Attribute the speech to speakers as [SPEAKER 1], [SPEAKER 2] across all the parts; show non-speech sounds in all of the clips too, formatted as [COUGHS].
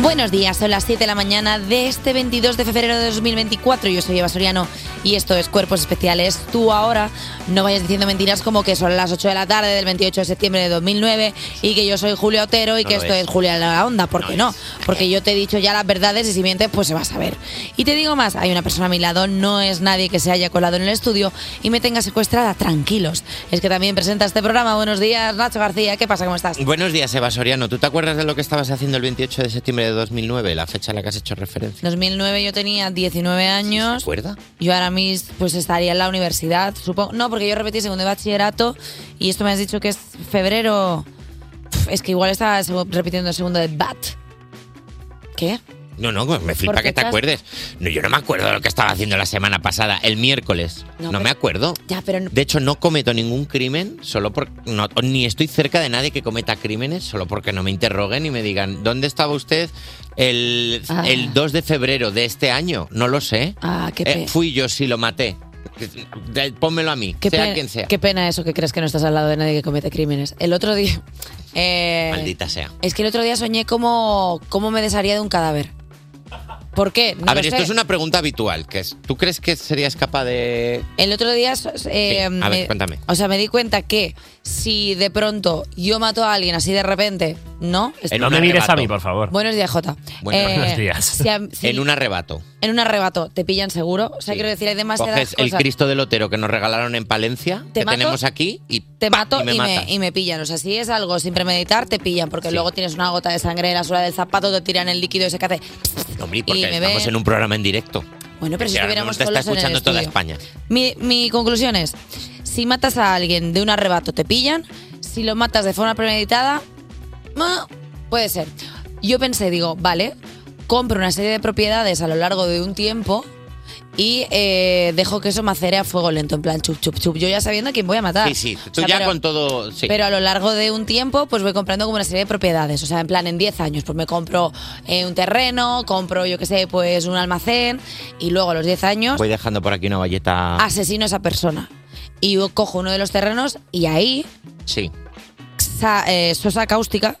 [SPEAKER 1] Buenos días, son las 7 de la mañana de este 22 de febrero de 2024. Yo soy Eva Soriano y esto es Cuerpos Especiales. Tú ahora no vayas diciendo mentiras como que son las 8 de la tarde del 28 de septiembre de 2009 y que yo soy Julio Otero y
[SPEAKER 2] No
[SPEAKER 1] que
[SPEAKER 2] lo
[SPEAKER 1] esto
[SPEAKER 2] es.
[SPEAKER 1] es Julia la Onda. ¿Por qué
[SPEAKER 2] No
[SPEAKER 1] no? Porque yo te he dicho ya las verdades y si mientes, pues se va a saber. Y te digo más, hay una persona a mi lado, no es nadie que se haya colado en el estudio y me tenga secuestrada. Tranquilos. Es que también presenta este programa. Buenos días, Nacho García. ¿Qué pasa? ¿Cómo estás?
[SPEAKER 3] Buenos días, Eva Soriano. ¿Tú te acuerdas de lo que estabas haciendo el 28 de septiembre de 2009, la fecha a la que has hecho referencia?
[SPEAKER 1] 2009 yo tenía 19 años.
[SPEAKER 3] ¿Te acuerdas?
[SPEAKER 1] Yo ahora mismo pues estaría en la universidad, supongo. No, porque yo repetí segundo de bachillerato y esto me has dicho que es febrero. Pf, Es que igual estaba segu- repitiendo el segundo de BAT. ¿Qué?
[SPEAKER 3] No, no, me
[SPEAKER 1] ¿Por
[SPEAKER 3] flipa que te
[SPEAKER 1] fechas?
[SPEAKER 3] acuerdes. No, yo no me acuerdo de lo que estaba haciendo la semana pasada, el miércoles.
[SPEAKER 1] No,
[SPEAKER 3] No,
[SPEAKER 1] pero-
[SPEAKER 3] me acuerdo.
[SPEAKER 4] Ah,
[SPEAKER 1] Ya, pero no-
[SPEAKER 3] De hecho, no cometo ningún crimen solo por no, ni estoy cerca de nadie que cometa crímenes solo porque no me interroguen y me digan dónde estaba usted el,
[SPEAKER 1] Ah.
[SPEAKER 3] el 2 de febrero de este año. No lo sé.
[SPEAKER 1] Ah, qué
[SPEAKER 3] Eh,
[SPEAKER 1] pena.
[SPEAKER 3] fui yo si lo maté. Eh, Pónmelo a mí,
[SPEAKER 1] Qué,
[SPEAKER 3] sea
[SPEAKER 1] pena-
[SPEAKER 3] quien sea.
[SPEAKER 1] qué pena eso que crees que no estás al lado de nadie que comete crímenes. El otro día. [LAUGHS] eh,
[SPEAKER 3] Maldita sea.
[SPEAKER 1] Es que el otro día soñé cómo, cómo me desharía de un cadáver. ¿Por qué? No lo
[SPEAKER 3] a ver,
[SPEAKER 1] sé.
[SPEAKER 3] esto es una pregunta habitual, que es, ¿tú crees que serías capaz de...?
[SPEAKER 1] El otro día. eh,
[SPEAKER 3] Sí, a ver,
[SPEAKER 1] me-
[SPEAKER 3] cuéntame.
[SPEAKER 1] O sea, me di cuenta que si de pronto yo mato a alguien así de repente, ¿no?
[SPEAKER 3] En
[SPEAKER 5] No
[SPEAKER 3] un
[SPEAKER 5] me mires
[SPEAKER 3] arrebato.
[SPEAKER 5] a mí, por favor.
[SPEAKER 1] Buenos días, Jota.
[SPEAKER 3] Bueno, buenos
[SPEAKER 5] días.
[SPEAKER 1] eh,
[SPEAKER 3] [LAUGHS]
[SPEAKER 1] si a- si
[SPEAKER 3] En un arrebato.
[SPEAKER 1] en un arrebato te pillan seguro. O sea, quiero decir, hay demasiadas
[SPEAKER 3] Coges el
[SPEAKER 1] cosas.
[SPEAKER 3] Cristo del Otero que nos regalaron en Palencia,
[SPEAKER 1] Te
[SPEAKER 3] que
[SPEAKER 1] mato,
[SPEAKER 3] tenemos aquí, y
[SPEAKER 1] te
[SPEAKER 3] ¡pa!
[SPEAKER 1] mato
[SPEAKER 3] y me
[SPEAKER 1] y me,
[SPEAKER 3] matas.
[SPEAKER 1] y me pillan. O sea, si es algo sin premeditar, te pillan. Porque
[SPEAKER 3] Sí.
[SPEAKER 1] luego tienes una gota de sangre en la suela del zapato, te tiran el líquido ese que hace.
[SPEAKER 3] No, hombre,
[SPEAKER 1] y
[SPEAKER 3] porque
[SPEAKER 1] me
[SPEAKER 3] estamos
[SPEAKER 1] ve-
[SPEAKER 3] en un programa en directo.
[SPEAKER 1] Bueno, pero si
[SPEAKER 3] Que ahora
[SPEAKER 1] estuviéramos
[SPEAKER 3] mismo te está
[SPEAKER 1] solos en el
[SPEAKER 3] escuchando toda
[SPEAKER 1] estudio.
[SPEAKER 3] España.
[SPEAKER 1] Mi, mi conclusión es, si matas a alguien de un arrebato te pillan, si lo matas de forma premeditada, ah, puede ser. Yo pensé, digo, vale, compro una serie de propiedades a lo largo de un tiempo y eh, dejo que eso macere a fuego lento, en plan chup, chup, chup. Yo ya sabiendo a quién voy a matar.
[SPEAKER 3] Sí, sí, tú
[SPEAKER 1] Ah, O sea,
[SPEAKER 3] ya
[SPEAKER 1] pero-
[SPEAKER 3] con todo... Sí.
[SPEAKER 1] pero a lo largo de un tiempo, pues voy comprando como una serie de propiedades. O sea, en plan, en 10 años, pues me compro eh, un terreno, compro, yo qué sé, pues un almacén. Y luego a los 10 años,
[SPEAKER 3] Voy dejando por aquí una valleta...
[SPEAKER 1] asesino a esa persona. Y yo cojo uno de los terrenos y ahí,
[SPEAKER 3] Sí,
[SPEAKER 1] sa- eh, sosa cáustica,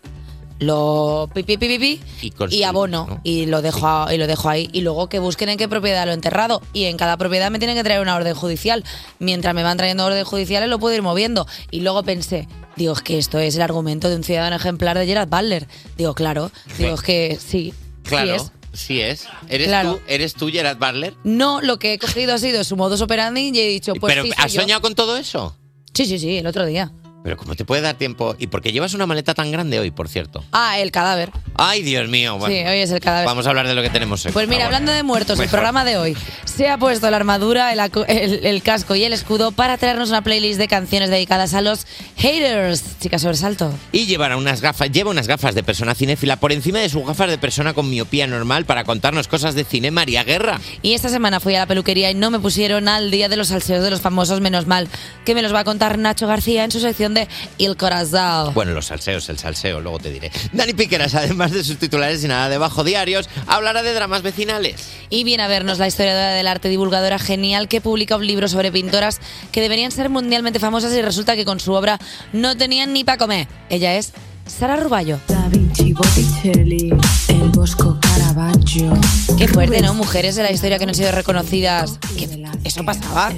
[SPEAKER 1] lo pi, pi, pi, pi, pi,
[SPEAKER 3] y
[SPEAKER 1] y,
[SPEAKER 3] construir,
[SPEAKER 1] abono.
[SPEAKER 3] ¿no?
[SPEAKER 1] Y, lo dejo a- y lo dejo ahí. Y luego que busquen en qué propiedad lo he enterrado. Y en cada propiedad me tienen que traer una orden judicial. Mientras me van trayendo orden judiciales, lo puedo ir moviendo. Y luego pensé. Digo, es que esto es el argumento de un ciudadano ejemplar de Gerard Butler. Digo, claro. Digo, es que sí. sí
[SPEAKER 3] Claro,
[SPEAKER 1] es.
[SPEAKER 3] sí es. ¿Eres,
[SPEAKER 1] Claro.
[SPEAKER 3] tú, ¿Eres tú, Gerard Butler?
[SPEAKER 1] No, lo que he cogido ha sido su modus operandi y he dicho, pues
[SPEAKER 3] ¿Pero
[SPEAKER 1] sí, soy
[SPEAKER 3] has
[SPEAKER 1] yo.
[SPEAKER 3] soñado con todo eso?
[SPEAKER 1] Sí, sí, sí, el otro día.
[SPEAKER 3] Pero ¿cómo te puede dar tiempo? ¿Y por qué llevas una maleta tan grande hoy, por cierto?
[SPEAKER 1] Ah, el cadáver.
[SPEAKER 3] Ay, Dios mío. Bueno,
[SPEAKER 1] Sí, hoy es el cadáver.
[SPEAKER 3] Vamos a hablar de lo que tenemos hoy.
[SPEAKER 1] Pues mira,
[SPEAKER 3] por favor.
[SPEAKER 1] hablando de muertos, el
[SPEAKER 3] Mejor.
[SPEAKER 1] programa de hoy se ha puesto la armadura, el, acu- el- el casco y el escudo para traernos una playlist de canciones dedicadas a los haters. Chicas, sobresalto.
[SPEAKER 3] Y llevará unas gafas, lleva unas gafas de persona cinéfila por encima de sus gafas de persona con miopía normal para contarnos cosas de cine María Guerra.
[SPEAKER 1] Y esta semana fui a la peluquería y no me pusieron al día de los salseos de los famosos, menos mal, que me los va a contar Nacho García en su sección de Il Corazao.
[SPEAKER 3] Bueno, los salseos, el salseo, luego te diré. Dani Piqueras, además de sus titulares y nada debajo diarios, hablará de dramas vecinales.
[SPEAKER 1] Y viene a vernos la historiadora del arte divulgadora genial que publica un libro sobre pintoras que deberían ser mundialmente famosas y resulta que con su obra no tenían ni para comer. Ella es Sara Ruballo.
[SPEAKER 6] Da Vinci, Botticelli, el Bosco Caravaggio.
[SPEAKER 1] Qué fuerte, ¿no? Mujeres de la historia que no han sido reconocidas. Que eso pasaba.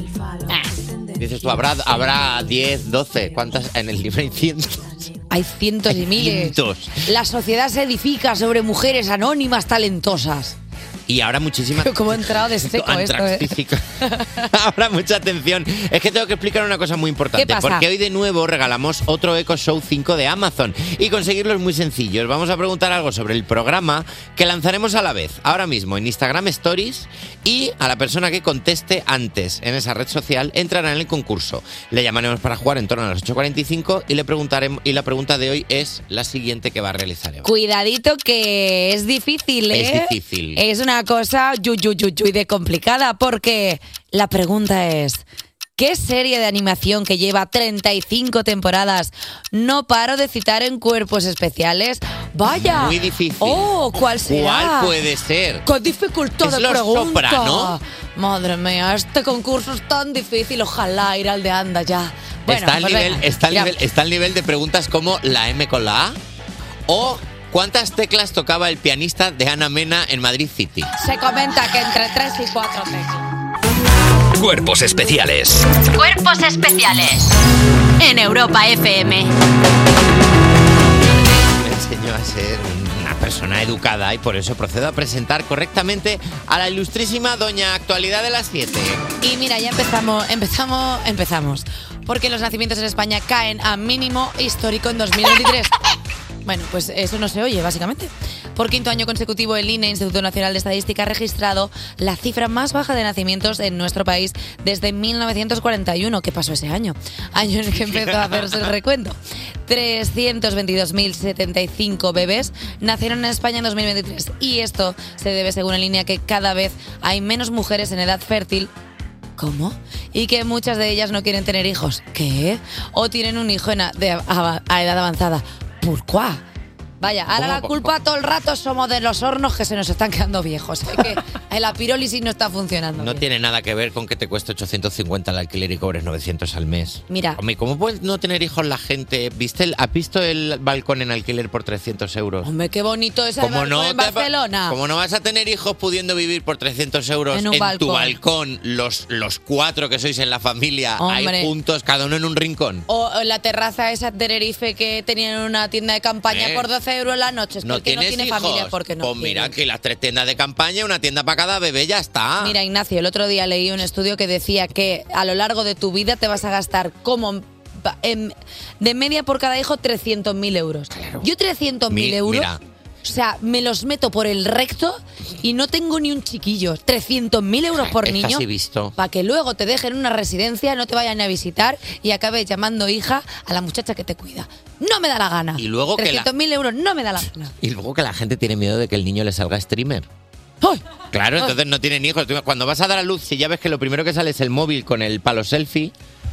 [SPEAKER 3] Dices tú, habrá, habrá 10, 12, ¿cuántas en el libro hay cientos?
[SPEAKER 1] Hay cientos y miles.
[SPEAKER 3] Cientos.
[SPEAKER 1] La sociedad se edifica sobre mujeres anónimas talentosas.
[SPEAKER 3] Y habrá muchísimas...
[SPEAKER 1] Pero cómo ha entrado de seco esto, ¿eh?
[SPEAKER 3] Antraxísico. [LAUGHS] Ahora mucha atención. Es que tengo que explicar una cosa muy importante.
[SPEAKER 1] ¿Qué pasa?
[SPEAKER 3] Porque hoy de nuevo regalamos otro Echo Show 5 de Amazon. Y conseguirlo es muy sencillo. Os vamos a preguntar algo sobre el programa que lanzaremos a la vez, ahora mismo, en Instagram Stories. Y a la persona que conteste antes en esa red social entrará en el concurso. Le llamaremos para jugar en torno a las 8.45 y le preguntaremos. Y la pregunta de hoy es la siguiente que va a realizar Eva.
[SPEAKER 1] Cuidadito que es difícil, ¿eh?
[SPEAKER 3] Es difícil.
[SPEAKER 1] Es una cosa yu, yu, yu, yu, y de complicada porque la pregunta es, ¿Qué serie de animación que lleva 35 temporadas no paro de citar en cuerpos especiales? ¡Vaya!
[SPEAKER 3] Muy difícil.
[SPEAKER 1] ¡Oh! ¿Cuál será?
[SPEAKER 3] ¿Cuál puede ser?
[SPEAKER 1] ¡Qué dificultad
[SPEAKER 3] Es
[SPEAKER 1] de
[SPEAKER 3] Los
[SPEAKER 1] pregunta!
[SPEAKER 3] Soprano.
[SPEAKER 1] Madre mía, este concurso es tan difícil. Ojalá ir al de anda ya. Bueno,
[SPEAKER 3] está, al
[SPEAKER 1] pues
[SPEAKER 3] nivel,
[SPEAKER 1] venga,
[SPEAKER 3] está, al
[SPEAKER 1] ya.
[SPEAKER 3] nivel, está al nivel de preguntas como la M con la A o cuántas teclas tocaba el pianista de Ana Mena en Madrid City.
[SPEAKER 1] Se comenta que entre 3 y 4 teclas.
[SPEAKER 7] Cuerpos especiales.
[SPEAKER 8] Cuerpos especiales en Europa FM.
[SPEAKER 3] Me enseñó a ser una persona educada y por eso procedo a presentar correctamente a la ilustrísima doña actualidad de las 7.
[SPEAKER 1] Y mira, ya empezamos, empezamos, empezamos. Porque los nacimientos en España caen a mínimo histórico en 2023. Bueno, pues eso no se oye, básicamente. Por quinto año consecutivo, el INE, Instituto Nacional de Estadística, ha registrado la cifra más baja de nacimientos en nuestro país desde 1941. ¿Qué pasó ese año? Año en el que empezó a hacerse el recuento. 322.075 bebés nacieron en España en 2023. Y esto se debe, según el INE, a que cada vez hay menos mujeres en edad fértil ¿Cómo? Y que muchas de ellas no quieren tener hijos. ¿Qué? O tienen un hijo en a, de a- a edad avanzada. ¿Por qué? Vaya, ahora la culpa todo el rato somos de los hornos que se nos están quedando viejos. Es
[SPEAKER 3] [LAUGHS]
[SPEAKER 1] que la pirólisis no está funcionando.
[SPEAKER 3] No tiene nada que ver con que te cueste 850 el alquiler y cobres 900 al mes.
[SPEAKER 1] Mira.
[SPEAKER 3] Hombre, ¿cómo puede no tener hijos la gente? ¿Viste el- ¿Has visto el balcón en alquiler por 300 euros?
[SPEAKER 1] Hombre, qué bonito es el
[SPEAKER 3] Como
[SPEAKER 1] balcón
[SPEAKER 3] no,
[SPEAKER 1] en
[SPEAKER 3] te va-
[SPEAKER 1] Barcelona.
[SPEAKER 3] como no vas a tener hijos pudiendo vivir por 300 euros
[SPEAKER 1] En
[SPEAKER 3] en,
[SPEAKER 1] un
[SPEAKER 3] tu
[SPEAKER 1] balcón.
[SPEAKER 3] balcón, los, los cuatro que sois en la familia,
[SPEAKER 1] Hombre.
[SPEAKER 3] ahí juntos, cada uno en un rincón.
[SPEAKER 1] O o la terraza esa de Tenerife que tenían una tienda de campaña
[SPEAKER 3] Eh.
[SPEAKER 1] por 12 euros la noche. Es que
[SPEAKER 3] no
[SPEAKER 1] el que no
[SPEAKER 3] tienes
[SPEAKER 1] tiene
[SPEAKER 3] hijos.
[SPEAKER 1] familia porque no
[SPEAKER 3] pues mira,
[SPEAKER 1] quiere.
[SPEAKER 3] que las tres tiendas de campaña, una tienda para cada bebé, ya está.
[SPEAKER 1] Mira, Ignacio, el otro día leí un estudio que decía que a lo largo de tu vida te vas a gastar como pa- en- de media por cada hijo 300.000 euros. Yo 300.000
[SPEAKER 3] Mi-
[SPEAKER 1] euros,
[SPEAKER 3] mira.
[SPEAKER 1] o sea, me los meto por el recto y no tengo ni un chiquillo. 300.000 euros
[SPEAKER 3] [LAUGHS]
[SPEAKER 1] por
[SPEAKER 3] Estas
[SPEAKER 1] niño.
[SPEAKER 3] he visto.
[SPEAKER 1] Para que luego te dejen en una residencia, no te vayan a visitar y acabes llamando hija a la muchacha que te cuida. No me da la gana.
[SPEAKER 3] Y luego que la-
[SPEAKER 1] 300.000 euros no me da la gana.
[SPEAKER 3] Y luego que la gente tiene miedo de que el niño le salga streamer.
[SPEAKER 1] ¡Ay!
[SPEAKER 3] Claro, entonces no tienen hijos. Tú, Cuando vas a dar a luz, si ya ves que lo primero que sale es el móvil con el palo selfie.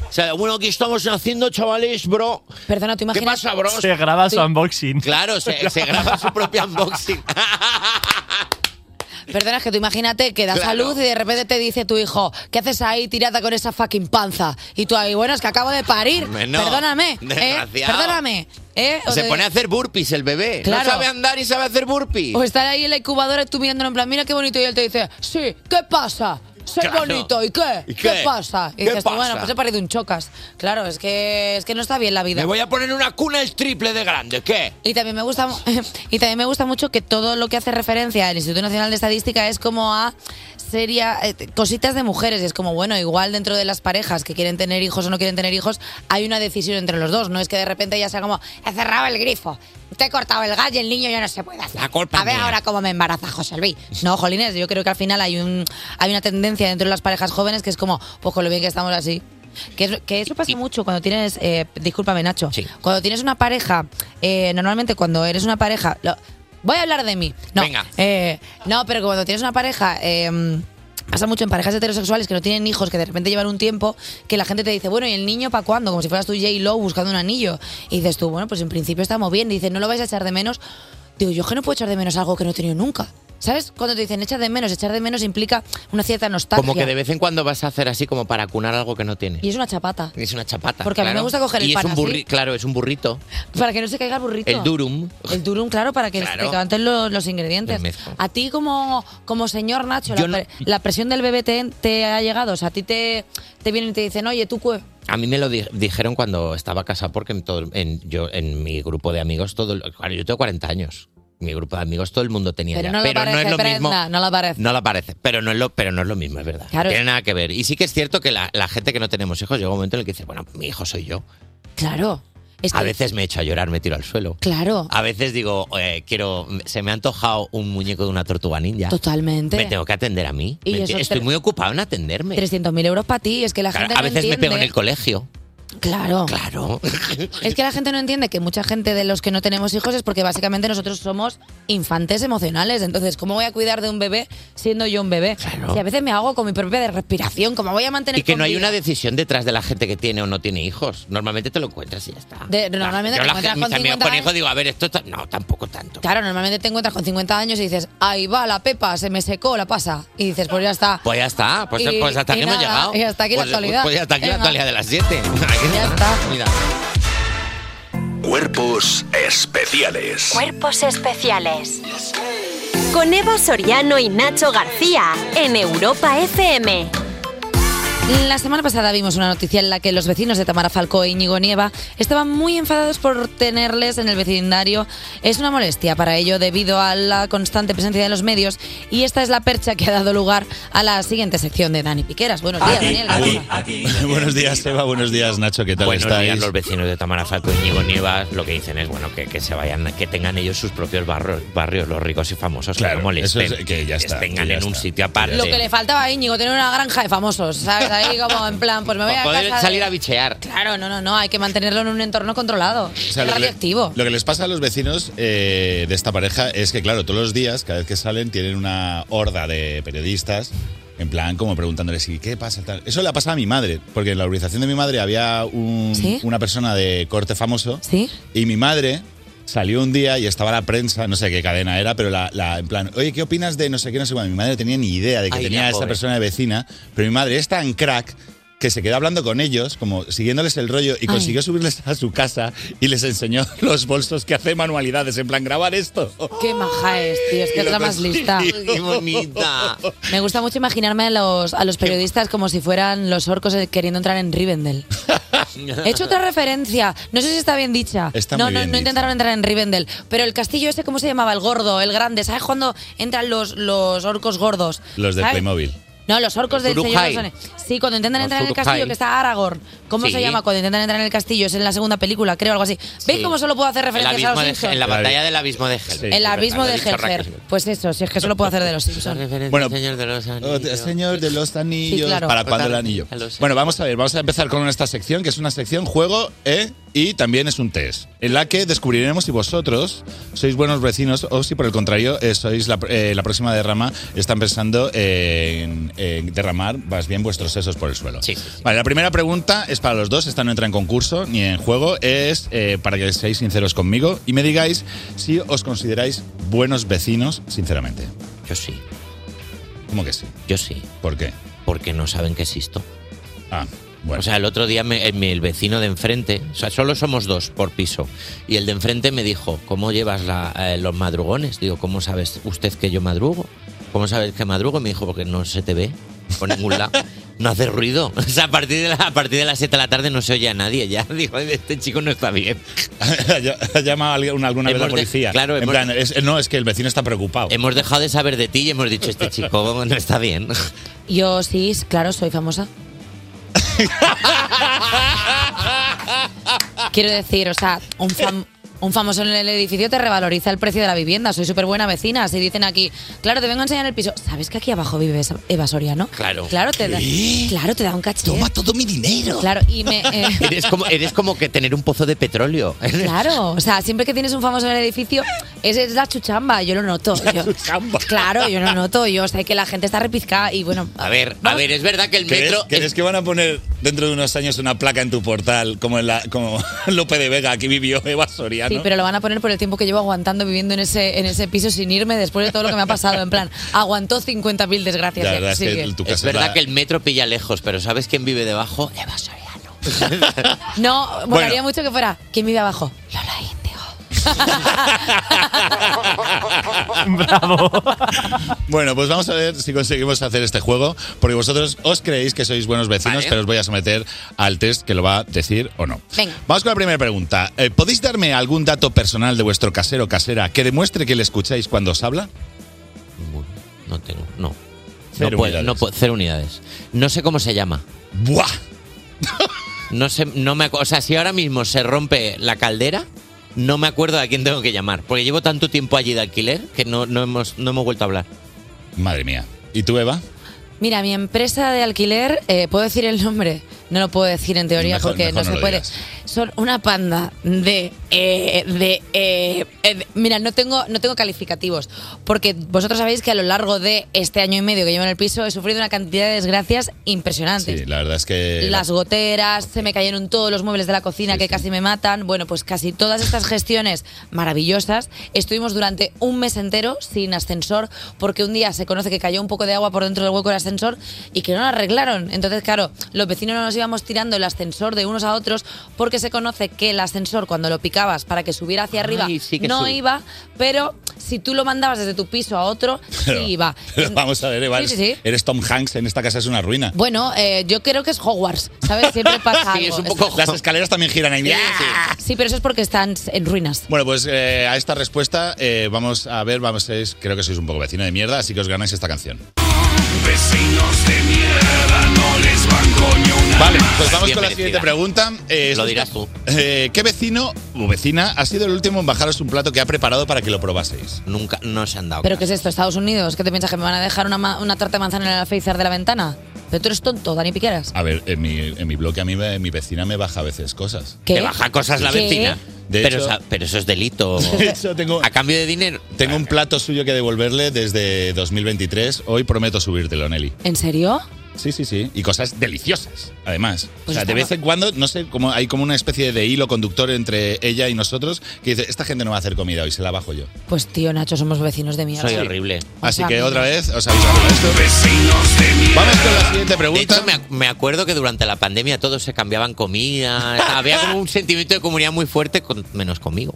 [SPEAKER 3] O sea, bueno, aquí estamos haciendo, chavales, bro.
[SPEAKER 1] Perdona, ¿tú
[SPEAKER 3] ¿Qué
[SPEAKER 1] imaginas?
[SPEAKER 3] pasa, bro?
[SPEAKER 2] Se graba su unboxing.
[SPEAKER 3] Claro,
[SPEAKER 2] [LAUGHS]
[SPEAKER 3] se, se graba su propio unboxing.
[SPEAKER 1] Perdona, es que tú imagínate que das a
[SPEAKER 3] Claro.
[SPEAKER 1] luz y de repente te dice tu hijo, ¿qué haces ahí tirada con esa fucking panza? Y tú ahí, bueno, es que acabo de parir.
[SPEAKER 3] Hombre, no.
[SPEAKER 1] Perdóname. ¿eh?
[SPEAKER 3] Desgraciado.
[SPEAKER 1] Perdóname. ¿eh? [LAUGHS] O
[SPEAKER 3] Se
[SPEAKER 1] te-
[SPEAKER 3] pone a hacer burpees el bebé.
[SPEAKER 1] Claro.
[SPEAKER 3] No sabe andar y sabe hacer burpees.
[SPEAKER 1] O estar ahí en la incubadora y tú mirándolo en plan, mira qué bonito. Y él te dice, sí, ¿qué pasa? Soy
[SPEAKER 3] Claro.
[SPEAKER 1] bonito, ¿y qué?
[SPEAKER 3] ¿Y
[SPEAKER 1] qué?
[SPEAKER 3] qué?
[SPEAKER 1] pasa? Y
[SPEAKER 3] ¿Qué
[SPEAKER 1] dices tú,
[SPEAKER 3] pasa?
[SPEAKER 1] bueno, pues he parido un chocas. Claro, es que, es que no está bien la vida.
[SPEAKER 3] Me voy a poner una cuna el triple de grande. ¿Qué?
[SPEAKER 1] Y también me gusta [LAUGHS] y también me gusta mucho que todo lo que hace referencia al Instituto Nacional de Estadística es como a seria eh, cositas de mujeres y es como bueno igual dentro de las parejas que quieren tener hijos o no quieren tener hijos hay una decisión entre los dos no es que de repente ya sea como he cerrado el grifo te he cortado el gallo el niño ya no se puede hacer
[SPEAKER 3] La culpa
[SPEAKER 1] a ver
[SPEAKER 3] es mía".
[SPEAKER 1] ahora cómo me embaraza José Luis no Jolines yo creo que al final hay un hay una tendencia dentro de las parejas jóvenes que es como pues con lo bien que estamos así que, es- que eso pasa mucho cuando tienes eh, discúlpame Nacho
[SPEAKER 3] Sí.
[SPEAKER 1] cuando tienes una pareja, eh, normalmente cuando eres una pareja. lo- voy a hablar de mí. No,
[SPEAKER 3] Venga.
[SPEAKER 1] eh, no, pero cuando tienes una pareja. eh, Pasa mucho en parejas heterosexuales que no tienen hijos, que de repente llevan un tiempo, que la gente te dice, bueno, ¿y el niño para cuándo? Como si fueras tú J. Lo buscando un anillo. Y dices tú, bueno, pues en principio estamos bien. Y dices, ¿no lo vais a echar de menos? Digo, yo es que no puedo echar de menos algo que no he tenido nunca. ¿Sabes? Cuando te dicen echar de menos, echar de menos implica una cierta nostalgia.
[SPEAKER 3] Como que de vez en cuando vas a hacer así como para cunar algo que no tienes.
[SPEAKER 1] Y es una chapata.
[SPEAKER 3] Es una chapata.
[SPEAKER 1] Porque a mí
[SPEAKER 3] claro.
[SPEAKER 1] me gusta coger el
[SPEAKER 3] y
[SPEAKER 1] pan
[SPEAKER 3] es un
[SPEAKER 1] así.
[SPEAKER 3] burri- Claro, es un burrito.
[SPEAKER 1] Para que no se caiga el burrito.
[SPEAKER 3] El durum.
[SPEAKER 1] El durum, claro, para que
[SPEAKER 3] Claro.
[SPEAKER 1] te levanten los, los ingredientes.
[SPEAKER 3] Los mezclo.
[SPEAKER 1] A ti como, como señor Nacho, la,
[SPEAKER 3] Yo no-
[SPEAKER 1] pre- la presión del bebé te, te ha llegado. O sea, a ti te, te vienen y te dicen, oye, tú cue...
[SPEAKER 3] A mí me lo di- dijeron cuando estaba casado porque en, todo- en- yo, en mi grupo de amigos, todo, el- claro, yo tengo 40 años. Mi grupo de amigos todo el mundo tenía
[SPEAKER 1] Pero
[SPEAKER 3] ya.
[SPEAKER 1] no lo
[SPEAKER 3] pero
[SPEAKER 1] parece,
[SPEAKER 3] no es lo
[SPEAKER 1] Brenda,
[SPEAKER 3] mismo.
[SPEAKER 1] no lo parece.
[SPEAKER 3] No lo parece. Pero no es lo, pero no es lo mismo, es verdad.
[SPEAKER 1] Claro.
[SPEAKER 3] No tiene nada que ver. Y sí que es cierto que la, la gente que no tenemos hijos llega un momento en el que dice, bueno, mi hijo soy yo.
[SPEAKER 1] Claro. Es
[SPEAKER 3] A
[SPEAKER 1] que-
[SPEAKER 3] veces me echo a llorar, me tiro al suelo.
[SPEAKER 1] Claro,
[SPEAKER 3] A veces digo, eh, quiero, se me ha antojado un muñeco de una tortuga ninja.
[SPEAKER 1] totalmente.
[SPEAKER 3] Me tengo que atender a mí.
[SPEAKER 1] Y
[SPEAKER 3] Me
[SPEAKER 1] eso
[SPEAKER 3] enti-
[SPEAKER 1] es
[SPEAKER 3] Estoy
[SPEAKER 1] tre-
[SPEAKER 3] muy ocupado en atenderme.
[SPEAKER 1] 300.000 euros para ti, es que la
[SPEAKER 3] Claro,
[SPEAKER 1] gente
[SPEAKER 3] a
[SPEAKER 1] no
[SPEAKER 3] veces me
[SPEAKER 1] entiende.
[SPEAKER 3] pego en el colegio.
[SPEAKER 1] Claro.
[SPEAKER 3] Claro.
[SPEAKER 1] [LAUGHS]
[SPEAKER 3] [LAUGHS]
[SPEAKER 1] Es que la gente no entiende que mucha gente de los que no tenemos hijos es porque básicamente nosotros somos infantes emocionales. Entonces, ¿cómo voy a cuidar de un bebé siendo yo un bebé? Si a veces me hago con mi propia respiración, ¿cómo voy a mantener
[SPEAKER 3] Y que
[SPEAKER 1] con
[SPEAKER 3] no hay
[SPEAKER 1] vida?
[SPEAKER 3] una decisión detrás de la gente que tiene o no tiene hijos. Normalmente te lo encuentras y ya está.
[SPEAKER 1] De- normalmente
[SPEAKER 3] Yo
[SPEAKER 1] te
[SPEAKER 3] la
[SPEAKER 1] encuentras
[SPEAKER 3] gente,
[SPEAKER 1] con
[SPEAKER 3] mis amigos
[SPEAKER 1] 50
[SPEAKER 3] con
[SPEAKER 1] años.
[SPEAKER 3] hijos digo, a ver, esto está- no, tampoco tanto.
[SPEAKER 1] Claro, normalmente te encuentras con 50 años y dices, ahí va la pepa, se me secó la pasa. Y dices, pues ya está.
[SPEAKER 3] Pues ya está, pues,
[SPEAKER 1] Y-
[SPEAKER 3] pues hasta
[SPEAKER 1] y
[SPEAKER 3] aquí hemos
[SPEAKER 1] nada,
[SPEAKER 3] llegado.
[SPEAKER 1] y hasta aquí la
[SPEAKER 3] Pues-
[SPEAKER 1] actualidad.
[SPEAKER 3] Pues hasta aquí la
[SPEAKER 1] Venga.
[SPEAKER 3] actualidad de las [LAUGHS] 7. Ya está. Mira.
[SPEAKER 2] Cuerpos especiales.
[SPEAKER 8] Cuerpos especiales. Con Eva Soriano y Nacho García en Europa FM.
[SPEAKER 1] La semana pasada vimos una noticia en la que los vecinos de Tamara Falcó e Íñigo Nieva estaban muy enfadados por tenerles en el vecindario. Es una molestia para ello debido a la constante presencia de los medios y esta es la percha que ha dado lugar a la siguiente sección de Dani Piqueras. Buenos días, Daniel.
[SPEAKER 5] [LAUGHS] buenos días, Eva. Buenos días, Nacho. ¿Qué tal
[SPEAKER 3] Buenos
[SPEAKER 5] estáis?
[SPEAKER 3] días, los vecinos de Tamara Falco y Íñigo Nievas lo que dicen es bueno que, que se vayan, que tengan ellos sus propios barrios, barrios los ricos y famosos, que no molesten,
[SPEAKER 5] eso es- que ya está,
[SPEAKER 3] les tengan
[SPEAKER 5] que ya
[SPEAKER 3] en un
[SPEAKER 5] está,
[SPEAKER 3] sitio aparte.
[SPEAKER 1] Lo que le faltaba a Íñigo, tener una granja de famosos, ¿sabes? Ahí como en plan, pues me voy a
[SPEAKER 3] Para poder
[SPEAKER 1] casa de-
[SPEAKER 3] salir a bichear.
[SPEAKER 1] Claro, no, no, no, hay que mantenerlo en un entorno controlado.
[SPEAKER 5] O sea,
[SPEAKER 1] Es
[SPEAKER 5] lo, que le-
[SPEAKER 1] radioactivo.
[SPEAKER 5] lo que les pasa a los vecinos eh, de esta pareja es que, claro, todos los días, cada vez que salen, tienen una horda de periodistas, en plan, como preguntándoles, ¿y qué pasa? Tal. Eso le ha pasado a mi madre, porque en la urbanización de mi madre había un- una persona de corte famoso. Y mi madre salió un día y estaba la prensa, no sé qué cadena era, pero la, la- en plan, oye, ¿qué opinas de no sé qué, no sé cuándo? Mi madre no tenía ni idea de que
[SPEAKER 3] Ay,
[SPEAKER 5] tenía
[SPEAKER 3] la
[SPEAKER 5] a esta
[SPEAKER 3] pobre.
[SPEAKER 5] persona de vecina, pero mi madre es tan crack que se quedó hablando con ellos, como siguiéndoles el rollo, y consiguió subirles a su casa y les enseñó [LAUGHS] los bolsos que hace manualidades, en plan, grabar esto.
[SPEAKER 1] Qué maja es, tío, es que
[SPEAKER 5] Y
[SPEAKER 1] es
[SPEAKER 5] lo
[SPEAKER 1] la más
[SPEAKER 5] consiguió.
[SPEAKER 1] lista.
[SPEAKER 5] Qué [LAUGHS] bonita.
[SPEAKER 1] Me gusta mucho imaginarme a los, a los periodistas como si fueran los orcos eh, queriendo entrar en Rivendell. He hecho
[SPEAKER 3] [LAUGHS]
[SPEAKER 5] [LAUGHS]
[SPEAKER 1] otra referencia, no sé si está bien dicha.
[SPEAKER 5] Está
[SPEAKER 1] no,
[SPEAKER 5] muy
[SPEAKER 1] no,
[SPEAKER 5] bien
[SPEAKER 1] no
[SPEAKER 5] dicha.
[SPEAKER 1] intentaron entrar en Rivendell, pero el castillo ese, ¿cómo se llamaba? El gordo, el grande, ¿sabes cuando entran los, los orcos gordos?
[SPEAKER 5] Los de
[SPEAKER 1] ¿Sabes?
[SPEAKER 5] Playmobil.
[SPEAKER 1] No, los orcos
[SPEAKER 5] Los
[SPEAKER 1] del Señor de los
[SPEAKER 5] Uruk-hai.
[SPEAKER 1] Anillos. Sí, cuando intentan
[SPEAKER 5] Los
[SPEAKER 1] entrar en el
[SPEAKER 5] Uruk-hai.
[SPEAKER 1] castillo, que está Aragorn. ¿Cómo
[SPEAKER 3] Sí.
[SPEAKER 1] se llama cuando intentan entrar en el castillo? Es en la segunda película, creo, algo así. ¿Ven
[SPEAKER 3] Sí.
[SPEAKER 1] cómo solo puedo hacer
[SPEAKER 3] El
[SPEAKER 1] referencias a los
[SPEAKER 3] abismo de-
[SPEAKER 1] Simpsons?
[SPEAKER 3] en la batalla del abismo de Helfer.
[SPEAKER 1] El abismo de Helfer. Pues eso, si es que solo puedo hacer de los Simpsons.
[SPEAKER 5] Bueno,
[SPEAKER 3] Señor de los
[SPEAKER 5] Oh, Señor de los Anillos.
[SPEAKER 1] Sí, claro.
[SPEAKER 5] ¿Para cuándo el
[SPEAKER 3] Total,
[SPEAKER 5] anillo?
[SPEAKER 3] a los-
[SPEAKER 5] Bueno, vamos a ver, vamos a empezar con esta sección, que es una sección juego ¿eh? y también es un test, en la que descubriremos si vosotros sois buenos vecinos o si por el contrario eh, sois la, eh, la próxima derrama, están pensando eh, en, en derramar más bien vuestros sesos por el suelo. Vale, la primera pregunta es para los dos, esta no entra en concurso ni en juego, es eh, para que seáis sinceros conmigo y me digáis si os consideráis buenos vecinos, sinceramente.
[SPEAKER 3] Yo sí.
[SPEAKER 5] ¿Cómo que sí?
[SPEAKER 3] Yo sí.
[SPEAKER 5] ¿Por qué?
[SPEAKER 3] Porque no saben que existo.
[SPEAKER 5] Ah, bueno.
[SPEAKER 3] O sea, el otro día me- eh, me- el vecino de enfrente, o sea, solo somos dos por piso, y el de enfrente me dijo, ¿cómo llevas la- eh, los madrugones? Digo, ¿cómo sabes usted que yo madrugo? ¿Cómo sabes que madrugo? Me dijo, porque no se te ve por ningún
[SPEAKER 5] [LAUGHS]
[SPEAKER 3] lado. No hace ruido. [LAUGHS] O sea, a partir de, la- a partir de las 7 de la tarde no se oye a nadie ya. [LAUGHS] Digo, este chico no está bien.
[SPEAKER 5] Llama alguna, alguna vez la
[SPEAKER 3] Hemos de-
[SPEAKER 5] policía.
[SPEAKER 3] claro,
[SPEAKER 5] en
[SPEAKER 3] hemos
[SPEAKER 5] plan,
[SPEAKER 3] de-
[SPEAKER 5] es- no, es que el vecino está preocupado.
[SPEAKER 3] Hemos dejado de saber de ti y hemos dicho, este chico no está bien. [LAUGHS]
[SPEAKER 1] Yo sí, claro, soy
[SPEAKER 5] [LAUGHS]
[SPEAKER 1] famosa. Quiero decir, o sea, un, fam- un famoso en el edificio te revaloriza el precio de la vivienda. Soy súper buena vecina. Si dicen aquí, claro, te vengo a enseñar el piso. ¿Sabes que aquí abajo vive Esa- Eva Soriano?
[SPEAKER 3] Claro.
[SPEAKER 1] Claro, te da,
[SPEAKER 3] ¿Qué?
[SPEAKER 1] claro, te da un caché. Toma
[SPEAKER 5] todo mi dinero.
[SPEAKER 1] Claro, y me.
[SPEAKER 3] [LAUGHS]
[SPEAKER 1] eh,
[SPEAKER 3] Eres como, eres como que tener un pozo de petróleo.
[SPEAKER 1] Claro, o sea, siempre que tienes un famoso en el edificio, esa es la chuchamba, yo lo noto. Yo- claro, yo lo noto, yo sé que la gente está repizcada y bueno,
[SPEAKER 3] A ver, a ver, es verdad que el
[SPEAKER 5] Ah. ¿Crees,
[SPEAKER 3] metro...
[SPEAKER 5] crees que van a poner dentro de unos años una placa en tu portal como en la como [LAUGHS] Lope de Vega aquí vivió Eva Soriano?
[SPEAKER 1] Sí, pero lo van a poner por el tiempo que llevo aguantando viviendo en ese, en ese piso sin irme después de todo lo que me ha pasado. En plan,
[SPEAKER 3] [LAUGHS]
[SPEAKER 1] aguantó 50.000 desgracias.
[SPEAKER 3] La
[SPEAKER 1] y
[SPEAKER 3] verdad
[SPEAKER 1] aquí
[SPEAKER 3] es que
[SPEAKER 1] sigue.
[SPEAKER 3] tu casa Es verdad que el metro pilla lejos, pero ¿sabes quién vive debajo? Eva Soriano. [LAUGHS]
[SPEAKER 1] No, molaría mucho que fuera. ¿Quién vive abajo? [LAUGHS]
[SPEAKER 5] Bravo. Ah. [LAUGHS] Bueno, pues vamos a ver si conseguimos hacer este juego, porque vosotros os creéis que sois buenos vecinos,
[SPEAKER 3] Vale.
[SPEAKER 5] pero os voy a someter al test que lo va a decir o no.
[SPEAKER 1] Venga.
[SPEAKER 5] Vamos con la primera pregunta. Eh, ¿Podéis darme algún dato personal de vuestro casero o casera que demuestre que le escucháis cuando os habla?
[SPEAKER 3] No tengo, no.
[SPEAKER 5] Cero
[SPEAKER 3] no puedo,
[SPEAKER 5] unidades.
[SPEAKER 3] no puedo, cero unidades. No sé cómo se llama.
[SPEAKER 5] ¡Buah!
[SPEAKER 3] No sé, no me acu- O sea, si ahora mismo se rompe la caldera, no me acuerdo de a quién tengo que llamar. Porque llevo tanto tiempo allí de alquiler que no, no, hemos, no hemos vuelto a hablar.
[SPEAKER 5] Madre mía. ¿Y tú, Eva?
[SPEAKER 1] Mira, mi empresa de alquiler, eh, ¿puedo decir el nombre? No lo puedo decir en teoría
[SPEAKER 5] Mejor-
[SPEAKER 1] porque
[SPEAKER 5] mejor
[SPEAKER 1] no,
[SPEAKER 5] no
[SPEAKER 1] se
[SPEAKER 5] lo
[SPEAKER 1] puede.
[SPEAKER 5] digas.
[SPEAKER 1] Son una panda de. eh, de, eh, eh, de- mira, no tengo, no tengo calificativos. Porque vosotros sabéis que a lo largo de este año y medio que llevo en el piso he sufrido una cantidad de desgracias impresionantes.
[SPEAKER 5] Sí, la verdad es
[SPEAKER 3] Eh,
[SPEAKER 5] que.
[SPEAKER 1] Las
[SPEAKER 3] [LAUGHS]
[SPEAKER 1] goteras, se me cayeron todos los muebles de la cocina que casi me matan. Bueno, pues casi todas estas gestiones maravillosas. Estuvimos durante un mes entero sin ascensor porque un día se conoce que cayó un poco de agua por dentro del hueco del ascensor y que no lo arreglaron. Entonces, claro, los vecinos no nos íbamos tirando el ascensor de unos a otros porque se conoce que el ascensor cuando lo picabas para que subiera hacia arriba
[SPEAKER 3] Ay, sí que
[SPEAKER 1] no
[SPEAKER 3] sube.
[SPEAKER 1] iba, pero si tú lo mandabas desde tu piso a otro,
[SPEAKER 5] Pero-
[SPEAKER 1] sí iba.
[SPEAKER 5] [LAUGHS] pero vamos a ver, Eva,
[SPEAKER 1] Sí, sí, sí.
[SPEAKER 5] eres Tom Hanks, en esta casa es una ruina.
[SPEAKER 1] Bueno, eh, yo creo que es Hogwarts, ¿sabes?
[SPEAKER 3] [LAUGHS]
[SPEAKER 1] Siempre pasa
[SPEAKER 3] Sí, es
[SPEAKER 1] algo.
[SPEAKER 3] un poco
[SPEAKER 5] Las escaleras también giran ahí. ¡Ah!
[SPEAKER 1] Sí, pero eso es porque están en ruinas.
[SPEAKER 5] Bueno, pues eh, a esta respuesta eh, vamos a ver, vamos es- creo que sois un poco vecino de mierda, así que os ganáis esta canción.
[SPEAKER 2] Vecinos de mierda, no les van coño una
[SPEAKER 5] Vale, pues
[SPEAKER 2] más.
[SPEAKER 5] vamos
[SPEAKER 3] Bien
[SPEAKER 5] con
[SPEAKER 3] merecida.
[SPEAKER 5] la siguiente pregunta. Eh,
[SPEAKER 3] Lo
[SPEAKER 5] esto-
[SPEAKER 3] dirás tú.
[SPEAKER 5] Eh, ¿Qué vecino o vecina ha sido el último en bajaros un plato que ha preparado para que lo probaseis?
[SPEAKER 3] Nunca, no se han dado.
[SPEAKER 1] ¿Pero qué es esto? ¿Estados Unidos? ¿Qué te piensas? ¿Que me van a dejar una, ma- una tarta de manzana en el alféizar de la ventana? Pero tú eres tonto, Dani Piqueras.
[SPEAKER 5] A ver, en mi, en mi bloque a mí me- mi vecina me baja a veces cosas.
[SPEAKER 1] ¿Qué?
[SPEAKER 3] Te baja cosas la
[SPEAKER 1] ¿Qué?
[SPEAKER 3] vecina.
[SPEAKER 5] De
[SPEAKER 3] pero,
[SPEAKER 5] hecho-
[SPEAKER 3] esa- pero eso es delito. [LAUGHS]
[SPEAKER 5] De hecho, tengo,
[SPEAKER 3] Oh. A cambio de dinero.
[SPEAKER 5] [LAUGHS] tengo un plato suyo que devolverle desde 2023. Hoy prometo subírtelo, Nelly.
[SPEAKER 1] ¿En serio?
[SPEAKER 5] Sí, sí, sí. Y cosas deliciosas, además. o
[SPEAKER 1] Pues
[SPEAKER 5] sea, de
[SPEAKER 1] estaba-
[SPEAKER 5] vez en cuando, no sé, como hay como una especie de hilo conductor entre ella y nosotros que dice, esta gente no va a hacer comida hoy, se la bajo yo.
[SPEAKER 1] Pues tío, Nacho, somos vecinos de mierda.
[SPEAKER 3] Soy horrible.
[SPEAKER 1] O
[SPEAKER 5] Así
[SPEAKER 1] sea,
[SPEAKER 5] que
[SPEAKER 1] mira.
[SPEAKER 5] otra vez, os avisamos de esto.
[SPEAKER 2] Vecinos de mierda.
[SPEAKER 5] Vamos con la siguiente
[SPEAKER 3] De
[SPEAKER 5] pregunta.
[SPEAKER 3] hecho, me, ac- me acuerdo que durante la pandemia todos se cambiaban comida. Había como un sentimiento de comunidad muy fuerte, con- menos conmigo.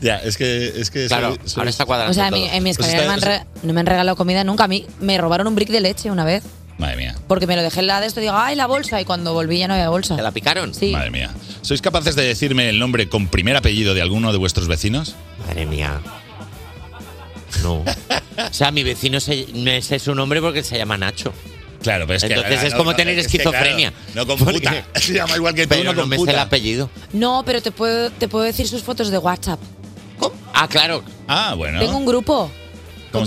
[SPEAKER 5] Ya, es que... Es que
[SPEAKER 3] Claro,
[SPEAKER 5] soy- soy-
[SPEAKER 3] ahora Pues está cuadrando
[SPEAKER 1] O sea, a mí-
[SPEAKER 3] todo.
[SPEAKER 1] en mi
[SPEAKER 5] Os
[SPEAKER 1] escalera
[SPEAKER 5] está-
[SPEAKER 1] me han re- no me han regalado comida nunca. A mí me robaron un brick de leche una vez
[SPEAKER 5] Madre mía.
[SPEAKER 1] porque me lo dejé en la de esto y digo, ¡ay, la bolsa! Y cuando volví ya no había bolsa.
[SPEAKER 3] ¿Te la picaron?
[SPEAKER 1] Sí.
[SPEAKER 5] Madre mía. ¿Sois capaces de decirme el nombre con primer apellido de alguno de vuestros vecinos?
[SPEAKER 3] Madre mía. No. O sea, mi vecino se, me sé su nombre porque se llama Nacho.
[SPEAKER 5] Claro, pero es que...
[SPEAKER 3] Entonces es como tener
[SPEAKER 5] que, claro,
[SPEAKER 3] esquizofrenia.
[SPEAKER 5] no computa. [LAUGHS] Se llama igual que tú,
[SPEAKER 3] Pero no me sé
[SPEAKER 5] computa.
[SPEAKER 3] el apellido.
[SPEAKER 1] No, pero te puedo, te puedo decir sus fotos de WhatsApp.
[SPEAKER 3] Ah, claro.
[SPEAKER 5] Ah, bueno.
[SPEAKER 1] Tengo un grupo.
[SPEAKER 5] ¿Cómo,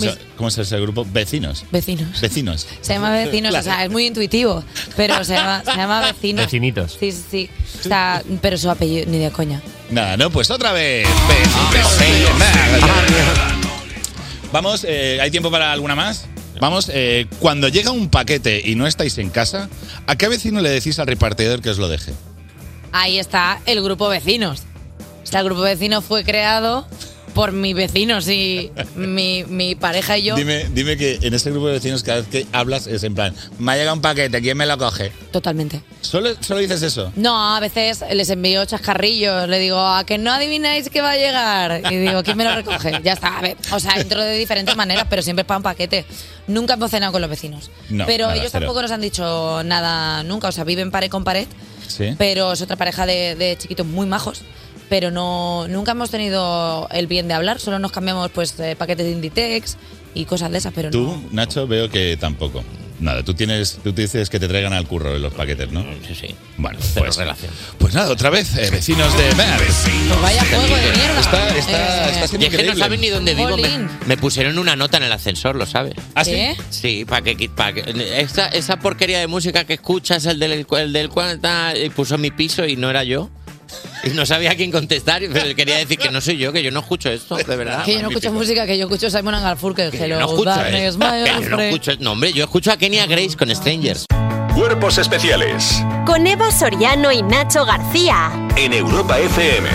[SPEAKER 1] con
[SPEAKER 5] se,
[SPEAKER 1] mis-
[SPEAKER 5] ¿Cómo se dice el grupo? Vecinos.
[SPEAKER 1] Vecinos.
[SPEAKER 5] Vecinos.
[SPEAKER 1] Se
[SPEAKER 3] [LAUGHS]
[SPEAKER 1] llama vecinos, o sea, es muy intuitivo, pero se llama, se llama vecinos.
[SPEAKER 9] Vecinitos.
[SPEAKER 1] Sí, sí, sí. O sea, pero su apellido ni de coña.
[SPEAKER 5] Nada, no, pues otra vez. Vecinos.
[SPEAKER 1] Ah,
[SPEAKER 5] [LAUGHS] Vamos, eh, ¿hay tiempo para alguna más? Vamos, eh, cuando llega un paquete y no estáis en casa, ¿a qué vecino le decís al repartidor que os lo deje?
[SPEAKER 1] Ahí está el grupo vecinos. O sea, el grupo vecinos fue creado por mis vecinos y mi, mi pareja y yo.
[SPEAKER 5] Dime, dime que en este grupo de vecinos cada vez que hablas es en plan, me ha llegado un paquete, ¿quién me lo coge?
[SPEAKER 1] Totalmente.
[SPEAKER 5] Solo, solo dices eso.
[SPEAKER 1] No, a veces les envío chascarrillos, le digo, a que no adivináis que va a llegar. Y digo, ¿quién me lo recoge? Ya está, a ver. O sea, entro de diferentes maneras, pero siempre es para un paquete. Nunca hemos cenado con los vecinos.
[SPEAKER 5] No,
[SPEAKER 1] pero
[SPEAKER 5] nada,
[SPEAKER 1] ellos
[SPEAKER 5] cero.
[SPEAKER 1] tampoco nos han dicho nada nunca. O sea, viven pared con pared,
[SPEAKER 5] Sí.
[SPEAKER 1] pero es otra pareja de, de chiquitos muy majos. Pero no, nunca hemos tenido el bien de hablar, solo nos cambiamos pues eh, paquetes de Inditex y cosas de esas, pero
[SPEAKER 5] Tú,
[SPEAKER 1] no.
[SPEAKER 5] Nacho, veo que tampoco. Nada, tú tienes, tú dices que te traigan al curro los paquetes, ¿no?
[SPEAKER 3] Sí, sí.
[SPEAKER 5] Bueno,
[SPEAKER 3] Cero
[SPEAKER 5] pues,
[SPEAKER 3] relación.
[SPEAKER 5] pues nada, otra vez, eh, vecinos de Mer.
[SPEAKER 1] Pues vaya juego de mierda.
[SPEAKER 5] Está, está,
[SPEAKER 1] Eh,
[SPEAKER 5] está
[SPEAKER 3] Y
[SPEAKER 5] siendo
[SPEAKER 3] es que no
[SPEAKER 5] increíble.
[SPEAKER 3] saben ni dónde vivo. Me,
[SPEAKER 1] Jolín.
[SPEAKER 3] me pusieron una nota en el ascensor, ¿lo sabes?
[SPEAKER 5] ¿Ah, sí?
[SPEAKER 1] ¿Qué?
[SPEAKER 3] Sí, para que, qui- pa' que- esa, esa porquería de música que escuchas, el del el del cual ta- y puso mi piso y no era yo. Y no sabía a quién contestar, pero quería decir que no soy yo, que yo no escucho esto, de verdad.
[SPEAKER 1] Que yo no escucho música, que yo escucho Simon and Garfunkel.
[SPEAKER 3] Ah, Que yo
[SPEAKER 1] Hello,
[SPEAKER 3] no escucho,
[SPEAKER 1] darkness, my
[SPEAKER 3] eh. [LAUGHS] Que yo no
[SPEAKER 1] friend.
[SPEAKER 3] escucho, no, hombre, yo escucho a Kenya Grace con Strangers.
[SPEAKER 2] Cuerpos especiales
[SPEAKER 8] Con Eva Soriano y Nacho García.
[SPEAKER 2] en Europa FM.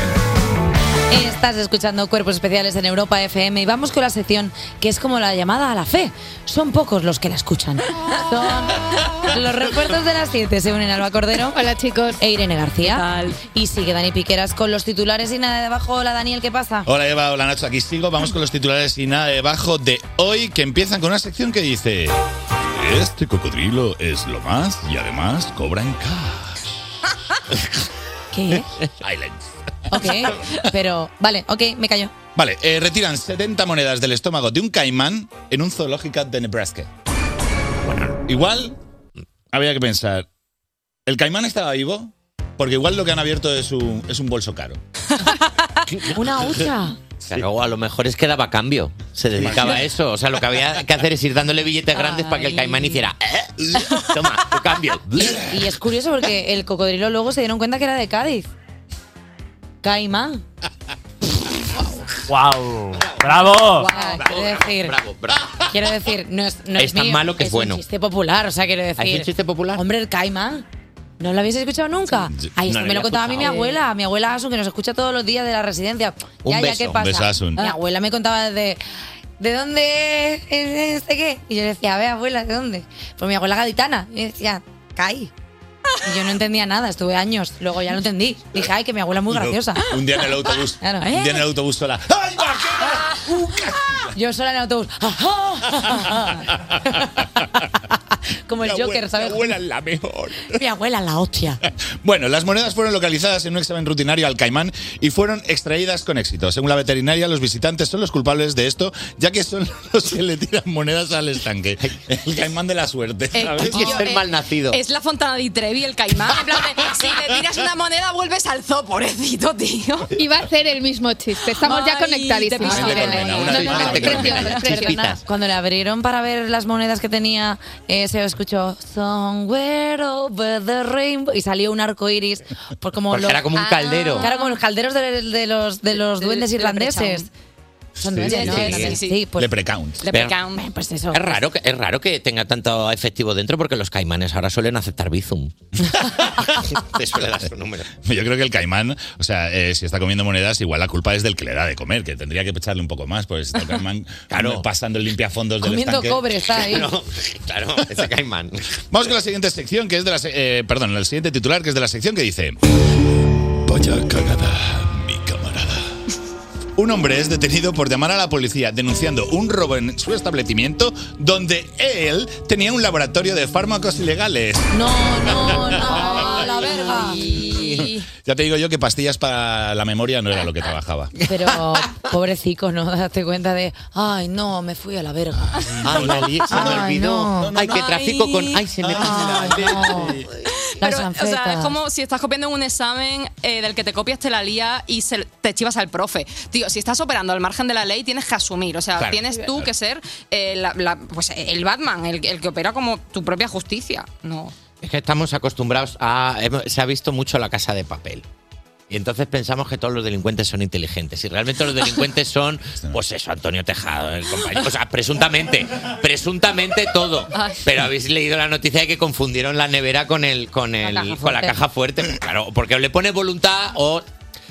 [SPEAKER 1] Estás escuchando Cuerpos Especiales en Europa FM y vamos con la sección que es como la llamada a la fe. Son pocos los que
[SPEAKER 10] [LAUGHS]
[SPEAKER 1] la escuchan. Son los refuerzos de las 7 se unen Alba Cordero
[SPEAKER 10] Hola chicos.
[SPEAKER 1] e Irene García.
[SPEAKER 10] ¿Qué tal?
[SPEAKER 1] Y sigue Dani Piqueras con los titulares y nada de abajo. Hola Daniel, ¿qué pasa?
[SPEAKER 5] Hola Eva, hola Nacho, aquí sigo. Vamos con los titulares y nada debajo de hoy que empiezan con una sección que dice: Este cocodrilo es lo más y además cobra en cash.
[SPEAKER 1] [LAUGHS] ¿Qué?
[SPEAKER 5] Islands.
[SPEAKER 1] Ok, pero vale, ok, me callo.
[SPEAKER 5] Vale, eh, retiran 70 monedas del estómago de un caimán en un zoológico de Nebraska. Bueno, igual habría que pensar: ¿el caimán estaba vivo?
[SPEAKER 3] [LAUGHS]
[SPEAKER 5] Porque igual lo que han abierto es un, es un bolso caro.
[SPEAKER 1] Una hucha.
[SPEAKER 3] Que luego a lo mejor es que daba cambio. Se dedicaba a eso. O sea, lo que había que hacer es ir dándole billetes grandes para que el caimán hiciera. "Eh, Toma, tu cambio.
[SPEAKER 1] Y es curioso porque el cocodrilo luego se dieron cuenta que era de Cádiz. Caimán.
[SPEAKER 9] ¡Wow! Oh. ¡Bravo!
[SPEAKER 1] Ah, quiero decir, quiero decir, no es, no
[SPEAKER 3] Es tan
[SPEAKER 1] mío,
[SPEAKER 3] malo que es bueno.
[SPEAKER 1] un chiste popular, o sea, quiero decir.
[SPEAKER 3] ¿Hay un chiste popular?
[SPEAKER 1] Hombre, el caimán. ¿No lo habéis escuchado nunca? Ay, esto
[SPEAKER 3] no lo
[SPEAKER 1] me lo
[SPEAKER 3] había
[SPEAKER 1] contaba a mí mi
[SPEAKER 3] escuchado.
[SPEAKER 1] abuela, mi abuela Asun, que nos escucha todos los días de la residencia.
[SPEAKER 3] Un
[SPEAKER 1] ya,
[SPEAKER 3] beso,
[SPEAKER 1] ya, ¿qué
[SPEAKER 3] un
[SPEAKER 1] pasa?
[SPEAKER 5] beso, Asun.
[SPEAKER 3] Ah.
[SPEAKER 1] Mi abuela me contaba de... ¿De dónde es este qué? Y yo le decía, a ver, abuela, ¿de dónde? Pues mi abuela gaditana. Y decía, caí. Y yo no entendía nada, estuve años. Luego ya lo entendí. Dije, ay, que mi abuela es muy
[SPEAKER 3] [LAUGHS]
[SPEAKER 1] graciosa.
[SPEAKER 5] Un día en el autobús.
[SPEAKER 1] [LAUGHS] Claro. ¿eh?
[SPEAKER 5] Un día en el autobús sola. ¡Ay, vaquera!
[SPEAKER 1] Yo sola en el autobús. Como el
[SPEAKER 5] Mi abue-
[SPEAKER 1] Joker, ¿sabes?
[SPEAKER 5] Mi abuela es la mejor.
[SPEAKER 1] [LAUGHS] Mi abuela la hostia.
[SPEAKER 5] Bueno, las monedas fueron localizadas en un examen rutinario al caimán y fueron extraídas con éxito. Según la veterinaria, los visitantes son los culpables de esto, ya que son [LAUGHS] los que le tiran monedas al estanque. El caimán de la suerte. ¿sabes?
[SPEAKER 3] Hay que
[SPEAKER 10] Tío,
[SPEAKER 3] ser
[SPEAKER 10] eh,
[SPEAKER 3] mal nacido.
[SPEAKER 10] Es la Fontana di Trevi, el caimán. En plan de, si le tiras una moneda, vuelves al zoo, pobrecito, tío.
[SPEAKER 4] Iba a hacer el mismo chiste. Estamos ya
[SPEAKER 10] Ay,
[SPEAKER 4] conectadísimos.
[SPEAKER 10] te piso,
[SPEAKER 4] Irene.
[SPEAKER 5] Elena, una
[SPEAKER 4] No,
[SPEAKER 5] de
[SPEAKER 4] no, no,
[SPEAKER 5] Elena,
[SPEAKER 4] precioso,
[SPEAKER 3] Elena.
[SPEAKER 4] precioso.
[SPEAKER 3] Chispitas.
[SPEAKER 1] Cuando le abrieron para ver las monedas que tenía, eh, se escuchó Somewhere over the rainbow. Y salió un arco iris. Por como
[SPEAKER 3] Porque
[SPEAKER 1] lo-
[SPEAKER 3] era como un
[SPEAKER 1] Ah.
[SPEAKER 3] caldero.
[SPEAKER 1] Claro, como los calderos de, de los, de los
[SPEAKER 10] De-
[SPEAKER 1] duendes
[SPEAKER 10] de
[SPEAKER 1] irlandeses. Son duendes,
[SPEAKER 3] sí,
[SPEAKER 1] ¿no?
[SPEAKER 3] sí,
[SPEAKER 1] Irlandeses.
[SPEAKER 10] sí.
[SPEAKER 1] Sí, pues,
[SPEAKER 5] Le precount.
[SPEAKER 10] Le
[SPEAKER 3] Pero-
[SPEAKER 10] peca un-
[SPEAKER 1] pues eso.
[SPEAKER 3] Es raro, que, es raro que tenga tanto efectivo dentro porque los caimanes ahora suelen aceptar Bizum. Te suele dar su número.
[SPEAKER 5] [LAUGHS] Yo creo que el caimán, o sea, eh, si está comiendo monedas, igual la culpa es del que le da de comer, que tendría que echarle un poco más, pues está
[SPEAKER 1] [LAUGHS]
[SPEAKER 5] el caimán
[SPEAKER 3] Claro.
[SPEAKER 5] pasando el limpiafondos del
[SPEAKER 1] Comiendo
[SPEAKER 5] estanque.
[SPEAKER 1] cobre, está ahí.
[SPEAKER 3] No, claro, ese caimán.
[SPEAKER 5] [LAUGHS] Vamos con la siguiente sección, que es de la. se- eh, perdón, el siguiente titular, que es de la sección que dice. Vaya cagada, mi camarada. Un hombre es detenido por llamar a la policía denunciando un robo en su establecimiento donde él tenía un laboratorio de fármacos ilegales.
[SPEAKER 1] No, no, no, la verga.
[SPEAKER 5] Ya te digo yo que pastillas para la memoria no era lo
[SPEAKER 3] [LAUGHS]
[SPEAKER 5] que trabajaba.
[SPEAKER 1] Pero pobrecicos, ¿no? Date cuenta de, ay, no, me fui a la verga.
[SPEAKER 3] Ay, la li- se me
[SPEAKER 1] Ay,
[SPEAKER 3] olvidó.
[SPEAKER 1] no.
[SPEAKER 3] Ay, que trafico con. Ay, se me
[SPEAKER 1] Ay, no. Las
[SPEAKER 10] Pero, o sea, es
[SPEAKER 1] anfetas.
[SPEAKER 10] como si estás copiando un examen eh, del que te copias, te la lía y se- te chivas al profe. Tío, si estás operando al margen de la ley, tienes que asumir. O sea,
[SPEAKER 5] Claro.
[SPEAKER 10] tienes tú que ser eh, la- la- pues, el Batman, el, el que opera como tu propia justicia. No.
[SPEAKER 3] Es que estamos acostumbrados a. hemos- Se ha visto mucho la casa de papel. Y entonces pensamos que todos los delincuentes son inteligentes. Y realmente los
[SPEAKER 5] [LAUGHS]
[SPEAKER 3] delincuentes son, pues eso, Antonio Tejado, el compañero. O sea, presuntamente. Presuntamente todo. Pero habéis leído la noticia de que confundieron la nevera con el, con el,
[SPEAKER 1] caja
[SPEAKER 3] con la
[SPEAKER 1] fuerte.
[SPEAKER 3] caja fuerte. Pues Claro, porque le pone voluntad o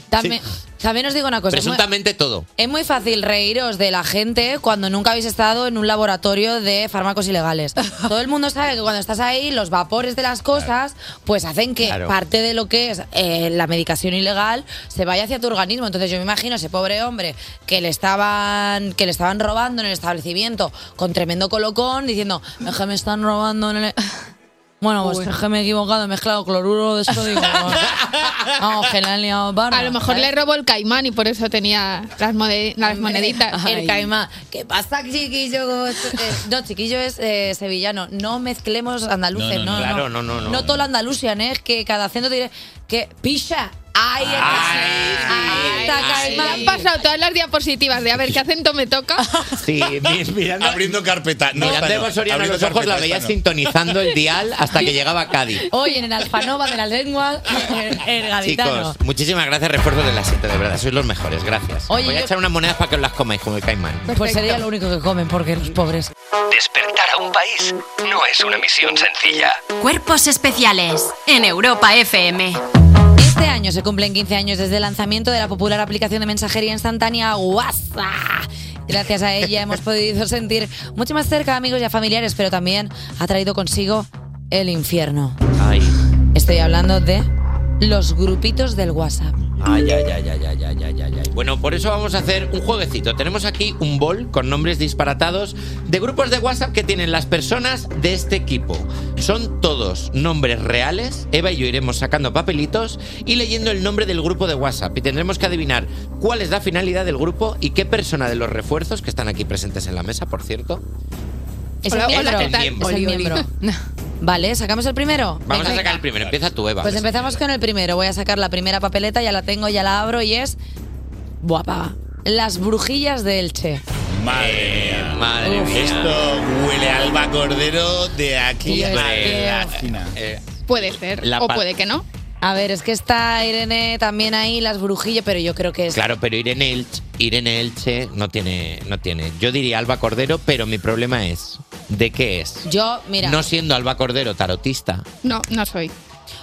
[SPEAKER 1] También, también os digo una cosa. es muy-
[SPEAKER 3] presuntamente todo.
[SPEAKER 1] Es muy fácil reíros de la gente cuando nunca habéis estado en un laboratorio de fármacos ilegales. Todo el mundo sabe que cuando estás ahí, los vapores de las cosas, pues hacen que
[SPEAKER 3] Claro.
[SPEAKER 1] parte de lo que es eh, la medicación ilegal se vaya hacia tu organismo. Entonces yo me imagino ese pobre hombre que le estaban, que le estaban robando en el establecimiento con tremendo colocón, diciendo, "Es que me están robando en el... [LAUGHS] Bueno, pues es que me he equivocado, he mezclado cloruro de sodio. con-
[SPEAKER 4] [LAUGHS]
[SPEAKER 1] Vamos, que le han liado ¿eh? parda",
[SPEAKER 4] A lo mejor
[SPEAKER 1] ¿sabes?
[SPEAKER 4] le robó el caimán y por eso tenía las, mode- las moneditas.
[SPEAKER 1] El caimán. ¿Qué pasa, chiquillo? ¿Cómo est- eh, no, chiquillo es eh, sevillano. No mezclemos andaluces. No,
[SPEAKER 5] No, no,
[SPEAKER 1] no,
[SPEAKER 5] no.
[SPEAKER 3] Claro, no, no, no.
[SPEAKER 1] No todo lo andalusian, ¿eh? Que cada acento diré que picha. Ahí está,
[SPEAKER 3] Ah,
[SPEAKER 1] ahí está,
[SPEAKER 4] Me
[SPEAKER 1] caimán.
[SPEAKER 4] han pasado todas las diapositivas de a ver qué acento me toca.
[SPEAKER 3] Sí, mi- mirando.
[SPEAKER 5] Abriendo carpeta. No,
[SPEAKER 3] mirando
[SPEAKER 5] esta
[SPEAKER 3] a
[SPEAKER 5] no.
[SPEAKER 3] Eva Soriano
[SPEAKER 5] Abriendo
[SPEAKER 3] los ojos,
[SPEAKER 5] carpeta,
[SPEAKER 3] la veía
[SPEAKER 5] esta no.
[SPEAKER 3] sintonizando el dial hasta
[SPEAKER 5] [LAUGHS]
[SPEAKER 3] que llegaba a Cádiz.
[SPEAKER 1] Hoy en el Alfanova de la lengua, [LAUGHS] el, el gaditano.
[SPEAKER 3] Chicos, muchísimas gracias, refuerzos del asiento, de verdad, sois los mejores, gracias.
[SPEAKER 1] Oye,
[SPEAKER 3] Voy a
[SPEAKER 1] yo-
[SPEAKER 3] echar unas monedas para que os las comáis como el caimán.
[SPEAKER 1] Pues sería lo único que comen, porque los pobres.
[SPEAKER 7] Despertar a un país no es una misión sencilla.
[SPEAKER 8] Cuerpos especiales en Europa FM.
[SPEAKER 1] Este año se cumplen 15 años desde el lanzamiento de la popular aplicación de mensajería instantánea WhatsApp. Gracias a ella hemos podido sentir mucho más cerca a amigos y a familiares, pero también ha traído consigo el infierno.
[SPEAKER 3] Ay,
[SPEAKER 1] Estoy hablando de los grupitos del WhatsApp.
[SPEAKER 3] ay, ay, ay, ay, ay, ay, ay, ay, ay. Bueno, por eso vamos a hacer un jueguecito. Tenemos aquí un bol con nombres disparatados de grupos de WhatsApp que tienen las personas de este equipo. Son todos nombres reales. Eva y yo iremos sacando papelitos y leyendo el nombre del grupo de WhatsApp. Y tendremos que adivinar cuál es la finalidad del grupo y qué persona de los refuerzos, que están aquí presentes en la mesa, por cierto.
[SPEAKER 1] Es
[SPEAKER 4] Hola,
[SPEAKER 1] el
[SPEAKER 4] hola,
[SPEAKER 1] miembro.
[SPEAKER 4] ¿qué tal?
[SPEAKER 1] Es el
[SPEAKER 10] Oli, oli.
[SPEAKER 1] miembro. Vale, ¿sacamos el primero?
[SPEAKER 3] Vamos
[SPEAKER 1] Venga.
[SPEAKER 3] a sacar el primero. Empieza tú, Eva.
[SPEAKER 1] Pues empezamos con el primero. Voy a sacar la primera papeleta, ya la tengo, ya la abro y es. Guapa. Las brujillas de Elche.
[SPEAKER 5] Madre mía.
[SPEAKER 3] Eh, Madre mía.
[SPEAKER 5] Esto huele a alba cordero de aquí
[SPEAKER 1] Tío,
[SPEAKER 5] a
[SPEAKER 1] es
[SPEAKER 5] la
[SPEAKER 1] que-
[SPEAKER 5] esquina.
[SPEAKER 3] Eh,
[SPEAKER 4] Puede ser,
[SPEAKER 3] La
[SPEAKER 4] o
[SPEAKER 3] pa-
[SPEAKER 4] puede que no.
[SPEAKER 1] A ver, es que está Irene también ahí, las brujillas, pero yo creo que es...
[SPEAKER 3] Claro, pero Irene Elche, Irene Elche no tiene, no tiene. Yo diría Alba Cordero, pero mi problema es, ¿de qué es?
[SPEAKER 1] Yo, mira,
[SPEAKER 3] No siendo Alba Cordero tarotista.
[SPEAKER 4] no, no soy.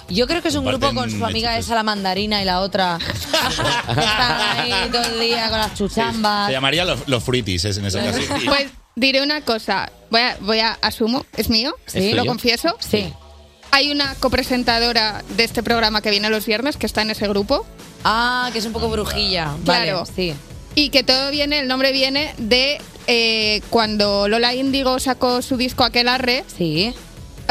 [SPEAKER 1] yo creo que es un grupo con
[SPEAKER 3] Comparten
[SPEAKER 1] su amiga esa, la mandarina, y la otra
[SPEAKER 3] eh.
[SPEAKER 1] están
[SPEAKER 3] [LAUGHS]
[SPEAKER 1] ahí todo el día con las chuchambas.
[SPEAKER 5] [LAUGHS] Se llamaría los, los fruitis es en ese
[SPEAKER 3] [LAUGHS]
[SPEAKER 5] caso.
[SPEAKER 4] Pues diré una cosa. Voy a, voy a asumo, es mío,
[SPEAKER 5] ¿Sí?
[SPEAKER 4] lo
[SPEAKER 5] tuyo?
[SPEAKER 4] confieso.
[SPEAKER 1] Sí.
[SPEAKER 4] Hay una copresentadora de este programa que viene los viernes que está en ese grupo.
[SPEAKER 1] Ah, que es un poco brujilla. Vale,
[SPEAKER 4] Claro.
[SPEAKER 1] sí.
[SPEAKER 4] Y que todo viene, el nombre viene de eh, cuando Lola Índigo sacó su disco Aquelarre.
[SPEAKER 1] Sí.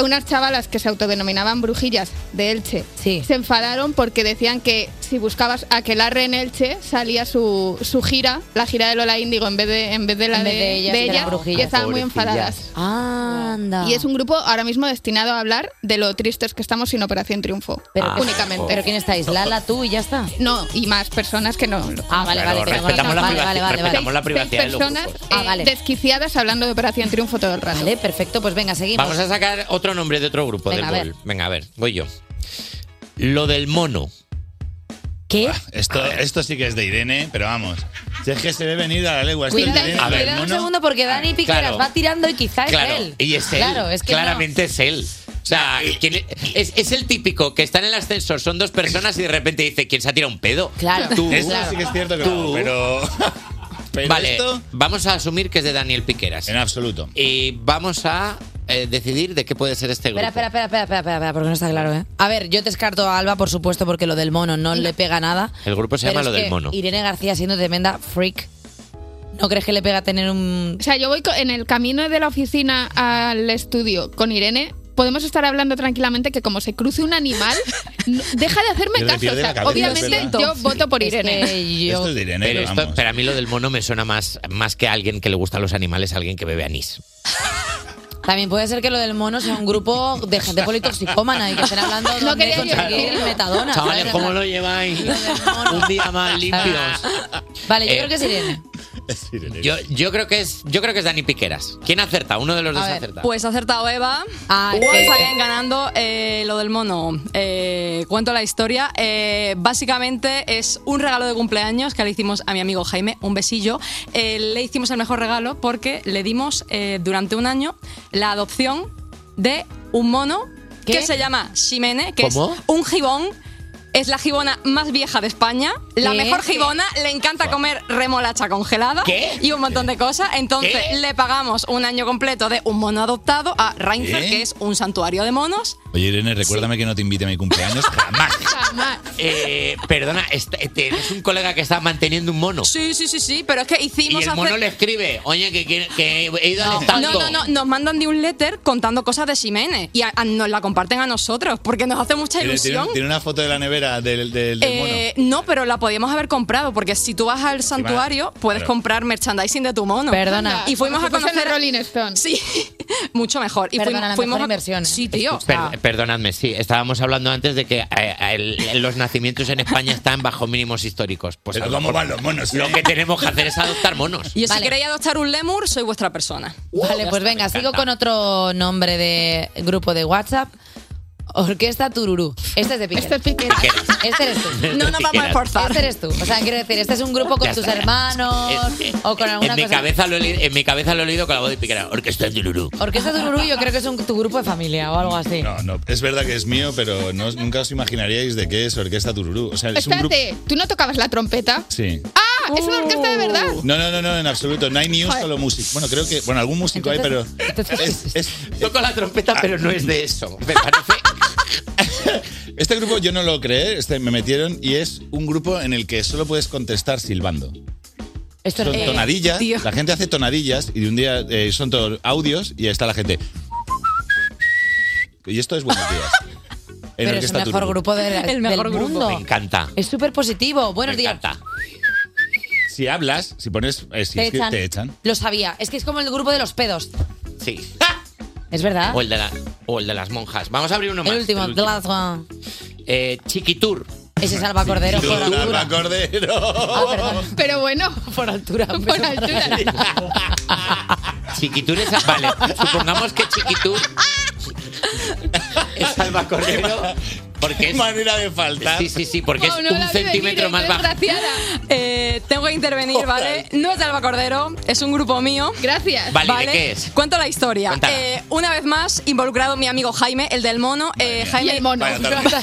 [SPEAKER 4] Unas chavalas que se autodenominaban brujillas de Elche se enfadaron porque decían que si buscabas Aquelarre en Elche salía su, su gira, la gira de Lola Índigo en vez de, en vez de la
[SPEAKER 1] En
[SPEAKER 4] de,
[SPEAKER 1] vez de ellas,
[SPEAKER 4] de
[SPEAKER 1] que eran
[SPEAKER 4] ella,
[SPEAKER 1] brujillas.
[SPEAKER 4] y estaban muy
[SPEAKER 1] Pobrecillas.
[SPEAKER 4] enfadadas.
[SPEAKER 1] Anda.
[SPEAKER 4] Y es un grupo ahora mismo destinado a hablar de lo tristes que estamos sin Operación Triunfo.
[SPEAKER 1] Pero que-
[SPEAKER 4] únicamente.
[SPEAKER 1] ¿Pero quién estáis? ¿Lala, tú y ya está?
[SPEAKER 4] No, y más personas que no.
[SPEAKER 1] Ah, vale,
[SPEAKER 3] Claro,
[SPEAKER 1] vale, pero
[SPEAKER 3] respetamos la
[SPEAKER 1] vale,
[SPEAKER 3] privacidad-
[SPEAKER 1] vale, vale,
[SPEAKER 3] respetamos
[SPEAKER 1] vale.
[SPEAKER 3] la privacidad de los
[SPEAKER 4] personas
[SPEAKER 3] grupos.
[SPEAKER 4] eh, desquiciadas hablando de Operación Triunfo todo el rato.
[SPEAKER 1] Vale, perfecto, pues venga, seguimos.
[SPEAKER 3] Vamos a sacar otro nombre de otro grupo
[SPEAKER 1] Venga,
[SPEAKER 3] del
[SPEAKER 1] a ver.
[SPEAKER 3] bol. Venga, a ver, voy yo. Lo del mono.
[SPEAKER 1] ¿Qué?
[SPEAKER 5] Ah, Esto, esto sí que es de Irene, pero vamos. Si es que se ve venir a la legua. Esto es de
[SPEAKER 1] Cuidado,
[SPEAKER 5] Irene.
[SPEAKER 3] Pues a ver,
[SPEAKER 1] cuidado un segundo porque Dani Piqueras
[SPEAKER 3] Claro.
[SPEAKER 1] va tirando y quizá es
[SPEAKER 3] Claro,
[SPEAKER 1] él.
[SPEAKER 3] y es él.
[SPEAKER 1] Claro, es que no.
[SPEAKER 3] Claramente es él. O sea,
[SPEAKER 5] eh,
[SPEAKER 3] ¿quién es, es- es el típico que está en el ascensor, son dos personas y de repente dice, ¿quién se ha tirado un pedo?
[SPEAKER 1] Claro.
[SPEAKER 3] Tú,
[SPEAKER 5] Eso sí que es cierto que no,
[SPEAKER 3] [LAUGHS]
[SPEAKER 5] pero... pero
[SPEAKER 3] vale,
[SPEAKER 5] esto-
[SPEAKER 3] vamos a asumir que es de Daniel Piqueras. En
[SPEAKER 5] absoluto.
[SPEAKER 3] Y vamos a eh, decidir de qué puede ser este grupo.
[SPEAKER 1] Espera, espera, espera, espera, espera, espera, espera, porque no está claro, ¿eh? A ver, yo descarto a Alba, por supuesto, porque lo del mono no le pega nada.
[SPEAKER 3] El grupo Pues se llama
[SPEAKER 1] Pero es
[SPEAKER 3] Lo del
[SPEAKER 1] que
[SPEAKER 3] Mono.
[SPEAKER 1] Irene García siendo tremenda freak. ¿No crees que le pega tener un...?
[SPEAKER 4] O sea, yo voy co- en el camino de la oficina al estudio con Irene. Podemos estar hablando tranquilamente que como se cruce
[SPEAKER 1] [LAUGHS]
[SPEAKER 4] un animal, no- deja de hacerme
[SPEAKER 3] Pierde-
[SPEAKER 4] caso.
[SPEAKER 3] pierde
[SPEAKER 4] o
[SPEAKER 3] la
[SPEAKER 4] sea,
[SPEAKER 3] cabeza, es
[SPEAKER 4] obviamente
[SPEAKER 3] verdad.
[SPEAKER 4] yo voto por
[SPEAKER 1] Es
[SPEAKER 4] Irene.
[SPEAKER 1] que yo-
[SPEAKER 3] Pero
[SPEAKER 5] ¿eh?
[SPEAKER 3] esto- pero a mí lo del mono me suena más, más que a alguien que le gusta a los animales, a alguien que bebe anís.
[SPEAKER 1] También puede ser que lo del mono sea un grupo de
[SPEAKER 3] [LAUGHS]
[SPEAKER 1] gente politoxicómana y que estén hablando de
[SPEAKER 4] No
[SPEAKER 1] dónde
[SPEAKER 4] quería yo
[SPEAKER 1] conseguir
[SPEAKER 4] decirlo.
[SPEAKER 1] metadona.
[SPEAKER 3] Chavales,
[SPEAKER 1] ¿sabes?
[SPEAKER 3] ¿cómo lo lleváis? Un día más
[SPEAKER 1] Ah,
[SPEAKER 3] limpios.
[SPEAKER 1] Vale, yo
[SPEAKER 3] Eh,
[SPEAKER 1] creo que es
[SPEAKER 3] [LAUGHS]
[SPEAKER 1] Irene.
[SPEAKER 3] Yo, yo creo que es, yo creo que es Dani Piqueras. ¿Quién acerta? Uno de los dos acerta.
[SPEAKER 10] Pues ha acertado Eva.
[SPEAKER 1] Ay,
[SPEAKER 10] Pues
[SPEAKER 1] qué-
[SPEAKER 10] salen ganando eh, lo del mono. Eh, cuento la historia. Eh, básicamente es un regalo de cumpleaños que le hicimos a mi amigo Jaime, un besillo. Eh, le hicimos el mejor regalo porque le dimos eh, durante un año la adopción de un mono que se llama Ximene, que
[SPEAKER 3] ¿Cómo?
[SPEAKER 10] es un gibón. Es la gibona más vieja de España, la
[SPEAKER 1] ¿Qué?
[SPEAKER 10] mejor gibona, le encanta comer remolacha congelada
[SPEAKER 1] ¿Qué?
[SPEAKER 10] y un montón de cosas. Entonces
[SPEAKER 1] ¿Qué?
[SPEAKER 10] le pagamos un año completo de un mono adoptado a Reinfeldt,
[SPEAKER 3] ¿Eh?
[SPEAKER 5] ¿Qué?
[SPEAKER 10] que es un santuario de monos.
[SPEAKER 5] Oye, Irene, recuérdame que no te invite a mi cumpleaños
[SPEAKER 3] [LAUGHS]
[SPEAKER 5] jamás.
[SPEAKER 3] Eh, perdona, este, es, tienes un colega que está manteniendo un
[SPEAKER 10] [LAUGHS]
[SPEAKER 3] mono.
[SPEAKER 10] Sí, sí, sí, sí, pero es que
[SPEAKER 3] Y
[SPEAKER 10] hicimos
[SPEAKER 3] el
[SPEAKER 10] hace-
[SPEAKER 3] mono le escribe, oye, que, quiere- que he ido
[SPEAKER 10] No,
[SPEAKER 3] al estanco.
[SPEAKER 10] no, no, no, nos mandan de un letter contando cosas de Ximénez y a- a- nos la comparten a nosotros porque nos hace mucha
[SPEAKER 5] Irene, ¿Tiene,
[SPEAKER 10] ilusión.
[SPEAKER 5] tiene una foto de la nevera del, del, del mono.
[SPEAKER 10] Eh, no, pero la podíamos haber comprado porque si tú vas al santuario puedes
[SPEAKER 5] Claro.
[SPEAKER 10] comprar merchandising de tu mono.
[SPEAKER 1] Perdona.
[SPEAKER 10] Y fuimos
[SPEAKER 4] Como
[SPEAKER 10] a
[SPEAKER 4] si fuesen
[SPEAKER 10] conocer
[SPEAKER 4] los Rolling Stone.
[SPEAKER 10] Sí, [LAUGHS] mucho mejor. Y
[SPEAKER 1] Perdona,
[SPEAKER 10] fuimos,
[SPEAKER 1] la
[SPEAKER 10] fuimos
[SPEAKER 1] mejor
[SPEAKER 10] a-
[SPEAKER 1] inversión, ¿eh?
[SPEAKER 10] Sí, tío. o sea,
[SPEAKER 3] Per- perdonadme, sí, estábamos hablando antes de que eh, el- los nacimientos en España están bajo mínimos históricos. Pues
[SPEAKER 5] Pero
[SPEAKER 3] a lo
[SPEAKER 5] ¿cómo
[SPEAKER 3] mejor
[SPEAKER 5] van los monos,
[SPEAKER 3] Lo
[SPEAKER 5] eh?
[SPEAKER 3] que tenemos que hacer es adoptar monos.
[SPEAKER 10] [LAUGHS] Y
[SPEAKER 1] Vale.
[SPEAKER 10] si queréis adoptar un lemur, soy vuestra persona.
[SPEAKER 3] Uh,
[SPEAKER 1] Vale, pues venga, sigo con otro nombre de grupo de WhatsApp. Orquesta Tururú. Este es de Piqueras.
[SPEAKER 4] Este es Piqueras.
[SPEAKER 1] Este eres tú.
[SPEAKER 3] No [LAUGHS] nos vamos a Piqueras. esforzar.
[SPEAKER 1] Este eres tú. O sea, quiero decir, este es un grupo con
[SPEAKER 3] Ya
[SPEAKER 1] tus
[SPEAKER 3] está.
[SPEAKER 1] hermanos
[SPEAKER 3] Eh, eh,
[SPEAKER 1] o con alguna
[SPEAKER 3] en, mi
[SPEAKER 1] cosa.
[SPEAKER 3] cabeza lo he, leído- en mi cabeza lo he leído con la voz de Piquera. Orquesta de Lulú.
[SPEAKER 1] Orquesta Tururú yo creo que este es un- tu grupo de familia o algo así.
[SPEAKER 5] No, no, es verdad que es mío, pero no, nunca os imaginaríais de qué es Orquesta Tururú. O sea, es un grupo...
[SPEAKER 4] Espérate, ¿tú no tocabas la trompeta?
[SPEAKER 5] Sí.
[SPEAKER 4] ¡Ah! Es una orquesta de verdad.
[SPEAKER 1] Oh, [LAUGHS]
[SPEAKER 5] No, no, no, no, en absoluto. No hay ni un solo músico. Bueno, creo que... Bueno, algún músico hay, pero... es- eh, es-
[SPEAKER 3] Toco la trompeta, pero no es de eso. Me parece.
[SPEAKER 5] [LAUGHS] Este grupo yo no lo creé, este, me metieron y es un grupo en el que solo puedes contestar silbando.
[SPEAKER 1] Esto
[SPEAKER 5] Son
[SPEAKER 1] eh,
[SPEAKER 5] tonadillas,
[SPEAKER 1] tío.
[SPEAKER 5] la gente hace tonadillas y de un día eh, son todos audios y ahí está la gente. Y esto es buenos días. En
[SPEAKER 1] Pero es el
[SPEAKER 5] Orquesta
[SPEAKER 1] mejor
[SPEAKER 5] Tururú.
[SPEAKER 1] grupo de la-
[SPEAKER 10] El mejor
[SPEAKER 1] del
[SPEAKER 10] grupo.
[SPEAKER 1] mundo.
[SPEAKER 3] Me encanta.
[SPEAKER 1] Es súper positivo. Buenos
[SPEAKER 3] Me
[SPEAKER 1] días.
[SPEAKER 3] encanta.
[SPEAKER 5] Si hablas, si pones, eh, si
[SPEAKER 1] Te
[SPEAKER 5] es que
[SPEAKER 1] echan.
[SPEAKER 5] te echan.
[SPEAKER 1] Lo sabía. Es que es como el grupo de los pedos.
[SPEAKER 3] Ah, Sí.
[SPEAKER 1] Es verdad.
[SPEAKER 3] O el, de la- o el de las monjas. Vamos a abrir uno más.
[SPEAKER 1] El último.
[SPEAKER 3] el último.
[SPEAKER 1] Glass one.
[SPEAKER 3] Eh, Chiquitur.
[SPEAKER 1] Ese Salva Cordero por Ah, altura.
[SPEAKER 5] Salva Cordero.
[SPEAKER 3] Oh.
[SPEAKER 4] Pero bueno,
[SPEAKER 1] por altura.
[SPEAKER 4] Por altura.
[SPEAKER 3] Chiquitur es. Vale, supongamos que Chiquitur es Salva Cordero. Porque es,
[SPEAKER 5] manera de faltar.
[SPEAKER 3] Sí, sí, sí, porque
[SPEAKER 10] Wow,
[SPEAKER 3] es
[SPEAKER 10] Oh, no la vi
[SPEAKER 3] un centímetro
[SPEAKER 10] venir,
[SPEAKER 3] más bajo.
[SPEAKER 10] Eh, tengo que intervenir, ¿vale? No es de Alba Cordero, es un grupo mío.
[SPEAKER 4] Gracias.
[SPEAKER 3] Vale, ¿de qué es?
[SPEAKER 10] Cuento la historia.
[SPEAKER 3] Cuéntala.
[SPEAKER 10] Eh, una vez más, involucrado mi amigo Jaime, el del mono. Eh, Jaime, el mono.
[SPEAKER 1] Vaya tarde.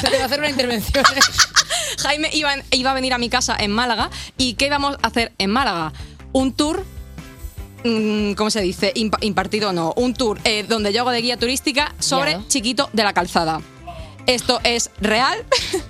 [SPEAKER 1] Se te va a hacer una intervención.
[SPEAKER 10] [LAUGHS] Jaime iba, iba a venir a mi casa en Málaga. ¿Y qué íbamos a hacer en Málaga? Un tour mm, ¿cómo se dice? Imp- impartido no, un tour eh, donde yo hago de guía turística sobre Chiquito de la Calzada. Esto es real. [LAUGHS]